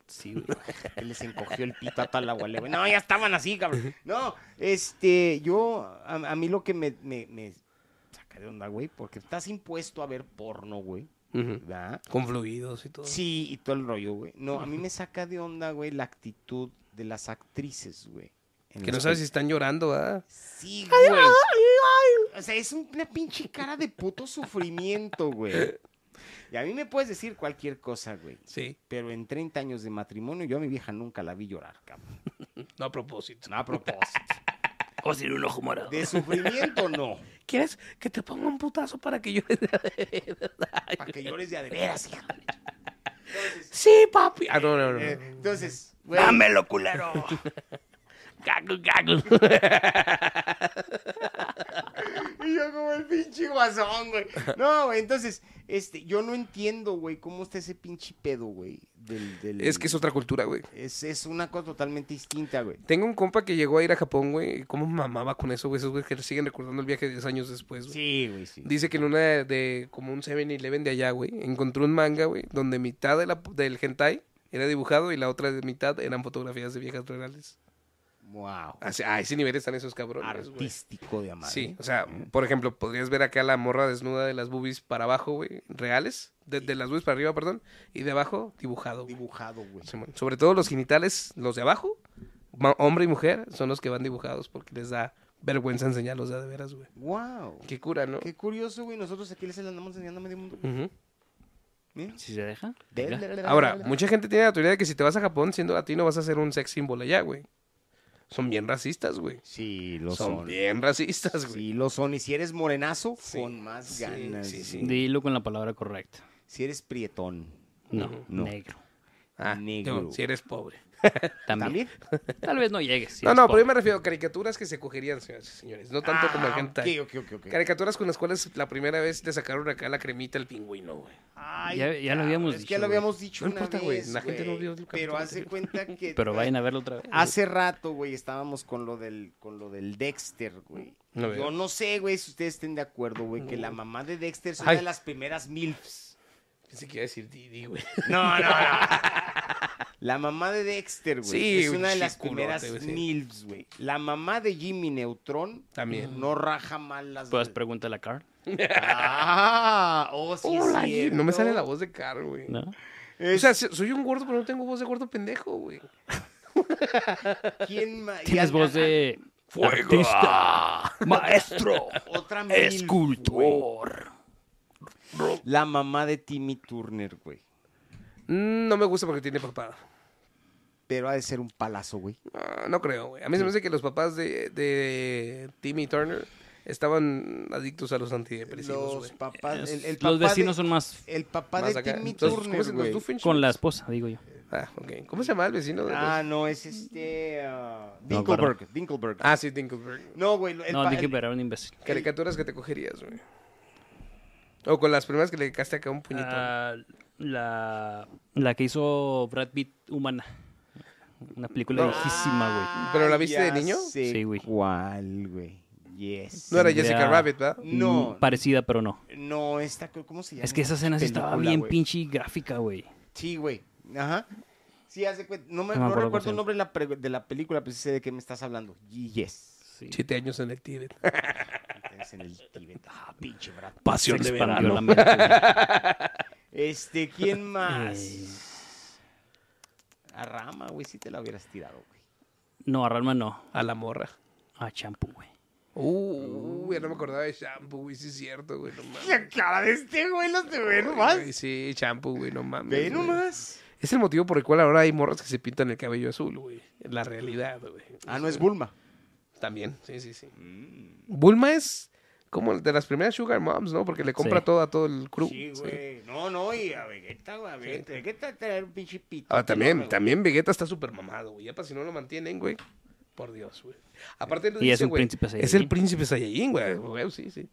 [SPEAKER 3] Sí, güey.
[SPEAKER 1] que les encogió el pito a tal agua, le- No, ya estaban así, cabrón. No, este, yo, a, a mí lo que me, me, me saca de onda, güey, porque estás impuesto a ver porno, güey.
[SPEAKER 2] Ujú.
[SPEAKER 1] ¿Verdad?
[SPEAKER 2] Con fluidos y todo.
[SPEAKER 1] Sí, y todo el rollo, güey. No, a mí me saca de onda, güey, la actitud de las actrices, güey. en
[SPEAKER 2] Que no
[SPEAKER 1] los
[SPEAKER 2] sabes si están llorando, ¿ah?
[SPEAKER 1] Sí, güey. O sea, es una pinche cara de puto sufrimiento, güey. Y a mí me puedes decir cualquier cosa, güey.
[SPEAKER 2] Sí,
[SPEAKER 1] Pero en 30 años de matrimonio, yo a mi vieja nunca la vi llorar, cabrón.
[SPEAKER 2] no a propósito.
[SPEAKER 1] No, a
[SPEAKER 3] <laughs>
[SPEAKER 1] propósito.
[SPEAKER 3] O sin un ojo morado.
[SPEAKER 1] De sufrimiento,
[SPEAKER 3] <laughs>
[SPEAKER 1] no.
[SPEAKER 2] ¿Quieres que te ponga un putazo para que yo...
[SPEAKER 1] Para que llores de a de veras, hija.
[SPEAKER 2] <laughs> sí, papi. Ah, no, no, no.
[SPEAKER 1] Eh,
[SPEAKER 2] no.
[SPEAKER 1] entonces, güey. <laughs>
[SPEAKER 3] culero!
[SPEAKER 2] Gago, gago.
[SPEAKER 1] Y yo como el pinche guasón, güey. No, güey, entonces, este, yo no entiendo, güey, cómo está ese pinche pedo, güey. Del, del-
[SPEAKER 2] Es que es otra cultura, güey.
[SPEAKER 1] Es, es una cosa totalmente distinta, güey.
[SPEAKER 2] Tengo un compa que llegó a ir a Japón, güey. y ¿Cómo mamaba con eso, güey? Esos güeyes que siguen recordando el viaje 10 años después, güey.
[SPEAKER 1] Sí, güey, sí.
[SPEAKER 2] Dice que en una de, de- como un 7-Eleven de allá, güey, encontró un manga, güey, donde mitad de la, del hentai era dibujado y la otra de mitad eran fotografías de viejas reales.
[SPEAKER 1] Wow.
[SPEAKER 2] Así- A ese nivel están esos cabrones, Ah, güey.
[SPEAKER 1] Artístico de amar.
[SPEAKER 2] Sí, o sea, por ejemplo, podrías ver acá la morra desnuda de las boobies para abajo, güey, reales, de, de las boobies para arriba, perdón, y de abajo dibujado. güey.
[SPEAKER 1] Dibujado, güey.
[SPEAKER 2] Simón. Sobre todo los genitales, los de abajo, ma- hombre y mujer, son los que van dibujados porque les da Vergüenza enseñarlos, ya, de veras, güey.
[SPEAKER 1] ¡Wow! Qué,
[SPEAKER 2] Qué cura, ¿no?
[SPEAKER 1] curioso, güey. Nosotros aquí les andamos enseñando a medio mundo.
[SPEAKER 2] Ujú.
[SPEAKER 1] Mira.
[SPEAKER 3] Si se deja.
[SPEAKER 1] Ve,
[SPEAKER 3] mira.
[SPEAKER 1] le, le, le,
[SPEAKER 2] Ahora,
[SPEAKER 1] le, le.
[SPEAKER 2] mucha gente tiene la teoría de que si te vas a Japón siendo latino vas a ser un sex símbolo allá, güey. Son bien racistas, güey.
[SPEAKER 1] Sí, lo
[SPEAKER 2] Son
[SPEAKER 1] son.
[SPEAKER 2] bien racistas, güey.
[SPEAKER 1] Sí, lo son. Y si eres morenazo,
[SPEAKER 2] Sí,
[SPEAKER 1] con más
[SPEAKER 2] sí,
[SPEAKER 1] ganas.
[SPEAKER 2] sí, sí.
[SPEAKER 3] Dilo con la palabra correcta.
[SPEAKER 1] Si eres prietón.
[SPEAKER 3] No,
[SPEAKER 1] No.
[SPEAKER 3] negro.
[SPEAKER 2] Ah,
[SPEAKER 1] negro.
[SPEAKER 2] no, si eres pobre.
[SPEAKER 3] También.
[SPEAKER 1] ¿También?
[SPEAKER 3] Tal vez no llegues. si
[SPEAKER 2] no,
[SPEAKER 3] eres
[SPEAKER 2] no, pero
[SPEAKER 3] pobre.
[SPEAKER 2] yo me refiero a caricaturas que se cogerían, señores. y señores. No tanto como el hentai.
[SPEAKER 1] Ah, ok, ok, ok, ok.
[SPEAKER 2] Caricaturas con las cuales la primera vez te sacaron acá la cremita al pingüino, güey.
[SPEAKER 1] Ay,
[SPEAKER 3] Ya- ya lo habíamos
[SPEAKER 1] Es que ya
[SPEAKER 3] dicho,
[SPEAKER 1] lo
[SPEAKER 3] güey.
[SPEAKER 1] habíamos dicho
[SPEAKER 2] No
[SPEAKER 1] una
[SPEAKER 2] importa, güey,
[SPEAKER 1] vez,
[SPEAKER 2] la gente no vio el
[SPEAKER 1] Pero
[SPEAKER 2] capítulo
[SPEAKER 1] hace
[SPEAKER 2] anterior.
[SPEAKER 1] cuenta
[SPEAKER 2] <laughs>
[SPEAKER 1] que... eh,
[SPEAKER 3] Pero vayan a verlo otra vez.
[SPEAKER 1] Hace rato, güey, estábamos con lo del, con lo del Dexter, güey.
[SPEAKER 2] A ver.
[SPEAKER 1] Yo no sé, güey, si ustedes estén de acuerdo, güey, que la mamá de Dexter es
[SPEAKER 2] Ay.
[SPEAKER 1] una de las primeras MILFs.
[SPEAKER 2] Pensé que iba a decir Didi, güey. <laughs>
[SPEAKER 1] No, no, no. <laughs> La mamá de Dexter, güey.
[SPEAKER 2] Sí,
[SPEAKER 1] es una de
[SPEAKER 2] un
[SPEAKER 1] las
[SPEAKER 2] chiculote,
[SPEAKER 1] primeras
[SPEAKER 2] güey, sí.
[SPEAKER 1] MILFs, güey. La mamá de Jimmy Neutron
[SPEAKER 2] También.
[SPEAKER 1] no raja mal las
[SPEAKER 3] Pues pregúntale a Carl.
[SPEAKER 1] Ah, oh, sí. es
[SPEAKER 2] Hola, Jim. No me sale la
[SPEAKER 1] cierto.
[SPEAKER 2] voz de Carl, güey.
[SPEAKER 3] ¿No?
[SPEAKER 2] O
[SPEAKER 1] Es-
[SPEAKER 2] sea, sí, soy un gordo, pero no tengo voz de gordo pendejo, güey.
[SPEAKER 1] ¿quién
[SPEAKER 2] <laughs>
[SPEAKER 1] más?
[SPEAKER 3] Tienes
[SPEAKER 1] Y-
[SPEAKER 3] voz de.
[SPEAKER 4] Artista, maestro,
[SPEAKER 1] Otra MILF, güey.
[SPEAKER 4] escultor.
[SPEAKER 1] La mamá de Timmy Turner, güey.
[SPEAKER 2] Mm, No me gusta porque tiene papá.
[SPEAKER 1] Pero ha de ser un palazo, güey.
[SPEAKER 2] Ah, no creo, güey. A mí se me hace que los papás de, de Timmy Turner estaban adictos a los
[SPEAKER 1] Los
[SPEAKER 2] antidepresivos, güey.
[SPEAKER 1] papás. El, el papá
[SPEAKER 3] Los vecinos
[SPEAKER 1] de,
[SPEAKER 3] son más.
[SPEAKER 1] El papá
[SPEAKER 2] Más
[SPEAKER 1] de
[SPEAKER 2] acá.
[SPEAKER 1] Timmy
[SPEAKER 2] Los- ¿cómo
[SPEAKER 1] Turner,
[SPEAKER 2] se- los
[SPEAKER 1] güey.
[SPEAKER 2] Doofenshmirtz?
[SPEAKER 3] Con la esposa, digo yo.
[SPEAKER 2] Ah, ok. ¿Cómo se llama el vecino? de los-
[SPEAKER 1] Ah, no, es este. ah,
[SPEAKER 3] No,
[SPEAKER 1] Dinkelberg. Dinkelberg.
[SPEAKER 2] Ah, sí, Dinkelberg.
[SPEAKER 1] No, güey. el
[SPEAKER 3] No,
[SPEAKER 1] pa-
[SPEAKER 3] dije,
[SPEAKER 1] el-
[SPEAKER 3] pero era un imbécil.
[SPEAKER 2] Caricaturas que te cogerías, güey. O con las primeras que le dedicaste acá un puñito.
[SPEAKER 3] Ah, la, la que hizo Brad Pitt humana. Una película
[SPEAKER 2] No.
[SPEAKER 3] viejísima,
[SPEAKER 2] ¿Pero la
[SPEAKER 1] Ah,
[SPEAKER 2] viste
[SPEAKER 1] ya
[SPEAKER 2] de niño?
[SPEAKER 1] sé
[SPEAKER 3] Sí, güey.
[SPEAKER 1] ¿Cuál, güey? Yes.
[SPEAKER 2] no era
[SPEAKER 3] idea.
[SPEAKER 2] Jessica Rabbit, ¿verdad?
[SPEAKER 3] güey.
[SPEAKER 1] No,
[SPEAKER 3] Mm, Parecida, pero no.
[SPEAKER 1] no, esta, ¿cómo se llama?
[SPEAKER 3] Es que esa escena sí estaba
[SPEAKER 1] película,
[SPEAKER 3] bien
[SPEAKER 1] güey?
[SPEAKER 3] pinche gráfica, güey.
[SPEAKER 1] Sí, güey. Ajá. Sí, hace cuenta. No, me,
[SPEAKER 3] No
[SPEAKER 1] no
[SPEAKER 3] me acuerdo cómo se
[SPEAKER 1] recuerdo el
[SPEAKER 3] llama.
[SPEAKER 1] nombre de la, pre- de la película, pero sí sé de qué me estás hablando. Yes.
[SPEAKER 3] Sí.
[SPEAKER 2] Siete años en el Tíbet.
[SPEAKER 1] Es en el Tíbet. Ah, pinche Brad.
[SPEAKER 4] Pasión
[SPEAKER 3] Se
[SPEAKER 4] de
[SPEAKER 3] expandió la
[SPEAKER 4] verano.
[SPEAKER 3] mente, güey.
[SPEAKER 1] Este, ¿quién
[SPEAKER 3] Eh,
[SPEAKER 1] más? A Rama, güey, si te la hubieras tirado, güey.
[SPEAKER 3] No, a Ralma no.
[SPEAKER 2] A la morra.
[SPEAKER 3] A Champú, güey.
[SPEAKER 2] Uh, ya no me acordaba de Shampoo, güey. Sí es cierto, güey. No mames.
[SPEAKER 1] La cara de este güey no te ve
[SPEAKER 2] Güey, Sí, Shampoo, güey. No mames.
[SPEAKER 1] Ve
[SPEAKER 2] güey.
[SPEAKER 1] nomás.
[SPEAKER 2] Es el motivo por el cual ahora hay morras que se pintan el cabello azul, güey. En la realidad, güey.
[SPEAKER 1] Ah, no es Bulma.
[SPEAKER 2] También, sí, sí, sí. Bulma es como de las primeras Sugar Moms, ¿no? Porque le compra
[SPEAKER 3] Sí.
[SPEAKER 2] todo a todo el crew. Sí.
[SPEAKER 1] güey. No, no, y a Vegeta, güey. A Vegeta, Vegeta traer un pinche pito.
[SPEAKER 2] Ah, también,
[SPEAKER 1] pelón, güey.
[SPEAKER 2] también Vegeta está súper mamado, güey. Ya para si no lo mantienen, güey. Por Dios, güey. Aparte lo
[SPEAKER 3] Y es
[SPEAKER 2] dice,
[SPEAKER 3] un
[SPEAKER 2] güey,
[SPEAKER 3] príncipe
[SPEAKER 2] Es
[SPEAKER 3] Saiyajin.
[SPEAKER 2] el príncipe Saiyajin, güey. Güey, Sí, sí.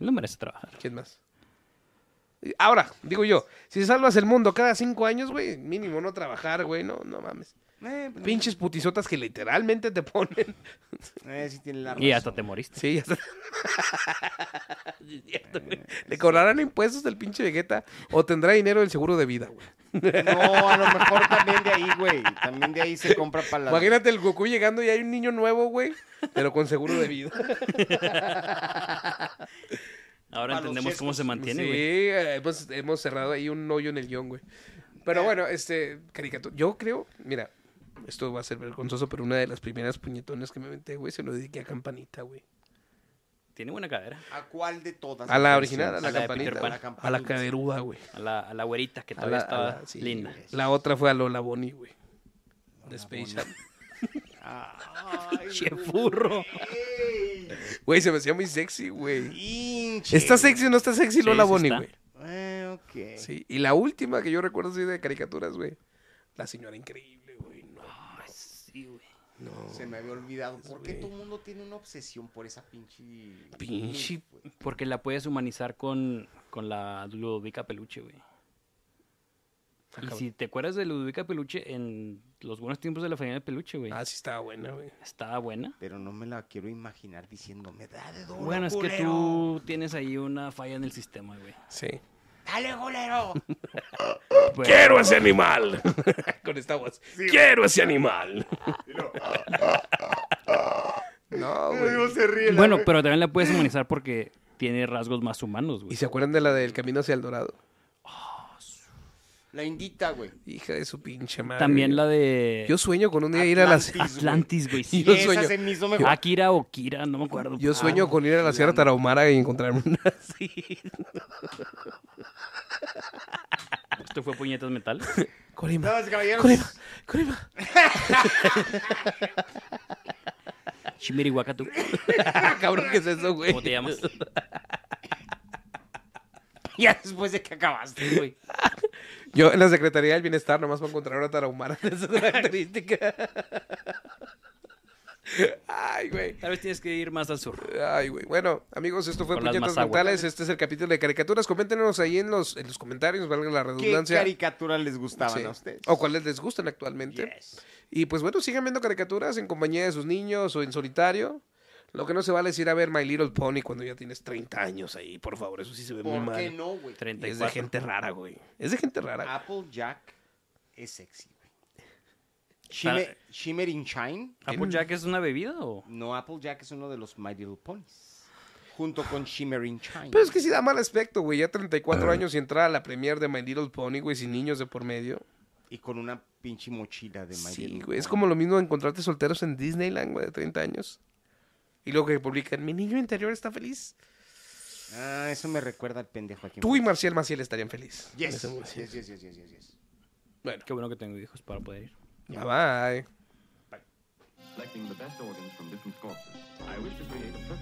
[SPEAKER 3] No merece trabajar.
[SPEAKER 2] ¿Quién más? Y Ahora, digo yo, si salvas el mundo cada cinco años, güey, mínimo no trabajar, güey, no, no mames.
[SPEAKER 1] Eh, pues,
[SPEAKER 2] Pinches putizotas que literalmente te ponen. <laughs>
[SPEAKER 1] eh, sí tiene la
[SPEAKER 3] Y
[SPEAKER 1] razón.
[SPEAKER 3] hasta te moriste.
[SPEAKER 2] Sí, ya está. <laughs> Sí, es cierto, güey. ¿Le cobrarán impuestos del pinche Vegeta o tendrá dinero del seguro de vida, güey?
[SPEAKER 1] No, a lo mejor también de ahí, güey. También de ahí se compra para la.
[SPEAKER 2] Imagínate el Goku llegando y hay un niño nuevo, güey, pero con seguro de vida. <laughs>
[SPEAKER 3] Ahora
[SPEAKER 1] Pa' los
[SPEAKER 3] entendemos cómo se mantiene,
[SPEAKER 2] sí,
[SPEAKER 3] güey.
[SPEAKER 2] eh, hemos, hemos cerrado ahí un hoyo en el guión, güey. Pero bueno, este, caricatura. Yo creo, mira, esto va a ser vergonzoso, pero una de las primeras puñetones que me inventé, güey, se lo dediqué a Campanita, güey.
[SPEAKER 3] Tiene buena cadera.
[SPEAKER 1] ¿A cuál de todas?
[SPEAKER 2] A la original, a la,
[SPEAKER 3] A la de
[SPEAKER 2] campanita.
[SPEAKER 3] Peter
[SPEAKER 2] güey.
[SPEAKER 3] Pan.
[SPEAKER 2] a la caderuda, güey.
[SPEAKER 3] A la, a la güerita que
[SPEAKER 2] A
[SPEAKER 3] todavía
[SPEAKER 2] la-
[SPEAKER 3] estaba
[SPEAKER 2] a la- sí,
[SPEAKER 3] linda.
[SPEAKER 2] güey. La otra fue a Lola Bonnie, güey. De Space Jam. <laughs>
[SPEAKER 3] Che furro.
[SPEAKER 2] Güey, se me hacía muy sexy, güey.
[SPEAKER 1] Pinche.
[SPEAKER 2] ¿Está sexy o no está sexy
[SPEAKER 3] Sí,
[SPEAKER 2] Lola
[SPEAKER 3] sí
[SPEAKER 2] Bonnie,
[SPEAKER 3] está.
[SPEAKER 2] güey?
[SPEAKER 1] Eh, ok.
[SPEAKER 2] Sí. Y la última que yo recuerdo así de caricaturas, güey. La señora increíble, güey. No,
[SPEAKER 3] Sí, güey.
[SPEAKER 2] no.
[SPEAKER 1] Se me había olvidado. ¿Por qué
[SPEAKER 2] güey.
[SPEAKER 1] todo el mundo tiene una obsesión por esa pinche.
[SPEAKER 2] Pinche-
[SPEAKER 1] güey?
[SPEAKER 3] Porque la puedes humanizar con, con la Ludovica Peluche, güey. Y
[SPEAKER 2] Ah, cabrón.
[SPEAKER 3] si te acuerdas de Ludovica Peluche en los buenos tiempos de la familia de Peluche, güey.
[SPEAKER 2] Ah, sí estaba buena, güey.
[SPEAKER 3] Estaba buena.
[SPEAKER 1] Pero no me la quiero imaginar diciéndome, dale duro.
[SPEAKER 3] Bueno, es que
[SPEAKER 1] culero!
[SPEAKER 3] tú tienes ahí una falla en el sistema, güey.
[SPEAKER 2] Sí.
[SPEAKER 1] ¡Dale, <laughs> golero!
[SPEAKER 3] Pues,
[SPEAKER 4] Quiero ese animal.
[SPEAKER 2] Con esta voz.
[SPEAKER 4] Quiero ese animal.
[SPEAKER 2] No, güey.
[SPEAKER 1] se ríe. la
[SPEAKER 3] Bueno,
[SPEAKER 1] güey.
[SPEAKER 3] pero también la puedes humanizar porque tiene rasgos más humanos,
[SPEAKER 2] ¿Y
[SPEAKER 3] güey.
[SPEAKER 2] se acuerdan de la del camino hacia el dorado?
[SPEAKER 1] La indita, güey.
[SPEAKER 2] Hija de su pinche madre.
[SPEAKER 3] También la de
[SPEAKER 2] Yo sueño con un día ir a las...
[SPEAKER 1] Atlantis.
[SPEAKER 3] Atlantis, güey. sí. Ah,
[SPEAKER 2] Yo
[SPEAKER 1] Esas
[SPEAKER 2] sueño-
[SPEAKER 1] se me hizo mejor.
[SPEAKER 3] Akira o Kira, no me acuerdo.
[SPEAKER 2] <laughs> Yo
[SPEAKER 3] Ah,
[SPEAKER 2] sueño con ir a la Sierra Tarahumara y encontrarme una <laughs> así.
[SPEAKER 3] Esto fue puñetas metal.
[SPEAKER 2] Corima,
[SPEAKER 1] Damas y caballeros.
[SPEAKER 2] Corima, Corima. <laughs>
[SPEAKER 3] Chimirihuacatu.
[SPEAKER 2] Ah, Cabrón, ¿qué es eso, güey?
[SPEAKER 3] ¿Cómo te llamas?
[SPEAKER 1] Ya después de que acabaste, güey.
[SPEAKER 2] Yo en la Secretaría del Bienestar nomás para encontrar una tarahumara <laughs> de esa característica. Ay, güey.
[SPEAKER 3] Tal vez tienes que ir más al sur.
[SPEAKER 2] Ay, güey. Bueno, amigos, esto fue
[SPEAKER 3] Con las
[SPEAKER 2] Puñetas
[SPEAKER 3] Mazahua.
[SPEAKER 2] Mentales. Este es el capítulo de caricaturas. Coméntenos ahí en los, en los comentarios, valga la
[SPEAKER 1] ¿Qué
[SPEAKER 2] redundancia.
[SPEAKER 1] caricatura les gustaban
[SPEAKER 2] Sí. Oh,
[SPEAKER 1] a ustedes?
[SPEAKER 2] O cuáles les gustan actualmente.
[SPEAKER 1] Yes.
[SPEAKER 2] Y pues bueno, sigan viendo caricaturas en compañía de sus niños o en solitario. Lo que no se vale es ir a ver My Little Pony cuando ya tienes 30 años ahí, por favor. Eso sí se ve muy
[SPEAKER 1] ¿Por
[SPEAKER 2] mal.
[SPEAKER 1] qué no, Ah, güey?
[SPEAKER 2] Y es de
[SPEAKER 3] 34.
[SPEAKER 2] gente rara, güey. Es de gente rara.
[SPEAKER 1] Applejack es sexy, güey. Shimmer, Shimmering Shine.
[SPEAKER 3] ¿Applejack es una bebida o...?
[SPEAKER 1] No, Applejack es uno de los My Little Ponies. Junto con Shimmering Shine.
[SPEAKER 2] Pero es que sí da mal aspecto, güey. Ya
[SPEAKER 1] Ah.
[SPEAKER 2] 34 años y entrar a la premier de My Little Pony, güey, sin niños de por medio.
[SPEAKER 1] Y con una pinche mochila de My
[SPEAKER 2] Sí,
[SPEAKER 1] Little
[SPEAKER 2] güey. Es
[SPEAKER 1] Pony.
[SPEAKER 2] como lo mismo encontrarte solteros en Disneyland, güey, de 30 años. Y luego que publican, mi niño interior está feliz.
[SPEAKER 1] Ah, eso me recuerda al pendejo aquí.
[SPEAKER 2] Tú y Marcial Maciel estarían felices. en
[SPEAKER 1] Yes.
[SPEAKER 2] ese momento.
[SPEAKER 1] Yes, yes, yes, yes, yes, yes.
[SPEAKER 2] Bueno,
[SPEAKER 3] Qué bueno que tengo hijos para poder ir.
[SPEAKER 2] bye bye.
[SPEAKER 5] selecting the best organs from different corpses. I wish to create a perfect